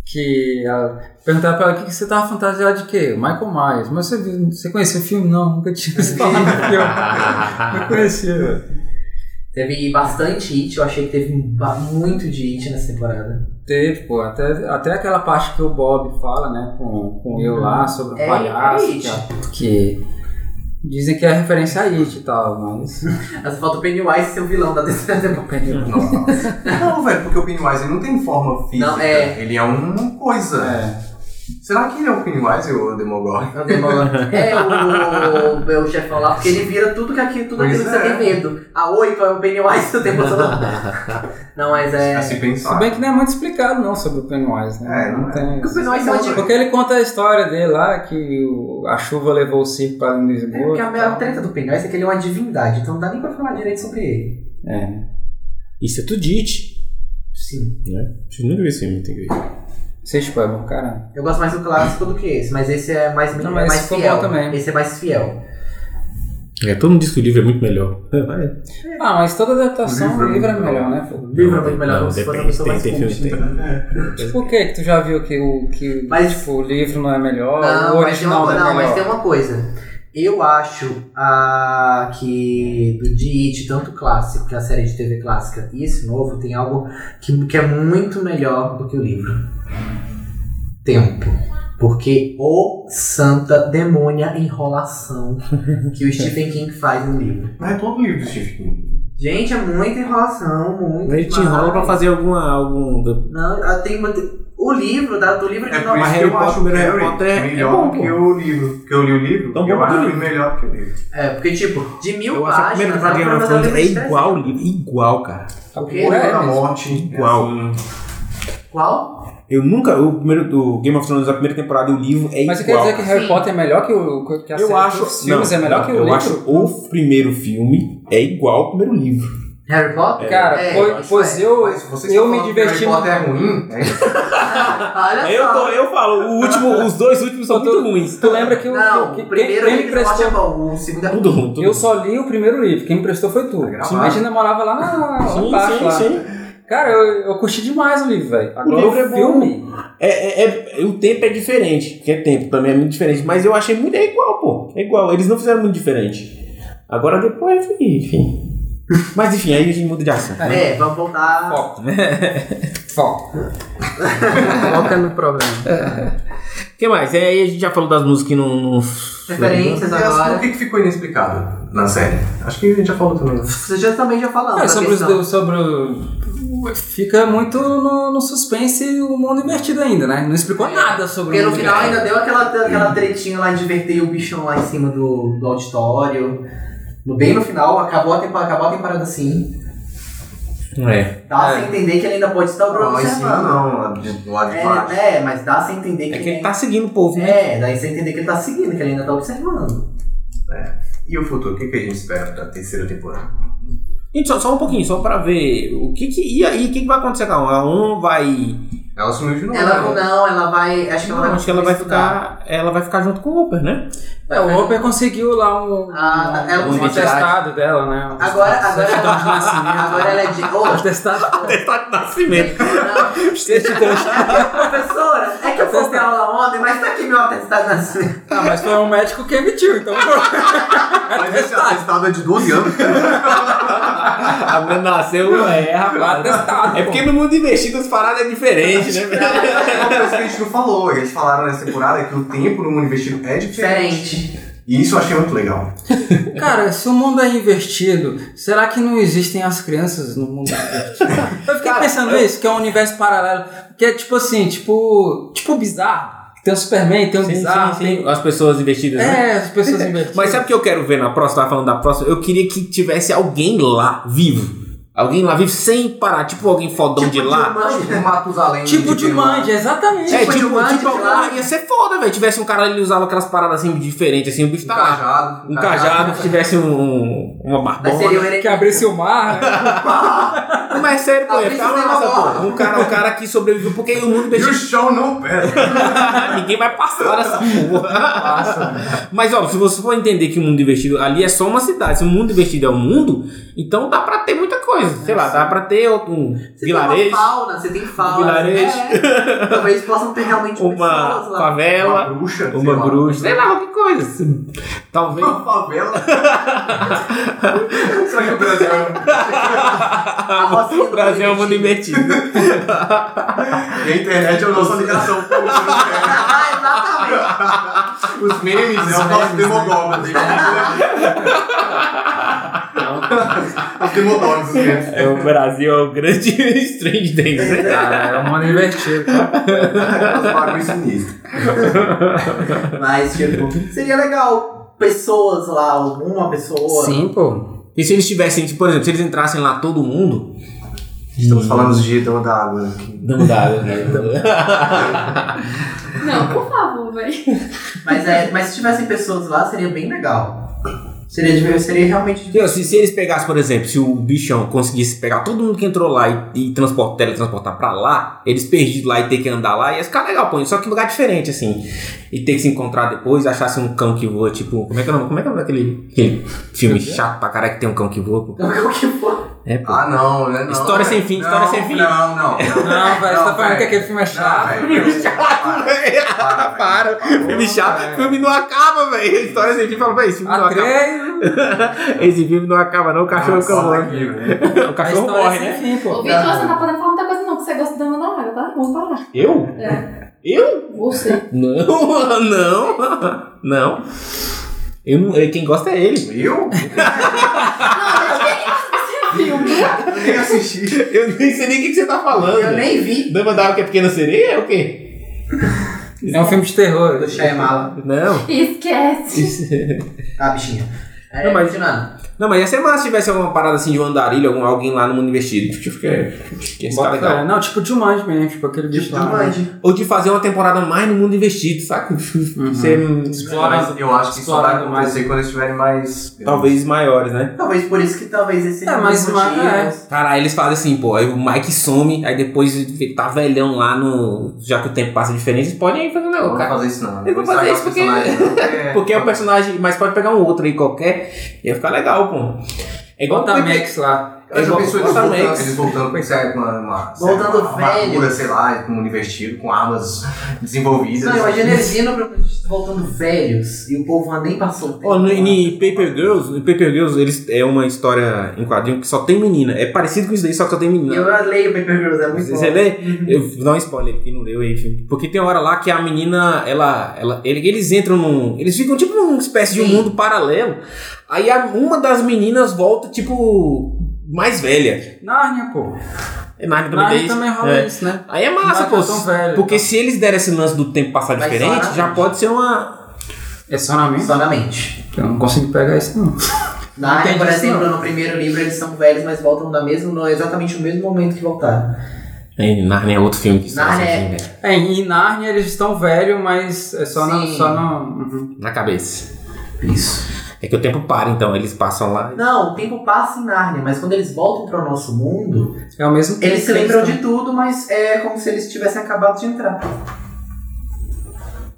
Speaker 1: que ela- perguntaram pra ela o que, que você tava fantasiado de quê? Michael Myers. Mas você, viu- você conhecia o filme? Não, nunca tinha ouvido falar do
Speaker 4: [laughs]
Speaker 1: filme. Não conhecia,
Speaker 4: É.
Speaker 1: velho.
Speaker 2: Teve bastante It. Eu achei que teve ba- muito de It nessa temporada.
Speaker 1: Teve, pô, até, até aquela parte que o Bob fala, né, com, com eu lá, sobre o
Speaker 2: É,
Speaker 1: palhaço,
Speaker 2: é It.
Speaker 1: que- que dizem que é referência a It e tal, mas...
Speaker 2: Mas falta o Pennywise ser o vilão da terceira temporada.
Speaker 4: Nossa. Não, velho, porque o Pennywise ele não tem forma física.
Speaker 2: Não, é.
Speaker 4: Ele é uma coisa.
Speaker 1: É,
Speaker 4: Será que ele é o Pennywise ou o Demogorgon?
Speaker 2: Eu dei uma- É o meu chefão lá, porque ele vira tudo que aqui, tudo aquilo que
Speaker 4: Pois
Speaker 2: você
Speaker 4: é.
Speaker 2: tem medo. A oito é o Pennywise do tempo todo. Não, mas
Speaker 4: A
Speaker 2: é.
Speaker 4: se pensar.
Speaker 1: se bem que não é muito explicado não sobre o Pennywise, né?
Speaker 4: É, não é.
Speaker 1: tem...
Speaker 2: Porque o Pennywise é uma dica.
Speaker 1: Porque ele conta a história dele lá, que o- a chuva levou o circo para dentro do
Speaker 2: É porque
Speaker 1: esgoto.
Speaker 2: a maior treta do Pennywise é que ele é uma divindade, então não dá nem pra falar direito sobre ele.
Speaker 1: É.
Speaker 3: Isso é tudite.
Speaker 2: Sim.
Speaker 3: Vocês nunca viram esse filme, tem que ver.
Speaker 1: Você spoiler, bom, caramba.
Speaker 2: Eu gosto mais do clássico do que esse, mas esse é mais,
Speaker 1: Não,
Speaker 2: é
Speaker 1: mas
Speaker 2: mais
Speaker 1: ficou
Speaker 2: fiel.
Speaker 1: bom também.
Speaker 2: Esse é mais fiel.
Speaker 3: É, todo mundo diz que o livro é muito melhor. É, vai.
Speaker 1: Ah, mas toda adaptação do
Speaker 4: O livro é
Speaker 1: livro é
Speaker 4: muito
Speaker 1: melhor, né? pô?
Speaker 2: O livro é muito melhor
Speaker 3: Não,
Speaker 2: como se fosse uma
Speaker 3: depende,
Speaker 2: pessoa
Speaker 3: tem-
Speaker 2: mais
Speaker 3: tem filme,
Speaker 2: culta.
Speaker 1: Tipo, o que que tu já viu que o, que,
Speaker 2: Mas-
Speaker 1: tipo, o livro não é melhor, o
Speaker 2: Não, mas tem,
Speaker 1: original
Speaker 2: uma,
Speaker 1: não é
Speaker 2: não, mas
Speaker 1: melhor?
Speaker 2: tem uma coisa. Eu acho a, que do It, tanto o clássico, que é a série de TV clássica, e esse novo, tem algo que, que é muito melhor do que o livro. Tempo. Porque o santa demônia enrolação que o Stephen King faz no livro.
Speaker 4: Mas é todo livro do Stephen King.
Speaker 2: Gente, é muita enrolação, muito.
Speaker 3: Ele te
Speaker 2: demais.
Speaker 3: enrola pra fazer alguma. Algum...
Speaker 2: Não, ah, tem uma. O livro, da, do livro de
Speaker 4: É por
Speaker 2: novela.
Speaker 4: isso que
Speaker 3: Harry
Speaker 4: eu acho
Speaker 3: Potter-
Speaker 4: o primeiro Harry
Speaker 3: Harry
Speaker 4: Potter
Speaker 3: Potter é
Speaker 4: melhor
Speaker 3: bom, pô.
Speaker 4: que o livro. Porque eu li o livro,
Speaker 3: Então,
Speaker 4: eu
Speaker 3: bom
Speaker 4: acho
Speaker 3: que o
Speaker 4: ele
Speaker 3: livro.
Speaker 4: melhor que o livro.
Speaker 2: É, porque, tipo, de mil
Speaker 3: Eu acho que o
Speaker 2: páginas.
Speaker 3: primeiro
Speaker 2: dá
Speaker 3: pra Game
Speaker 2: pra
Speaker 3: of
Speaker 2: fazer um
Speaker 3: Thrones
Speaker 2: livro
Speaker 3: é
Speaker 2: de três
Speaker 3: igual o livro. Igual, cara.
Speaker 1: Tá bom,
Speaker 2: O
Speaker 4: O
Speaker 2: Ele
Speaker 4: Corpo
Speaker 1: é
Speaker 4: da
Speaker 1: mesmo.
Speaker 4: Morte.
Speaker 3: Igual.
Speaker 4: é assim.
Speaker 2: Qual?
Speaker 3: Eu nunca. O primeiro do Game of Thrones, a primeira temporada, o livro é
Speaker 1: Mas você quer
Speaker 3: igual.
Speaker 1: dizer que Harry
Speaker 2: Sim.
Speaker 1: Potter é melhor que, o, que a série?
Speaker 3: eu acho.
Speaker 1: que os filmes
Speaker 3: não,
Speaker 1: é melhor
Speaker 3: não,
Speaker 1: que o
Speaker 3: Eu
Speaker 1: livro?
Speaker 3: acho o primeiro filme é igual ao primeiro livro.
Speaker 2: Harry Potter?
Speaker 1: Cara,
Speaker 2: É,
Speaker 1: foi-
Speaker 2: eu acho
Speaker 1: pois
Speaker 2: que é.
Speaker 1: eu,
Speaker 4: Mas vocês
Speaker 1: eu
Speaker 4: estão
Speaker 1: me
Speaker 4: falando que
Speaker 1: diverti
Speaker 4: Harry Potter é ruim?
Speaker 1: [laughs]
Speaker 4: É isso?
Speaker 2: Olha
Speaker 3: Eu,
Speaker 2: só.
Speaker 3: tô- eu falo, o último, os dois últimos são
Speaker 1: Tu-
Speaker 3: muito ruins.
Speaker 1: Tu lembra que o,
Speaker 2: Não,
Speaker 1: que,
Speaker 2: o
Speaker 1: quem,
Speaker 2: primeiro
Speaker 1: quem
Speaker 2: ele
Speaker 1: me
Speaker 2: presta... é
Speaker 1: prestou...
Speaker 2: bom, o segundo é
Speaker 3: Tudo ruim. Tudo
Speaker 1: Eu só li o primeiro livro, quem me prestou foi tu.
Speaker 4: Tá gravado.
Speaker 1: a gente ainda morava lá na lá
Speaker 3: Sim,
Speaker 1: embaixo, lá.
Speaker 3: sim, sim.
Speaker 1: Cara, eu, eu curti demais o livro, velho. Agora o,
Speaker 3: livro é bom.
Speaker 1: filme...
Speaker 3: É, é- é- o tempo é diferente, porque é tempo também é muito diferente, mas eu achei muito. É igual, pô. É igual, eles não fizeram muito diferente. Agora depois, enfim. Mas enfim, aí a gente muda de assunto.
Speaker 2: É, vamos voltar.
Speaker 1: Foco. Foco. Foca no problema.
Speaker 3: O que mais? É, aí a gente já falou das músicas que não. não...
Speaker 2: Referências
Speaker 4: Mas
Speaker 2: agora.
Speaker 4: O que que ficou inexplicado na série? Acho que a gente já falou também. né?
Speaker 2: Vocês já também já falamos. da
Speaker 1: É, sobre, os,
Speaker 2: questão.
Speaker 1: do- sobre o- Fica muito no, no suspense o mundo invertido ainda, né? Não explicou nada sobre
Speaker 2: Porque
Speaker 1: o
Speaker 2: no
Speaker 1: mundo
Speaker 2: final
Speaker 1: invertido.
Speaker 2: ainda deu aquela, aquela tretinha lá de inverter o bichão lá em cima do, do auditório. No- Bem no final, acabou a, temporada, acabou a temporada assim.
Speaker 3: É.
Speaker 2: Dá
Speaker 1: É.
Speaker 2: sem entender que ele ainda pode estar
Speaker 4: Não, em cima
Speaker 2: observando.
Speaker 4: não, lá de- do lado de baixo.
Speaker 2: né? É, é, mas dá sem entender que,
Speaker 3: É que
Speaker 2: ele
Speaker 3: ele tá seguindo o povo, né?
Speaker 2: É, daí você entender que ele tá seguindo, que ele ainda tá observando.
Speaker 4: E o futuro? O que, que a gente espera da terceira temporada?
Speaker 3: Gente, só, só um pouquinho, só pra ver o que que. E aí, o que, que vai acontecer com a 1? A 1 vai.
Speaker 4: Ela sumiu de novo.
Speaker 2: Ela
Speaker 4: né?
Speaker 2: não, ela vai. Acho que ela
Speaker 3: Não,
Speaker 2: vai.
Speaker 3: acho que ela vai
Speaker 2: estudar.
Speaker 3: ficar. Ela vai ficar junto com o Hopper, [laughs] né?
Speaker 1: É, o Hopper conseguiu lá um,
Speaker 2: Ah, tá. Ela
Speaker 1: um, um
Speaker 2: conseguiu
Speaker 1: atestado dela, né? Um
Speaker 2: Agora, agora,
Speaker 1: certidão de nascimento.
Speaker 2: agora ela é de. Ô,
Speaker 3: [laughs]
Speaker 1: Atestado.
Speaker 3: Testar tá de nascimento.
Speaker 2: não,
Speaker 1: Certidão de-
Speaker 2: professora, é que eu fui pra aula ontem, mas tá aqui meu atestado de nascimento.
Speaker 1: Ah, mas foi um médico que emitiu, então.
Speaker 4: Mas esse atestado é de 12 anos. né?
Speaker 3: A mulher nasceu. [laughs] É, rapaz.
Speaker 1: um atestado.
Speaker 3: É porque no mundo investido as paradas é diferente, né? velho? [laughs]
Speaker 4: É Uma coisa que a gente não falou, eles falaram nessa temporada que o tempo no mundo investido é diferente.
Speaker 3: Tipo
Speaker 2: Diferente.
Speaker 4: E isso eu achei muito legal.
Speaker 1: Cara, se o mundo é invertido, será que não existem as crianças no
Speaker 3: [laughs]
Speaker 1: mundo invertido? Eu fiquei pensando isso, que é um universo paralelo, que é tipo assim, tipo, tipo bizarro. Tem o Superman, tem o
Speaker 3: Sim,
Speaker 1: bizarro,
Speaker 3: sim, sim. As pessoas investidas,
Speaker 1: tem
Speaker 3: né?
Speaker 1: É, as pessoas invertidas.
Speaker 3: Mas sabe o que eu quero ver na próxima? Tava falando da próxima. Eu queria que tivesse alguém lá, vivo. Alguém lá vive sem parar, tipo alguém fodão de lá.
Speaker 4: Tipo Matusalém.
Speaker 1: Tipo de mande, exatamente.
Speaker 3: É,
Speaker 2: Tipo de
Speaker 3: tipo,
Speaker 2: um
Speaker 3: tipo,
Speaker 2: anjo,
Speaker 3: ah,
Speaker 2: né?
Speaker 3: ia ser foda, velho. Tivesse um cara ele usava aquelas paradas assim diferentes, assim, o bicho
Speaker 4: Um
Speaker 3: tá lá.
Speaker 4: cajado.
Speaker 3: Um cajado, que tivesse um, uma
Speaker 2: Mas
Speaker 3: barbona.
Speaker 2: seria o Erequim.
Speaker 1: Que abrisse o mar. né?
Speaker 3: Não, mas é sério,
Speaker 2: Tá
Speaker 3: pô,
Speaker 4: Ah,
Speaker 3: é
Speaker 4: isso
Speaker 3: calma
Speaker 4: é
Speaker 3: nessa
Speaker 4: uma
Speaker 3: porra. Um cara, um cara que sobreviveu porque o mundo
Speaker 4: E o
Speaker 3: deixou. né?
Speaker 4: chão não pega.
Speaker 2: [laughs]
Speaker 3: Ninguém vai passar essa
Speaker 2: né?
Speaker 3: porra. Mas, ó, se você for entender que o mundo invertido ali é só uma cidade, se o mundo invertido é o mundo, então dá pra ter muita coisa. Sei lá, dá pra ter um
Speaker 2: Você tem
Speaker 3: vilarejo,
Speaker 2: uma fauna, você tem fauna.
Speaker 3: Um vilarejo.
Speaker 2: É. Talvez possam ter realmente pessoas
Speaker 3: uma
Speaker 2: lá.
Speaker 3: favela.
Speaker 4: Uma bruxa. sei
Speaker 3: Uma
Speaker 4: lá.
Speaker 3: bruxa, sei lá, qualquer coisa. assim. Talvez.
Speaker 4: Uma favela. Será que o Brasil é
Speaker 2: A
Speaker 3: [laughs]
Speaker 2: rocinha do
Speaker 3: Brasil é um mundo
Speaker 2: Erequim.
Speaker 3: invertido.
Speaker 4: E a internet é a nossa ligação. com o mundo.
Speaker 2: [laughs] Ah, exatamente.
Speaker 4: Os memes é o nosso demogorgon. né? Os né? demodogos, os memes.
Speaker 3: [laughs] É, o Brasil é o grande [laughs] Strange Things, né?
Speaker 1: Cara, é um mundo invertido.
Speaker 4: Os bagulhos sinistros.
Speaker 2: Mas, tipo, seria legal pessoas lá, uma pessoa.
Speaker 1: Sim, pô.
Speaker 3: E se eles tivessem, tipo, por exemplo, se eles entrassem lá todo mundo.
Speaker 4: Estamos falando de dama da água aqui.
Speaker 3: [laughs] Dando dado, né?
Speaker 5: Não, por favor, velho.
Speaker 2: Mas, é, mas se tivessem pessoas lá, seria bem legal. Seria, divertido, seria realmente.
Speaker 3: Entendeu? Tipo assim, se, se eles pegassem, por exemplo, se o bichão conseguisse pegar todo mundo que entrou lá e, e transportar, teletransportar pra lá, eles perdidos lá e ter que andar lá, ia ficar legal, pô. Só que lugar diferente, assim. E ter que se encontrar depois, achasse um cão que voa, tipo. Como é que é o nome? Como é que é o nome daquele aquele filme chato pra caralho que tem um cão que [laughs] voa, pô?
Speaker 2: Então, o que for.
Speaker 3: É, pô.
Speaker 4: Ah, não, né? Não,
Speaker 3: História sem fim, história
Speaker 4: Não,
Speaker 3: sem fim.
Speaker 4: Não, não.
Speaker 1: Não, velho, você tá falando
Speaker 4: velho.
Speaker 1: que aquele filme é
Speaker 4: Não,
Speaker 1: chato.
Speaker 4: velho.
Speaker 3: né?
Speaker 4: Para, velho.
Speaker 3: Para, [laughs] filme chato, filme não acaba, velho. A história sem fim fala, velho, esse filme não acaba.
Speaker 1: Atreio,
Speaker 3: Esse filme não acaba, não, o cachorro
Speaker 4: Nossa,
Speaker 3: fica morto.
Speaker 4: aqui, velho.
Speaker 3: O
Speaker 1: a
Speaker 3: cachorro
Speaker 1: história
Speaker 3: morre,
Speaker 1: é
Speaker 3: né?
Speaker 1: sem fim,
Speaker 5: Ô,
Speaker 1: pô.
Speaker 5: Vitor, você não tá podendo falar muita coisa, não, que você gosta da dama da água, tá? Vamos parar.
Speaker 3: assim. Eu?
Speaker 5: É,
Speaker 3: Eu?
Speaker 5: você.
Speaker 3: Não, [laughs] não, não. Eu não, quem gosta é ele.
Speaker 4: Eu? [laughs]
Speaker 5: Não, deixa eu ver esse filme.
Speaker 4: Eu nem assisti.
Speaker 3: [laughs] Eu nem sei nem o que, que você tá falando.
Speaker 2: Eu nem vi
Speaker 3: Dama d'água que é pequena sereia é o quê?
Speaker 1: É um filme de terror.
Speaker 2: do
Speaker 3: É,
Speaker 2: Shyamala.
Speaker 3: Não.
Speaker 5: Esquece.
Speaker 3: Isso-
Speaker 2: Ah, bichinha. É,
Speaker 3: Não, mas-
Speaker 2: continuando.
Speaker 3: Não, mas ia ser massa se tivesse alguma parada assim de um andarilho, algum, alguém lá no mundo investido. Tipo, que, que esse
Speaker 1: Bota,
Speaker 3: cara legal.
Speaker 1: cara. Não, tipo de Jumanji mesmo, tipo aquele bicho
Speaker 2: Tipo,
Speaker 1: lá.
Speaker 2: Jumanji.
Speaker 3: Ou de fazer uma temporada mais no mundo investido, saca? Ser
Speaker 1: Explora.
Speaker 4: Eu acho que isso vai
Speaker 1: Explorando mais.
Speaker 4: acontecer quando eles estiverem mais.
Speaker 3: talvez maiores, né?
Speaker 2: Talvez por isso que talvez esse tipo
Speaker 1: É, mas uma- é.
Speaker 3: Cara, eles fazem assim, pô, aí o Mike some, aí depois ele tá velhão lá no. Já que o tempo passa diferente, eles podem ir fazer um
Speaker 4: Não
Speaker 3: negócio,
Speaker 4: vou
Speaker 3: cara.
Speaker 4: fazer isso, não.
Speaker 3: Eu vou fazer isso porque- Porque é o personagem, mas pode pegar um outro aí qualquer, ia ficar legal, pô. É igual
Speaker 1: né? Bota a
Speaker 3: também.
Speaker 1: Max lá.
Speaker 4: Eu já
Speaker 3: igual-
Speaker 4: pensou eles
Speaker 3: bota
Speaker 4: voltando,
Speaker 3: Max.
Speaker 4: eles voltando com essa- com uma, uma,
Speaker 2: Voltando
Speaker 4: uma
Speaker 2: velho.
Speaker 4: armadura, sei lá, com um investido, com armas desenvolvidas.
Speaker 2: Não, imagina eles indo pra- voltando velhos e o povo lá nem passou. o tempo
Speaker 3: Ó, no,
Speaker 2: lá.
Speaker 3: em Paper Girls, no Paper Girls eles, é uma história em quadrinho que só tem menina. É parecido com isso daí, só que só tem menina.
Speaker 2: Eu leio o Paper Girls, é muito
Speaker 3: Você
Speaker 2: bom.
Speaker 3: lê? Eu vou dar um spoiler pra quem não leu aí, enfim. Porque tem uma hora lá que a menina, ela, ela, ele- eles entram num. Eles ficam tipo numa espécie de um
Speaker 2: Sim.
Speaker 3: mundo paralelo. Aí a- uma das meninas volta, tipo, mais velha.
Speaker 1: Nárnia, pô.
Speaker 3: É Narnia também tem
Speaker 1: Nárnia
Speaker 3: isso.
Speaker 1: também rola
Speaker 3: É.
Speaker 1: isso, né?
Speaker 3: Aí é massa,
Speaker 1: Narnia
Speaker 3: pô.
Speaker 1: é tão velho,
Speaker 3: porque
Speaker 1: tá?
Speaker 3: se eles derem esse lance do tempo passar
Speaker 2: Mas
Speaker 3: diferente,
Speaker 2: só na
Speaker 3: já
Speaker 2: mente.
Speaker 3: pode ser uma.
Speaker 1: É só na minha?
Speaker 2: Só na mente.
Speaker 1: Eu não consigo pegar isso, não.
Speaker 2: Na área,
Speaker 1: entendi
Speaker 2: por
Speaker 1: isso,
Speaker 2: exemplo,
Speaker 1: não.
Speaker 2: no primeiro livro eles são velhos, mas voltam da mesma, no, exatamente no mesmo momento que voltaram.
Speaker 3: É, Narnia é outro filme que está
Speaker 2: Narnia é-
Speaker 3: assim, né?
Speaker 1: É, em Nárnia eles estão velhos, mas é só na.
Speaker 2: Sim.
Speaker 1: Só na uhum.
Speaker 3: na cabeça.
Speaker 2: Isso.
Speaker 3: É que o tempo para, então, eles passam lá.
Speaker 2: Não, o tempo passa em Nárnia, mas quando eles voltam para o nosso mundo,
Speaker 1: É o mesmo tempo.
Speaker 2: eles
Speaker 1: que
Speaker 2: se lembram
Speaker 1: estão-
Speaker 2: de tudo, mas é como se eles tivessem acabado de entrar.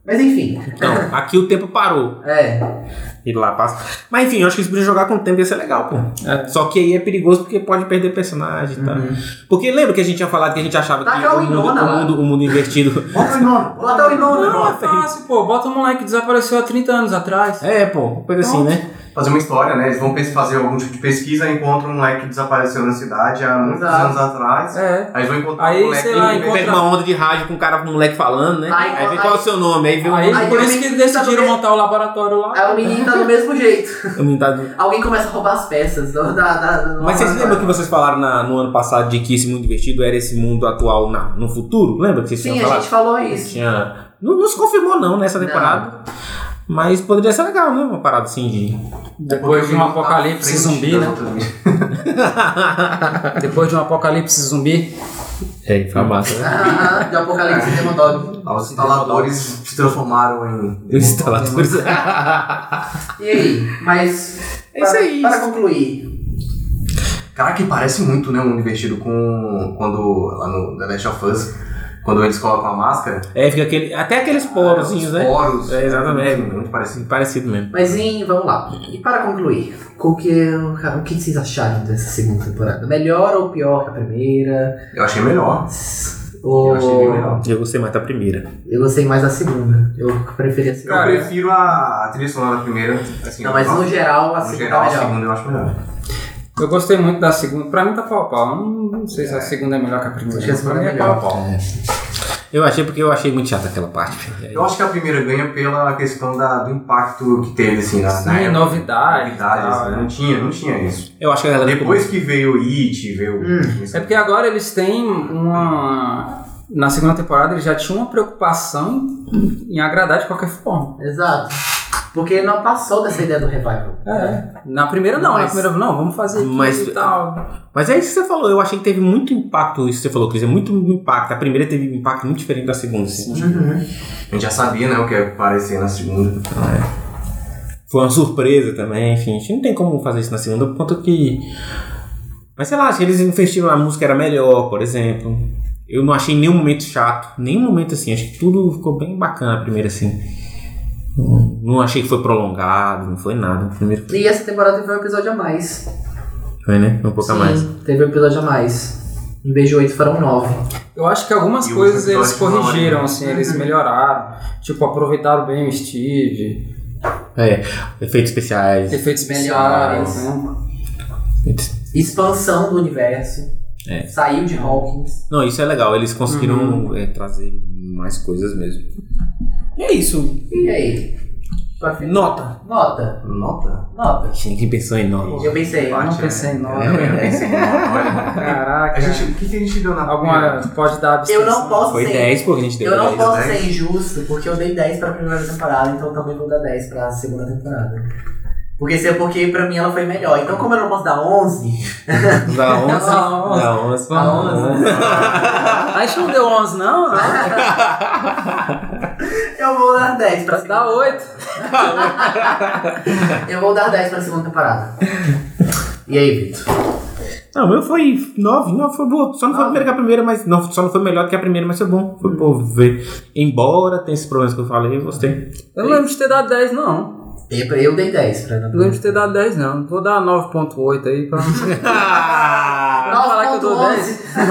Speaker 2: Mas enfim,
Speaker 3: Então, aqui o tempo parou.
Speaker 2: é.
Speaker 3: Tá. E lá passa. Mas enfim, eu acho que eles podiam jogar com o tempo, ia ser legal, pô.
Speaker 1: É.
Speaker 3: Só que aí é perigoso porque pode perder personagem e tal.
Speaker 1: Uhum.
Speaker 3: Porque lembra que a gente tinha falado que a gente achava
Speaker 2: Taca
Speaker 3: que
Speaker 2: a
Speaker 3: o mundo,
Speaker 2: Winona
Speaker 3: o,
Speaker 2: lá.
Speaker 3: mundo, o mundo invertido.
Speaker 4: Bota o nome.
Speaker 2: Bota o Inona.
Speaker 1: Não, é fácil, pô. Bota o moleque que desapareceu há 30 anos atrás.
Speaker 3: [laughs] é, pô, coisa assim, né?
Speaker 4: Fazer uma história, né? Eles vão pes- fazer algum tipo de pesquisa, encontram um moleque que desapareceu na cidade há muitos
Speaker 2: Exato.
Speaker 4: anos atrás.
Speaker 1: É.
Speaker 4: Aí eles vão encontrar
Speaker 1: Aí,
Speaker 4: um moleque
Speaker 1: sei
Speaker 4: que
Speaker 1: lá,
Speaker 4: ele-
Speaker 1: encontra-
Speaker 3: Pega uma onda de rádio com um cara com um moleque falando, né?
Speaker 2: Aí,
Speaker 3: Aí,
Speaker 2: aí-
Speaker 3: vem qual é o seu nome? Aí vem
Speaker 1: Aí,
Speaker 2: Aí
Speaker 1: por
Speaker 2: eu
Speaker 1: isso
Speaker 2: me-
Speaker 1: que decidiram
Speaker 2: também-
Speaker 1: montar o laboratório lá.
Speaker 2: Aí o menino tá do mesmo jeito.
Speaker 3: o menino tá do-
Speaker 2: Alguém começa a roubar as peças. Da, da, da- da-
Speaker 3: Mas vocês lembram que vocês falaram na- no ano passado de que esse mundo invertido era esse mundo atual na- no futuro? Lembra que vocês
Speaker 2: Sim,
Speaker 3: tinham
Speaker 2: a
Speaker 3: falado?
Speaker 2: gente falou isso.
Speaker 3: Tinha... Não, não se confirmou, não, nessa
Speaker 2: Não.
Speaker 3: temporada. Mas poderia ser legal, né? Uma parada assim de.
Speaker 4: Porque
Speaker 1: Depois de um
Speaker 4: não tá
Speaker 1: apocalipse
Speaker 4: à frente
Speaker 1: zumbi,
Speaker 4: das
Speaker 1: né?
Speaker 4: outras mídias.
Speaker 1: Depois de um apocalipse zumbi.
Speaker 3: É, foi massa.
Speaker 2: Ah, de Apocalipse Demodog.
Speaker 4: Ah, Os instaladores se transformaram em. um-
Speaker 3: Os instaladores.
Speaker 2: E aí? Mas.
Speaker 3: É isso
Speaker 2: para-
Speaker 3: aí.
Speaker 2: Para concluir.
Speaker 4: Cara, que parece muito, né? O mundo invertido com. Quando. Lá no The Last of Us. Quando eles colocam a máscara.
Speaker 3: é, fica aquele. Até aqueles porozinhos,
Speaker 4: Ah, os
Speaker 3: né?
Speaker 4: Poros.
Speaker 3: É, exatamente.
Speaker 4: É muito parecido.
Speaker 3: Parecido mesmo.
Speaker 2: Mas em, vamos lá. E para concluir, qual que é o, o que vocês acharam dessa segunda temporada? Melhor ou pior que a primeira?
Speaker 4: Eu achei melhor.
Speaker 2: Ou
Speaker 4: Eu achei bem melhor.
Speaker 3: Eu gostei mais da primeira.
Speaker 2: eu gostei mais da segunda. Eu preferi a
Speaker 4: Eu
Speaker 2: segunda.
Speaker 4: prefiro a, a trilha sonora da primeira. Assim,
Speaker 2: Não, mas
Speaker 4: eu-
Speaker 2: no geral a
Speaker 4: no
Speaker 2: segunda
Speaker 4: geral, assim.
Speaker 2: tá
Speaker 4: a
Speaker 2: melhor.
Speaker 4: segunda eu acho melhor.
Speaker 1: Eu gostei muito da segunda. Pra mim tá pau a pau. Não, não sei se a segunda é melhor que a primeira.
Speaker 2: Acho que a segunda
Speaker 1: Pra mim
Speaker 2: é melhor.
Speaker 1: pau a pau.
Speaker 3: Eu achei porque eu achei muito chata aquela parte.
Speaker 1: É
Speaker 3: E aí-
Speaker 4: Eu acho que a primeira ganha pela questão da, do impacto que teve, assim, na, na
Speaker 1: Sim,
Speaker 4: época.
Speaker 1: novidade.
Speaker 4: Novidades,
Speaker 1: tal,
Speaker 4: né?
Speaker 1: né?
Speaker 4: não tinha, não tinha isso.
Speaker 3: Eu acho que a galera ficou-
Speaker 4: Depois que veio o It, veio... isso.
Speaker 1: É porque agora eles têm uma. Na segunda temporada eles já tinham uma preocupação em- em agradar de qualquer forma.
Speaker 2: Exato. Porque não passou dessa ideia do revival.
Speaker 1: É. Na primeira não, na
Speaker 3: Mas-
Speaker 1: primeira não, vamos fazer aqui
Speaker 3: Mas-
Speaker 1: e tal.
Speaker 3: Mas é isso que você falou, eu achei que teve muito impacto, isso que você falou, Cris, é muito impacto. A primeira teve um impacto muito diferente da segunda, assim.
Speaker 2: Uhum.
Speaker 4: A gente já sabia, né, o que ia aparecer na segunda.
Speaker 3: Foi uma surpresa também, enfim, a gente não tem como fazer isso na segunda, por conta que. Mas sei lá, se eles investiram na música era melhor, por exemplo. Eu não achei nenhum momento chato, nenhum momento assim, acho que tudo ficou bem bacana a primeira, assim. Não- Não achei que foi prolongado, não foi nada. o Primeiro
Speaker 2: E essa temporada teve um episódio a mais.
Speaker 3: foi, né? Foi um pouco a
Speaker 2: Sim,
Speaker 3: mais.
Speaker 2: teve um episódio a mais. Em vez de oito foram nove.
Speaker 1: Eu acho que algumas
Speaker 4: E os
Speaker 1: coisas eles
Speaker 4: episódios não,
Speaker 1: corrigiram,
Speaker 4: né?
Speaker 1: assim, eles melhoraram. Tipo, aproveitaram bem o Steve,
Speaker 3: É, efeitos especiais.
Speaker 1: efeitos
Speaker 2: Melhores.
Speaker 1: especiais, né?
Speaker 3: efeitos-
Speaker 2: Expansão do universo.
Speaker 3: É.
Speaker 2: Saiu de Hawkins.
Speaker 3: Não, isso é legal, eles conseguiram é, trazer mais coisas mesmo. E é isso.
Speaker 2: E aí? Pra fin-
Speaker 3: Nota.
Speaker 2: Nota,
Speaker 4: Nota?
Speaker 2: nota.
Speaker 3: Ninguém pensou em nota.
Speaker 2: Eu pensei,
Speaker 1: Eu
Speaker 4: Parte,
Speaker 1: não
Speaker 4: né?
Speaker 1: pensei em
Speaker 4: Eu
Speaker 1: nome.
Speaker 4: eu pensei em nota, olha.
Speaker 1: [laughs] Caraca.
Speaker 4: A gente, o que, que a gente deu na
Speaker 1: Alguma. Pode dar abstenção.
Speaker 2: eu não posso
Speaker 3: Foi
Speaker 2: ser.
Speaker 3: 10 porque a gente deu
Speaker 2: Eu não
Speaker 3: 10.
Speaker 2: posso
Speaker 4: dez.
Speaker 2: ser injusto, porque eu dei 10 pra primeira temporada, então também vou dar 10 pra segunda temporada. Porque se é porque pra mim ela foi melhor. Então como eu não posso dar 11,
Speaker 3: Dá 11.
Speaker 1: Dá 11.
Speaker 3: Dá 11.
Speaker 1: Dá 11. A gente não deu 11, não? não.
Speaker 2: [laughs] eu vou dar 10 pra segunda.
Speaker 1: Dá 8.
Speaker 2: [laughs] Eu vou dar 10 pra segunda temporada. E aí, Vitor?
Speaker 3: Não, o meu foi 9. Não, foi bom. Só não foi primeiro que a primeira, mas. Não, só não foi melhor que a primeira, mas foi bom. Foi bom ver. Embora tenha esses problemas que eu falei, eu [laughs] gostei.
Speaker 1: Eu não lembro de ter dado 10, não.
Speaker 2: Eu eu dei 10 pra
Speaker 1: Não lembro de ter dado 10, não. Vou dar 9.8 aí pra não
Speaker 3: Ah!
Speaker 1: falar que eu dou 10.
Speaker 3: [laughs]
Speaker 1: 9-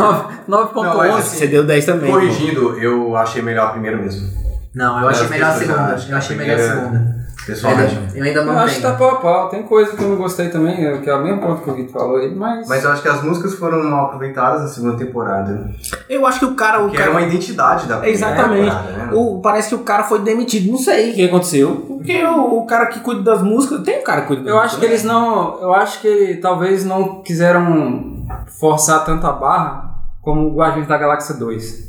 Speaker 4: Não, mas
Speaker 1: 9.11.
Speaker 4: assim,
Speaker 3: Você deu 10 também. pô.
Speaker 4: Corrigindo, eu achei melhor a primeira mesmo.
Speaker 2: Não, eu É, achei melhor a segunda. Eu achei melhor a segunda.
Speaker 3: É
Speaker 4: Pessoalmente.
Speaker 2: Eu ainda
Speaker 1: Eu
Speaker 2: não
Speaker 1: acho que tá
Speaker 2: tenho.
Speaker 1: pau a pau. Tem coisa que eu não gostei também, é, que é o mesmo ponto que o Vitor falou aí, mas.
Speaker 4: Mas eu acho que as músicas foram mal aproveitadas na segunda temporada.
Speaker 3: Eu acho que o cara. O
Speaker 4: Que era
Speaker 3: cara
Speaker 4: uma identidade da primeira
Speaker 3: Exatamente.
Speaker 4: temporada, né?
Speaker 3: O- parece que o cara foi demitido, não sei o que aconteceu. Porque o, o cara que cuida das músicas, tem um cara que cuida das
Speaker 1: Eu acho que
Speaker 3: músicas,
Speaker 1: eles não. Eu acho que talvez não quiseram forçar tanto a barra como o Guardiões da Galáxia 2.
Speaker 3: né?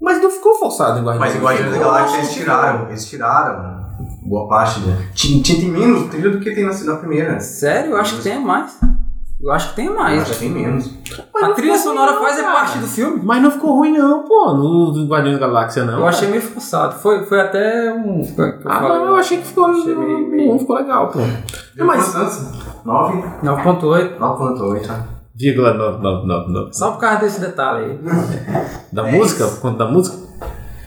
Speaker 3: Mas não ficou forçado igual
Speaker 4: Mas igual a Guardiões da Galáxia, eles tiraram. Eles tiraram boa parte, né? Tinha, tinha tem menos trilha do que tem na, na primeira.
Speaker 1: Sério? Eu acho que tem mais. Eu acho que tem
Speaker 4: Eu
Speaker 1: mais.
Speaker 4: Acho que tem menos.
Speaker 1: A trilha sonora faz é parte do filme.
Speaker 3: Mas não ficou ruim, não, pô, no do Guardiões da Galáxia, não.
Speaker 1: Eu achei meio forçado. Foi, foi até um. foi o que eu
Speaker 3: Ah,
Speaker 1: falei.
Speaker 3: não, eu achei que ficou
Speaker 1: Achei meio- meio-
Speaker 3: bom, ficou legal, pô.
Speaker 4: Deu
Speaker 3: Mas-
Speaker 4: quantos? Nove?
Speaker 1: 9.8.
Speaker 4: Nove quanto oito.
Speaker 3: Vírgula 999.
Speaker 1: Só por causa desse detalhe aí.
Speaker 3: Da
Speaker 4: É
Speaker 3: música?
Speaker 4: isso.
Speaker 3: Por conta da
Speaker 4: [laughs]
Speaker 3: música?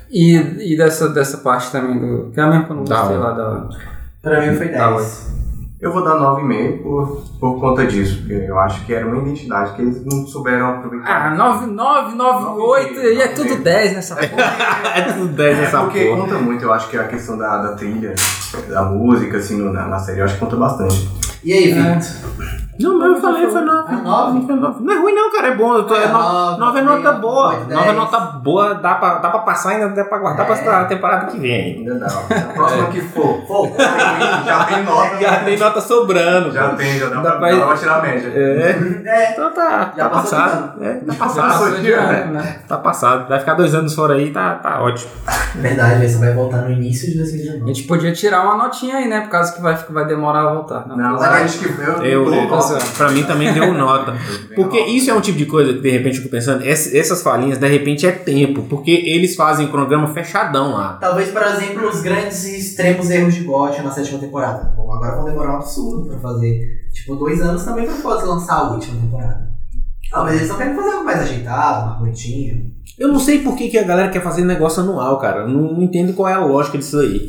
Speaker 1: E, e dessa, dessa parte também do. Que é a mesma que eu não
Speaker 3: Dá
Speaker 1: gostei
Speaker 3: um.
Speaker 1: lá da.
Speaker 2: Pra mim foi
Speaker 1: Tá
Speaker 2: 10.
Speaker 4: Eu vou dar nove e meio por, por conta disso. porque Eu acho que era uma identidade que eles não souberam aproveitar.
Speaker 1: Ah, 9, 9, 9, 8 e é tudo 10 nessa [laughs]
Speaker 4: É porque-
Speaker 3: É tudo 10
Speaker 4: É
Speaker 3: nessa
Speaker 4: porque
Speaker 3: porra.
Speaker 4: conta muito, eu acho que a questão da,
Speaker 1: É.
Speaker 4: da trilha, da música, assim, no- na, na série, eu acho que conta bastante.
Speaker 2: E aí, Vitor?
Speaker 3: Não, mas eu falei, foi nove.
Speaker 2: É nove?
Speaker 3: Foi nove. Não é ruim não, cara, é bom. Eu tô, é nove. Nove é nota boa. Nove é nota boa, dá pra, dá pra passar ainda, dá pra guardar
Speaker 2: É.
Speaker 3: pra temporada que vem.
Speaker 4: Ainda
Speaker 3: [laughs]
Speaker 4: dá.
Speaker 3: É.
Speaker 4: A próxima que for.
Speaker 2: Pô,
Speaker 6: Já tem nota.
Speaker 4: né?
Speaker 3: Já tem nota sobrando.
Speaker 6: Já tem, já dá,
Speaker 3: Dá
Speaker 6: pra,
Speaker 3: pra-
Speaker 6: dá pra tirar a média.
Speaker 3: É.
Speaker 2: [laughs] é.
Speaker 3: Então tá,
Speaker 2: Já
Speaker 3: tá
Speaker 2: passou
Speaker 3: passado. É, tá
Speaker 6: Passou
Speaker 3: passado.
Speaker 6: de ano.
Speaker 4: né?
Speaker 1: né?
Speaker 3: Tá passado. Vai ficar dois anos fora aí, tá, tá ótimo.
Speaker 2: É Verdade, velho, você vai voltar no início de
Speaker 1: A
Speaker 2: 2019.
Speaker 1: gente podia tirar uma notinha aí, né? Por causa que vai, vai demorar a voltar. né? Não,
Speaker 4: Não,
Speaker 6: Mas
Speaker 4: mas-
Speaker 6: acho que eu,
Speaker 3: Eu,
Speaker 6: eu-
Speaker 3: pra mim também deu [laughs] nota. Porque isso é um tipo de coisa que de repente eu fico pensando, ess- essas falinhas de repente é tempo, porque eles fazem cronograma fechadão lá.
Speaker 2: Talvez, por exemplo, os grandes e extremos erros de GOT na sétima temporada. Bom, agora vão demorar um absurdo pra fazer. Tipo, dois anos também pra poder lançar a última temporada. Ah, mas eles estão querendo fazer algo mais ajeitado, mais bonitinho.
Speaker 3: Eu não sei por que, que a galera quer fazer negócio anual, cara. Eu Não, não entendo qual é a lógica disso aí.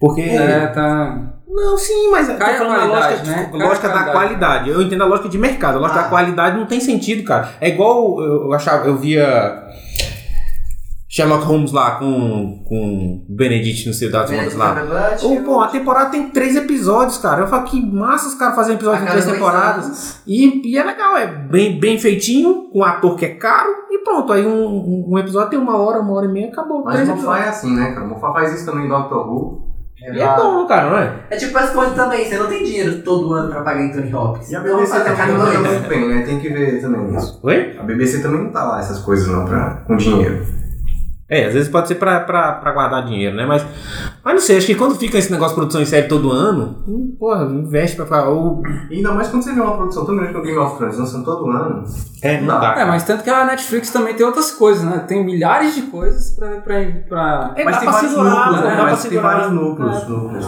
Speaker 3: Porque.
Speaker 1: É, tá.
Speaker 3: Não, sim, mas eu tô
Speaker 1: Cai a
Speaker 3: falando a
Speaker 1: qualidade,
Speaker 3: lógica,
Speaker 1: né?
Speaker 3: tipo,
Speaker 1: Cai a
Speaker 3: lógica da
Speaker 1: qualidade.
Speaker 3: qualidade. Eu entendo a lógica de mercado. A lógica
Speaker 2: Ah.
Speaker 3: da qualidade não tem sentido, cara. É igual eu eu achava, eu via Sherlock Holmes lá com, com Benedict, não sei das ondas
Speaker 2: Né?
Speaker 3: lá.
Speaker 2: Tipo,
Speaker 3: Ô, pô, a temporada tem três episódios, cara. Eu falo que massa os caras fazendo episódio com três temporadas. E, e é legal, é bem, bem feitinho, com um ator que é caro, e pronto. Aí um- um, um episódio tem uma hora, uma hora e meia, acabou.
Speaker 4: Mas
Speaker 3: três
Speaker 4: o Mofá
Speaker 3: episódios.
Speaker 4: é assim, né, cara? O Mofá faz isso também em Doctor Who.
Speaker 3: E é bom, cara, não é?
Speaker 2: É tipo Passport também, você não tem dinheiro todo ano pra pagar Anthony Hopkins.
Speaker 6: E a
Speaker 2: Então,
Speaker 6: BBC
Speaker 2: vai
Speaker 3: é tá
Speaker 2: pagar
Speaker 3: um
Speaker 6: também
Speaker 2: cada
Speaker 4: Não,
Speaker 2: dois.
Speaker 4: não, bem, né? Tem que ver também isso.
Speaker 3: Oi?
Speaker 4: A BBC também não tá lá essas coisas não, pra, com dinheiro.
Speaker 3: É, às vezes pode ser pra, pra, pra guardar dinheiro, né? Mas, mas não sei, acho que quando fica esse negócio de produção em série todo ano, hum, porra, investe pra falar. Ou...
Speaker 4: E ainda mais quando você vê uma produção tão grande como Game of Thrones, lançando todo ano.
Speaker 3: É,
Speaker 4: não dá.
Speaker 1: É, mas tanto que a Netflix também tem outras coisas, né? Tem milhares de coisas pra. pra, pra...
Speaker 3: É,
Speaker 6: Mas
Speaker 3: dá
Speaker 6: tem
Speaker 3: pra
Speaker 6: vários
Speaker 3: segurar,
Speaker 6: núcleos, né?
Speaker 3: né? Dá pra
Speaker 6: Mas tem
Speaker 3: segurar. É.
Speaker 6: vários núcleos. núcleos.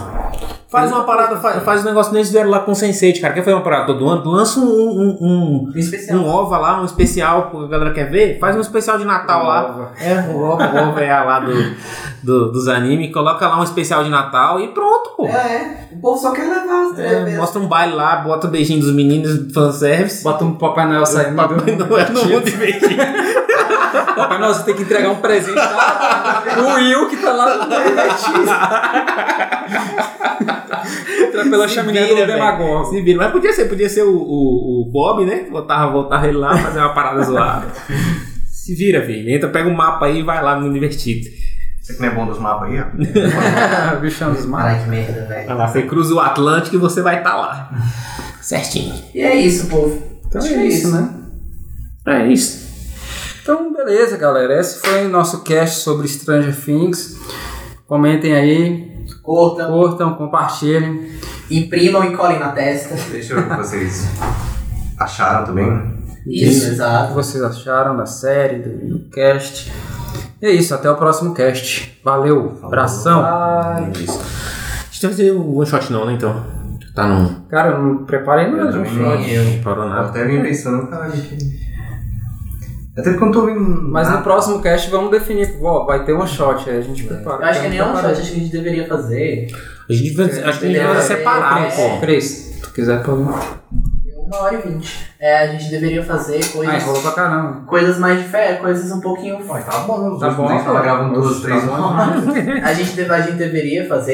Speaker 3: Faz uma parada, faz, faz um negócio nesse fizeram lá com o Sense8, cara. Quer fazer uma parada todo ano? Lança um, um, um,
Speaker 2: Um especial.
Speaker 3: um ova lá, um especial que a galera quer ver, faz um especial de Natal lá. É, um ova, um ova é a lá do, do- dos animes, coloca lá um especial de Natal e pronto, pô.
Speaker 2: É, é. O povo só quer levar as três
Speaker 3: É,
Speaker 2: vezes.
Speaker 3: mostra um baile lá, bota o beijinho dos meninos fanservice.
Speaker 1: Bota um Papai Noel saindo.
Speaker 3: Papai
Speaker 1: do-
Speaker 3: Noel é no mundo invertido.
Speaker 1: Papai Noel, você tem que entregar um presente lá. pro Will que tá lá no
Speaker 3: [laughs]
Speaker 1: Entra pela
Speaker 3: Se
Speaker 1: chaminé
Speaker 3: vira,
Speaker 1: do
Speaker 3: velho.
Speaker 1: Demagogo.
Speaker 3: Se vira. Mas podia ser, podia ser o, o, o Bob, né? Botava, voltava ele lá, fazer uma parada zoada. Se vira, filho. Entra, pega o mapa aí e vai lá no mundo invertido.
Speaker 6: Você que não é bom dos mapas aí, ó.
Speaker 3: [laughs]
Speaker 1: [laughs] Bichão é um dos mares.
Speaker 2: Caralho, que merda, velho.
Speaker 3: Vai lá, você cruza o Atlântico e você vai estar lá. Certinho.
Speaker 2: E é isso, povo.
Speaker 1: Então
Speaker 2: Acho que
Speaker 1: é isso, né?
Speaker 3: É isso.
Speaker 1: Então, beleza, galera. Esse foi o nosso cast sobre Stranger Things. Comentem aí,
Speaker 2: Cortam,
Speaker 1: curtam, compartilhem.
Speaker 2: imprimam e colhem na testa.
Speaker 4: Deixa eu ver o que vocês acharam também.
Speaker 2: Isso,
Speaker 1: O que
Speaker 2: exato.
Speaker 1: vocês acharam da série, do, do cast. E é isso, até o próximo cast. Valeu, abração.
Speaker 3: Ah,
Speaker 2: Ai.
Speaker 3: é Acho que deve ter um one shot não, né, então? Tá não
Speaker 1: Cara, eu não preparei um nada.
Speaker 4: também
Speaker 1: gente.
Speaker 4: não.
Speaker 2: Eu.
Speaker 3: parou
Speaker 4: Eu
Speaker 3: nada.
Speaker 4: até vim pensando, caralho, que... Até porque eu não tô ouvindo
Speaker 1: Mas
Speaker 4: nada.
Speaker 1: no próximo cast vamos definir. Ó, vai ter um shot, aí a gente prepara.
Speaker 2: Eu acho que nem um shot,
Speaker 1: Prepara.
Speaker 2: acho que a gente deveria fazer.
Speaker 3: A gente vai, acho que a gente vai separar,
Speaker 1: Cris,
Speaker 3: pô.
Speaker 1: Cris, se tu quiser pô.
Speaker 2: Uma hora e vinte. É, a gente deveria fazer
Speaker 1: Ah, enrolou
Speaker 2: coisas.
Speaker 1: pra caramba.
Speaker 2: Coisas mais diferentes, coisas um pouquinho.
Speaker 4: Tá bom, os
Speaker 1: Tá
Speaker 4: dois
Speaker 1: bom.
Speaker 4: nem falar, gravam duas,
Speaker 1: Tá
Speaker 4: três,
Speaker 1: bom.
Speaker 4: uma.
Speaker 2: A gente, deve- a gente deveria fazer